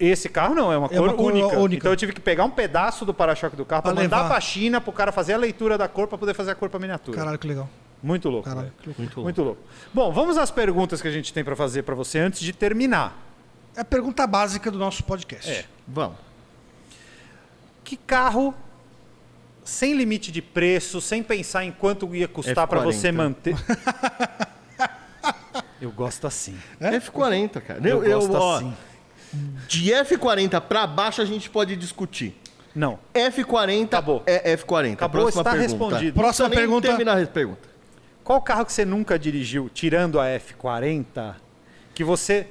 [SPEAKER 1] Esse carro não, é uma,
[SPEAKER 3] É
[SPEAKER 1] cor,
[SPEAKER 3] uma cor
[SPEAKER 1] única.
[SPEAKER 3] única.
[SPEAKER 1] Então eu tive que pegar um pedaço do para-choque do carro pra
[SPEAKER 3] Pra
[SPEAKER 1] mandar
[SPEAKER 3] levar.
[SPEAKER 1] pra China pro cara fazer a leitura da cor pra poder fazer a cor pra miniatura.
[SPEAKER 3] Caralho, que legal.
[SPEAKER 1] Muito louco.
[SPEAKER 3] Caralho,
[SPEAKER 1] velho.
[SPEAKER 3] que louco.
[SPEAKER 4] Muito
[SPEAKER 1] Muito louco. Bom, vamos às perguntas que a gente tem pra fazer pra você antes de terminar.
[SPEAKER 3] É a pergunta básica do nosso podcast.
[SPEAKER 1] É.
[SPEAKER 4] Vamos.
[SPEAKER 1] Que carro sem limite de preço, sem pensar em quanto ia custar pra
[SPEAKER 4] F40.
[SPEAKER 1] você manter? eu gosto assim.
[SPEAKER 3] É?
[SPEAKER 4] F40, cara.
[SPEAKER 1] Eu,
[SPEAKER 4] Eu, eu,
[SPEAKER 1] gosto
[SPEAKER 4] ó,
[SPEAKER 1] assim.
[SPEAKER 4] de F40 pra baixo a gente pode discutir.
[SPEAKER 1] Não.
[SPEAKER 4] F40
[SPEAKER 1] Acabou.
[SPEAKER 4] é F40.
[SPEAKER 1] Acabou,
[SPEAKER 4] Próxima
[SPEAKER 1] está
[SPEAKER 4] pergunta.
[SPEAKER 1] respondido.
[SPEAKER 3] Próxima
[SPEAKER 4] Não precisa nem
[SPEAKER 3] pergunta.
[SPEAKER 4] Terminar a pergunta.
[SPEAKER 1] Qual carro que você nunca dirigiu, tirando a F40, que você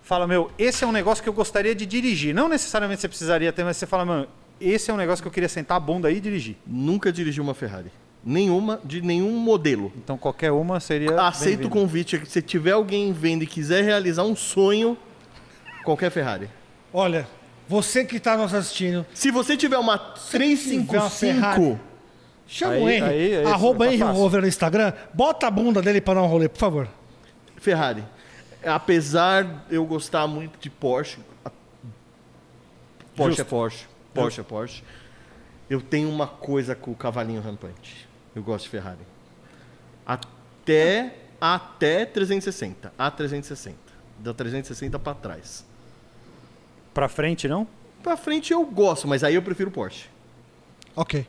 [SPEAKER 1] fala, meu, esse é um negócio que eu gostaria de dirigir. Não necessariamente você precisaria ter, mas você fala, mano, esse é um negócio que eu queria sentar a bunda aí e dirigir.
[SPEAKER 4] Nunca dirigi uma Ferrari. Nenhuma, de nenhum modelo.
[SPEAKER 1] Então qualquer uma seria.
[SPEAKER 3] Ah,
[SPEAKER 4] Aceito o
[SPEAKER 1] bem-vinda.
[SPEAKER 4] convite. Se tiver alguém vendo e quiser realizar um sonho, qualquer Ferrari.
[SPEAKER 3] Olha, você que tá nos assistindo,
[SPEAKER 4] Se você tiver uma
[SPEAKER 3] tiver uma Ferrari.
[SPEAKER 4] 355,
[SPEAKER 3] chama
[SPEAKER 1] Aí-
[SPEAKER 3] o Henry,
[SPEAKER 1] aí- aí
[SPEAKER 3] arroba
[SPEAKER 1] tá
[SPEAKER 3] Henry
[SPEAKER 1] fácil.
[SPEAKER 3] Rover no Instagram, bota a bunda dele pra dar um rolê, por favor.
[SPEAKER 4] Ferrari. apesar eu gostar muito de Porsche, a- Porsche
[SPEAKER 1] Justo.
[SPEAKER 4] é Porsche, Porsche é Porsche, eu tenho uma coisa com o cavalinho rampante. Eu gosto de Ferrari. Até, até 360, a 360, da 360 para trás.
[SPEAKER 1] Pra frente, não?
[SPEAKER 4] Pra frente eu gosto, mas aí eu prefiro Porsche.
[SPEAKER 3] Ok.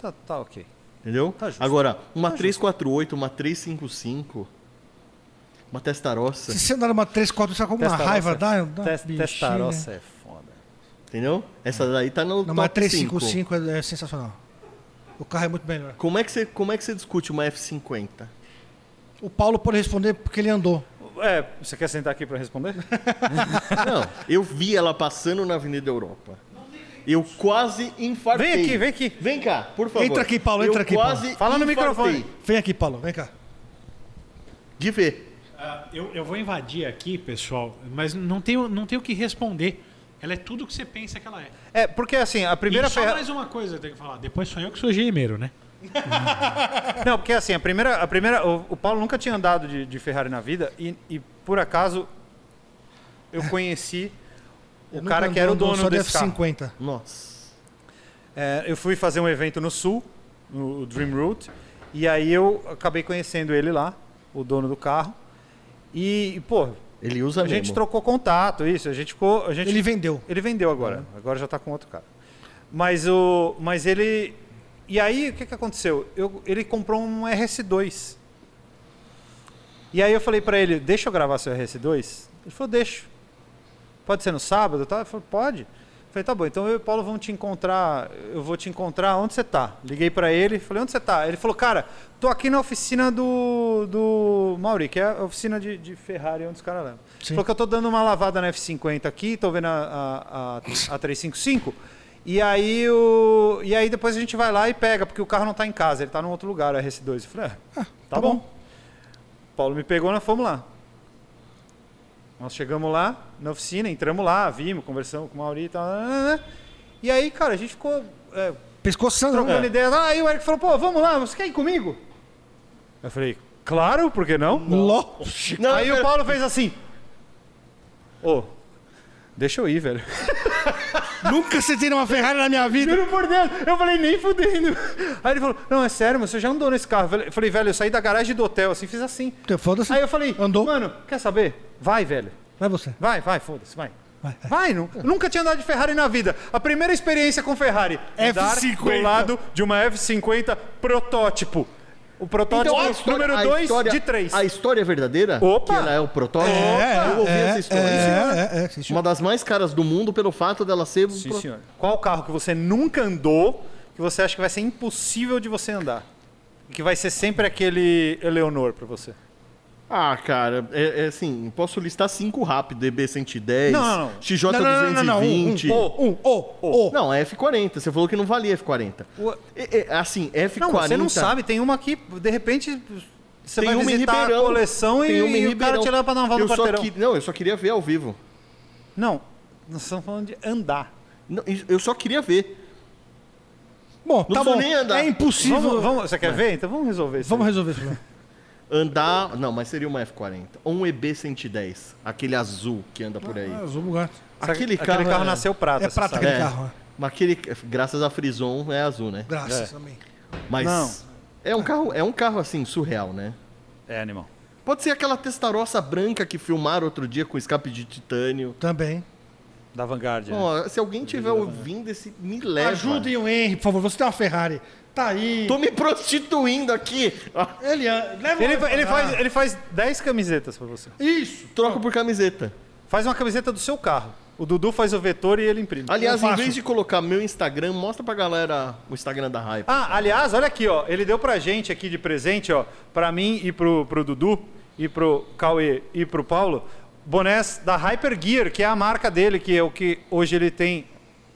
[SPEAKER 1] Tá, tá ok.
[SPEAKER 4] Entendeu?
[SPEAKER 1] Tá justo.
[SPEAKER 4] Agora, uma 348, uma 355, uma Testarossa,
[SPEAKER 3] Se você andar numa 3, 4, sabe como uma
[SPEAKER 1] Testarossa.
[SPEAKER 3] raiva dá? dá
[SPEAKER 1] Tes-
[SPEAKER 3] bichinho,
[SPEAKER 1] Testarossa é foda.
[SPEAKER 4] entendeu? Essa daí tá no
[SPEAKER 3] né? Não, mas a
[SPEAKER 4] top 5.
[SPEAKER 3] 355 é, é sensacional. O carro é muito melhor.
[SPEAKER 4] Como é que você, como é que você discute uma F50?
[SPEAKER 3] O Paulo pode responder porque ele andou.
[SPEAKER 1] É, você quer sentar aqui pra responder?
[SPEAKER 4] Não, eu vi ela passando na Avenida Europa. Eu quase infartei.
[SPEAKER 1] Vem aqui, vem aqui.
[SPEAKER 4] Vem cá, por favor.
[SPEAKER 3] Entra aqui, Paulo,
[SPEAKER 4] eu
[SPEAKER 3] entra aqui,
[SPEAKER 4] quase
[SPEAKER 1] Paulo. Fala no
[SPEAKER 4] infartei.
[SPEAKER 1] microfone.
[SPEAKER 3] Vem aqui, Paulo, vem cá.
[SPEAKER 4] De ver.
[SPEAKER 2] Ah, eu, eu vou invadir aqui, pessoal, mas não tenho, não tenho o que responder. Ela é tudo o que você pensa que ela é.
[SPEAKER 1] É, porque assim, a primeira
[SPEAKER 2] e só
[SPEAKER 1] Ferra-
[SPEAKER 2] mais uma coisa eu tenho que falar. Depois sou eu que sou gemeiro, né?
[SPEAKER 1] Não, porque assim, a primeira. A primeira o, o Paulo nunca tinha andado de, de Ferrari na vida e, e, por acaso eu conheci o
[SPEAKER 3] Nunca
[SPEAKER 1] cara que era o
[SPEAKER 3] andou,
[SPEAKER 1] dono
[SPEAKER 3] só de
[SPEAKER 1] desse carro.
[SPEAKER 3] F50.
[SPEAKER 4] Nossa.
[SPEAKER 1] É, eu fui fazer um evento no sul, no Dream Route, e aí eu acabei conhecendo ele lá, o dono do carro. E, pô,
[SPEAKER 4] Ele usa
[SPEAKER 1] a gente
[SPEAKER 4] mesmo.
[SPEAKER 1] trocou contato, isso, a gente ficou. A gente,
[SPEAKER 3] Ele vendeu.
[SPEAKER 1] Ele vendeu agora. Agora já está com outro cara. Mas o. Mas ele. E aí, o que, que aconteceu? Eu, ele comprou um RS2. E aí eu falei para ele, deixa eu gravar seu RS2? Ele falou, deixo. Pode ser no sábado? Tá? Ele falou, pode. Eu falei, tá bom, então eu e o Paulo vamos te encontrar, eu vou te encontrar, onde você tá? Liguei para ele, falei, onde você tá? Ele falou, cara, tô aqui na oficina do, do Mauri, que é a oficina de, de Ferrari, é onde os caras levam.
[SPEAKER 3] Sim.
[SPEAKER 1] Falou que eu tô dando uma lavada na F50 aqui, tô vendo a, a, a, a 355, e aí, o, e aí depois a gente vai lá e pega, porque o carro não tá em casa, ele tá num outro lugar, o RS2. Eu falei, ah, tá,
[SPEAKER 3] tá
[SPEAKER 1] bom.
[SPEAKER 3] bom.
[SPEAKER 1] Paulo me pegou, nós fomos lá. Nós chegamos lá na oficina, entramos lá, vimos, conversamos com o Mauri e tal. né, né, né. E aí, cara, a gente ficou é,
[SPEAKER 3] Pescoçando,
[SPEAKER 1] trocando
[SPEAKER 3] né?
[SPEAKER 1] ideia. lá, Aí o Eric falou, pô, vamos lá, você quer ir comigo? Eu falei, claro, por que não?
[SPEAKER 3] Lógico.
[SPEAKER 4] Não,
[SPEAKER 1] aí o
[SPEAKER 4] pera-
[SPEAKER 1] Paulo fez assim. Ô, deixa eu ir, velho.
[SPEAKER 3] É. Nunca sentei numa Ferrari na minha vida.
[SPEAKER 1] Juro por Deus. Eu falei, nem fudendo. Aí ele falou, não, é sério, mas você já andou nesse carro. Eu falei, velho, eu saí da garagem do hotel, assim, fiz assim.
[SPEAKER 3] Então, Foda-se.
[SPEAKER 1] Aí eu falei,
[SPEAKER 3] Andou?
[SPEAKER 1] mano, quer saber? Vai, velho.
[SPEAKER 3] Vai você.
[SPEAKER 1] Vai, vai, foda-se, vai.
[SPEAKER 3] Vai,
[SPEAKER 1] Vai, nu- nunca tinha andado de Ferrari na vida. A primeira experiência com Ferrari. andar
[SPEAKER 3] F50.
[SPEAKER 1] Do lado de uma F50 protótipo. O
[SPEAKER 3] Então,
[SPEAKER 1] protótipo
[SPEAKER 4] então a história-
[SPEAKER 1] número
[SPEAKER 4] a
[SPEAKER 1] 2
[SPEAKER 4] história-
[SPEAKER 1] de 3.
[SPEAKER 4] A história é verdadeira?
[SPEAKER 1] Opa!
[SPEAKER 4] Que ela é o protótipo?
[SPEAKER 3] É,
[SPEAKER 4] eu ouvi
[SPEAKER 3] é,
[SPEAKER 4] essa história.
[SPEAKER 1] né?
[SPEAKER 3] É, é, é. sim, senhor.
[SPEAKER 4] Uma das mais caras do mundo pelo fato dela ser... um pro-
[SPEAKER 1] Qual carro que você nunca andou que você acha que vai ser impossível de você andar? E que vai ser sempre aquele Eleonor pra você?
[SPEAKER 4] Ah, cara, é, é assim, posso listar cinco rápido, EB110,
[SPEAKER 1] Não, não, não.
[SPEAKER 4] XJ220...
[SPEAKER 3] Não, não, não, não, não, um,
[SPEAKER 1] Pô,
[SPEAKER 3] Um, ô, ô.
[SPEAKER 4] Não, F40. Você falou que não valia F40.
[SPEAKER 1] Ua-
[SPEAKER 4] É, é, assim, F40.
[SPEAKER 1] Não, você não sabe. Tem uma que, de repente, você
[SPEAKER 4] Tem
[SPEAKER 1] vai
[SPEAKER 4] uma em
[SPEAKER 1] visitar
[SPEAKER 4] Ribeirão.
[SPEAKER 1] a coleção e,
[SPEAKER 4] tem uma
[SPEAKER 1] e
[SPEAKER 4] em
[SPEAKER 1] o cara
[SPEAKER 4] Ribeirão.
[SPEAKER 1] te leva pra dar uma volta
[SPEAKER 4] eu
[SPEAKER 1] no
[SPEAKER 4] só
[SPEAKER 1] quarteirão.
[SPEAKER 4] que- Não, eu só queria ver ao vivo.
[SPEAKER 1] Não, nós estamos falando de andar.
[SPEAKER 4] Não, isso- eu só queria ver.
[SPEAKER 3] Bom,
[SPEAKER 4] Não
[SPEAKER 3] tá
[SPEAKER 4] precisa
[SPEAKER 3] bom.
[SPEAKER 4] nem andar.
[SPEAKER 3] É impossível.
[SPEAKER 1] Vamos, vamos- você quer ver? Então vamos resolver isso.
[SPEAKER 3] Vamos
[SPEAKER 1] aí.
[SPEAKER 3] resolver isso. né?
[SPEAKER 4] Andar. Não, mas seria uma F40. Ou um EB110. Aquele azul que anda por aí.
[SPEAKER 3] Ah, vamos lugar.
[SPEAKER 4] aquele,
[SPEAKER 1] Aquele carro,
[SPEAKER 4] é-
[SPEAKER 1] nasceu prata.
[SPEAKER 3] É
[SPEAKER 1] você
[SPEAKER 3] prata
[SPEAKER 1] sabe.
[SPEAKER 3] aquele
[SPEAKER 4] É.
[SPEAKER 3] carro. né?
[SPEAKER 4] Mas aquele, graças a Frison é azul, né?
[SPEAKER 3] Graças, amém.
[SPEAKER 4] Mas
[SPEAKER 1] Não.
[SPEAKER 4] é um carro, é um carro assim surreal, né?
[SPEAKER 1] É, animal.
[SPEAKER 4] Pode ser aquela testarossa branca que filmaram outro dia com escape de titânio.
[SPEAKER 3] Também.
[SPEAKER 1] Da Vanguard. né?
[SPEAKER 4] Ó, se alguém tiver ouvindo esse, me leva.
[SPEAKER 3] Ajudem o Henry, por favor. Você tem uma Ferrari. Tá aí.
[SPEAKER 4] Tô me prostituindo aqui. Ah,
[SPEAKER 3] Ele an- leva
[SPEAKER 1] Ele,
[SPEAKER 3] uma-
[SPEAKER 1] fa- ele
[SPEAKER 3] Ah,
[SPEAKER 1] faz, ele faz 10 camisetas pra você.
[SPEAKER 3] Isso.
[SPEAKER 4] Troco por camiseta.
[SPEAKER 1] Faz uma camiseta do seu carro. O Dudu faz o vetor e ele imprime.
[SPEAKER 4] Aliás,
[SPEAKER 3] Eu
[SPEAKER 4] em
[SPEAKER 3] faço.
[SPEAKER 4] vez de colocar meu Instagram, mostra pra galera o Instagram da Hype.
[SPEAKER 1] Ah, aliás, olha aqui, ó. Ele deu pra gente aqui de presente, ó, pra mim e pro, pro Dudu, e pro Cauê e pro Paulo, bonés da Hyper Gear, que é a marca dele, que é o que hoje ele tem.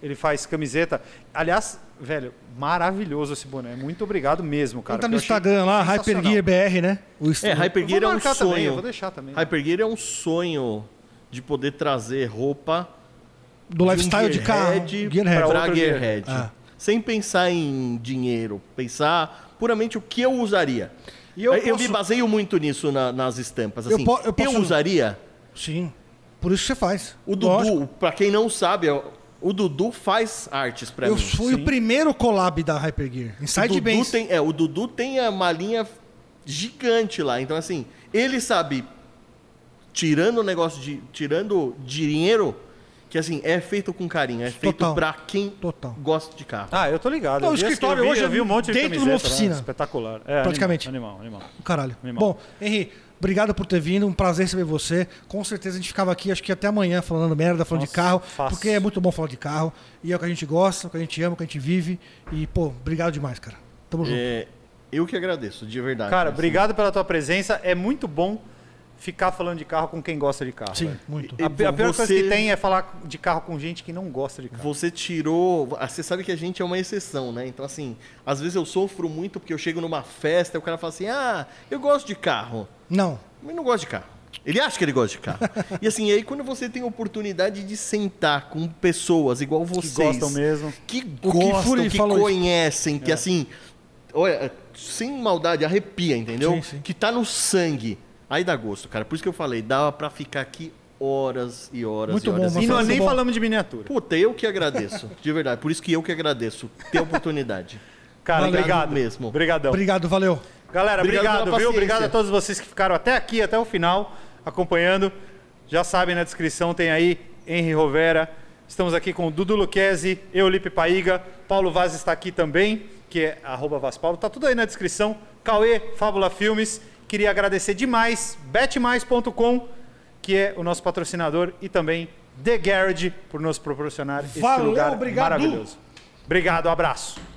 [SPEAKER 1] Ele faz camiseta. Aliás, velho, maravilhoso esse boné. Muito obrigado mesmo, cara.
[SPEAKER 3] Entra tá no
[SPEAKER 1] que eu achei
[SPEAKER 3] Instagram lá,
[SPEAKER 1] sensacional.
[SPEAKER 3] Hypergear BR, né? O
[SPEAKER 4] É,
[SPEAKER 3] Instagram.
[SPEAKER 1] Eu vou
[SPEAKER 4] Hypergear é um
[SPEAKER 1] marcar
[SPEAKER 4] sonho.
[SPEAKER 1] também, eu vou deixar também.
[SPEAKER 4] Hypergear é um sonho de poder trazer roupa
[SPEAKER 3] do lifestyle de carro.
[SPEAKER 4] um Gearhead
[SPEAKER 3] Gearhead.
[SPEAKER 1] pra
[SPEAKER 4] pra
[SPEAKER 1] outro
[SPEAKER 4] Gearhead.
[SPEAKER 3] gear. Ah.
[SPEAKER 4] Sem pensar em dinheiro, pensar puramente o que eu usaria.
[SPEAKER 3] E
[SPEAKER 4] Eu,
[SPEAKER 3] eu, posso...
[SPEAKER 4] me baseio muito nisso na- nas estampas.
[SPEAKER 3] Eu
[SPEAKER 4] Assim, eu,
[SPEAKER 3] po- eu posso-
[SPEAKER 4] usaria
[SPEAKER 3] Sim. Por isso que você faz.
[SPEAKER 4] o
[SPEAKER 3] Lógico.
[SPEAKER 4] Dudu. Pra quem não sabe, eu- o Dudu faz artes pra
[SPEAKER 3] Eu
[SPEAKER 4] mim.
[SPEAKER 3] fui o primeiro collab da Hypergear.
[SPEAKER 4] o
[SPEAKER 3] Inside
[SPEAKER 4] Dudu
[SPEAKER 3] Bens.
[SPEAKER 4] tem, é, o Dudu tem a malinha gigante lá. Então, assim, ele sabe, tirando o negócio de. tirando dinheiro, que assim, é feito com carinho, é feito
[SPEAKER 3] Total.
[SPEAKER 4] pra quem
[SPEAKER 3] Total. Tá
[SPEAKER 4] gosta de carro.
[SPEAKER 1] Ah, eu tô ligado.
[SPEAKER 3] Não,
[SPEAKER 1] eu
[SPEAKER 3] o
[SPEAKER 1] vi as-
[SPEAKER 3] escritório
[SPEAKER 1] eu vi,
[SPEAKER 3] hoje
[SPEAKER 1] eu vi um monte de
[SPEAKER 3] dentro de uma
[SPEAKER 1] camiseta, lá,
[SPEAKER 3] oficina.
[SPEAKER 1] Espetacular. É,
[SPEAKER 3] Praticamente.
[SPEAKER 1] Animal, animal. animal.
[SPEAKER 3] Caralho.
[SPEAKER 1] Animal.
[SPEAKER 3] Bom, Henri, obrigado por ter vindo. Um prazer receber você. Com certeza a gente ficava aqui, acho que até amanhã, falando merda, falando de
[SPEAKER 1] Nossa,
[SPEAKER 3] carro.
[SPEAKER 1] fácil.
[SPEAKER 3] Porque é muito bom falar de carro. E é o que a gente gosta, o que a gente ama, o que a gente vive. E, pô, obrigado demais, cara. Tamo junto.
[SPEAKER 4] É, eu que agradeço, de verdade.
[SPEAKER 1] Cara,
[SPEAKER 4] assim.
[SPEAKER 1] obrigado pela tua presença. É muito bom ficar falando de carro com quem gosta de carro.
[SPEAKER 3] Sim,
[SPEAKER 1] velho.
[SPEAKER 3] muito.
[SPEAKER 1] A, pi- a pior coisa
[SPEAKER 4] Você-
[SPEAKER 1] que tem é falar de carro com gente que não gosta de carro.
[SPEAKER 4] Você tirou. ah, Você sabe que a gente é uma exceção, né? Então, assim, às vezes eu sofro muito porque eu chego numa festa e o cara fala assim: ah, eu gosto de carro.
[SPEAKER 3] Não.
[SPEAKER 4] Mas não gosta de carro. Ele acha que ele gosta de carro. e assim, aí quando você tem oportunidade de sentar com pessoas igual vocês.
[SPEAKER 1] gostam mesmo.
[SPEAKER 4] Que
[SPEAKER 3] O
[SPEAKER 4] gostam,
[SPEAKER 3] Kifuri
[SPEAKER 4] que,
[SPEAKER 3] falou isso. É.
[SPEAKER 4] conhecem, que assim... Olha, sem maldade, arrepia, entendeu?
[SPEAKER 3] Sim, sim.
[SPEAKER 4] Que tá no sangue. Aí dá gosto, cara. Por isso que eu falei, dava pra ficar aqui horas e horas
[SPEAKER 3] Muito
[SPEAKER 4] e
[SPEAKER 3] bom,
[SPEAKER 4] horas.
[SPEAKER 3] mas
[SPEAKER 1] E
[SPEAKER 4] e
[SPEAKER 1] nós
[SPEAKER 3] foi
[SPEAKER 1] nem
[SPEAKER 3] bom.
[SPEAKER 1] falamos de miniatura.
[SPEAKER 4] Puta, eu que agradeço, de verdade. Por isso que eu que agradeço ter a oportunidade.
[SPEAKER 1] Cara,
[SPEAKER 4] Valeu
[SPEAKER 1] obrigado.
[SPEAKER 4] mesmo.
[SPEAKER 1] Obrigadão.
[SPEAKER 3] Obrigado, valeu.
[SPEAKER 1] Galera,
[SPEAKER 4] Obrigado
[SPEAKER 1] obrigado,
[SPEAKER 4] pela
[SPEAKER 1] viu?
[SPEAKER 4] paciência.
[SPEAKER 1] Obrigado a todos vocês que ficaram até aqui, até o final, acompanhando. Já sabem, na descrição tem aí Henry Rovera. Estamos aqui com o Dudu Luquezzi, eu, Lipe Paiga. Paulo Vaz está aqui também, que é arroba Vaspaulo. Tá tudo aí na descrição. Cauê, Fábula Filmes. Queria agradecer demais, betmais.com, que é o nosso patrocinador, e também The Garage, por nos proporcionar esse
[SPEAKER 3] Valeu,
[SPEAKER 1] lugar
[SPEAKER 3] obrigado.
[SPEAKER 1] maravilhoso. Obrigado, abraço.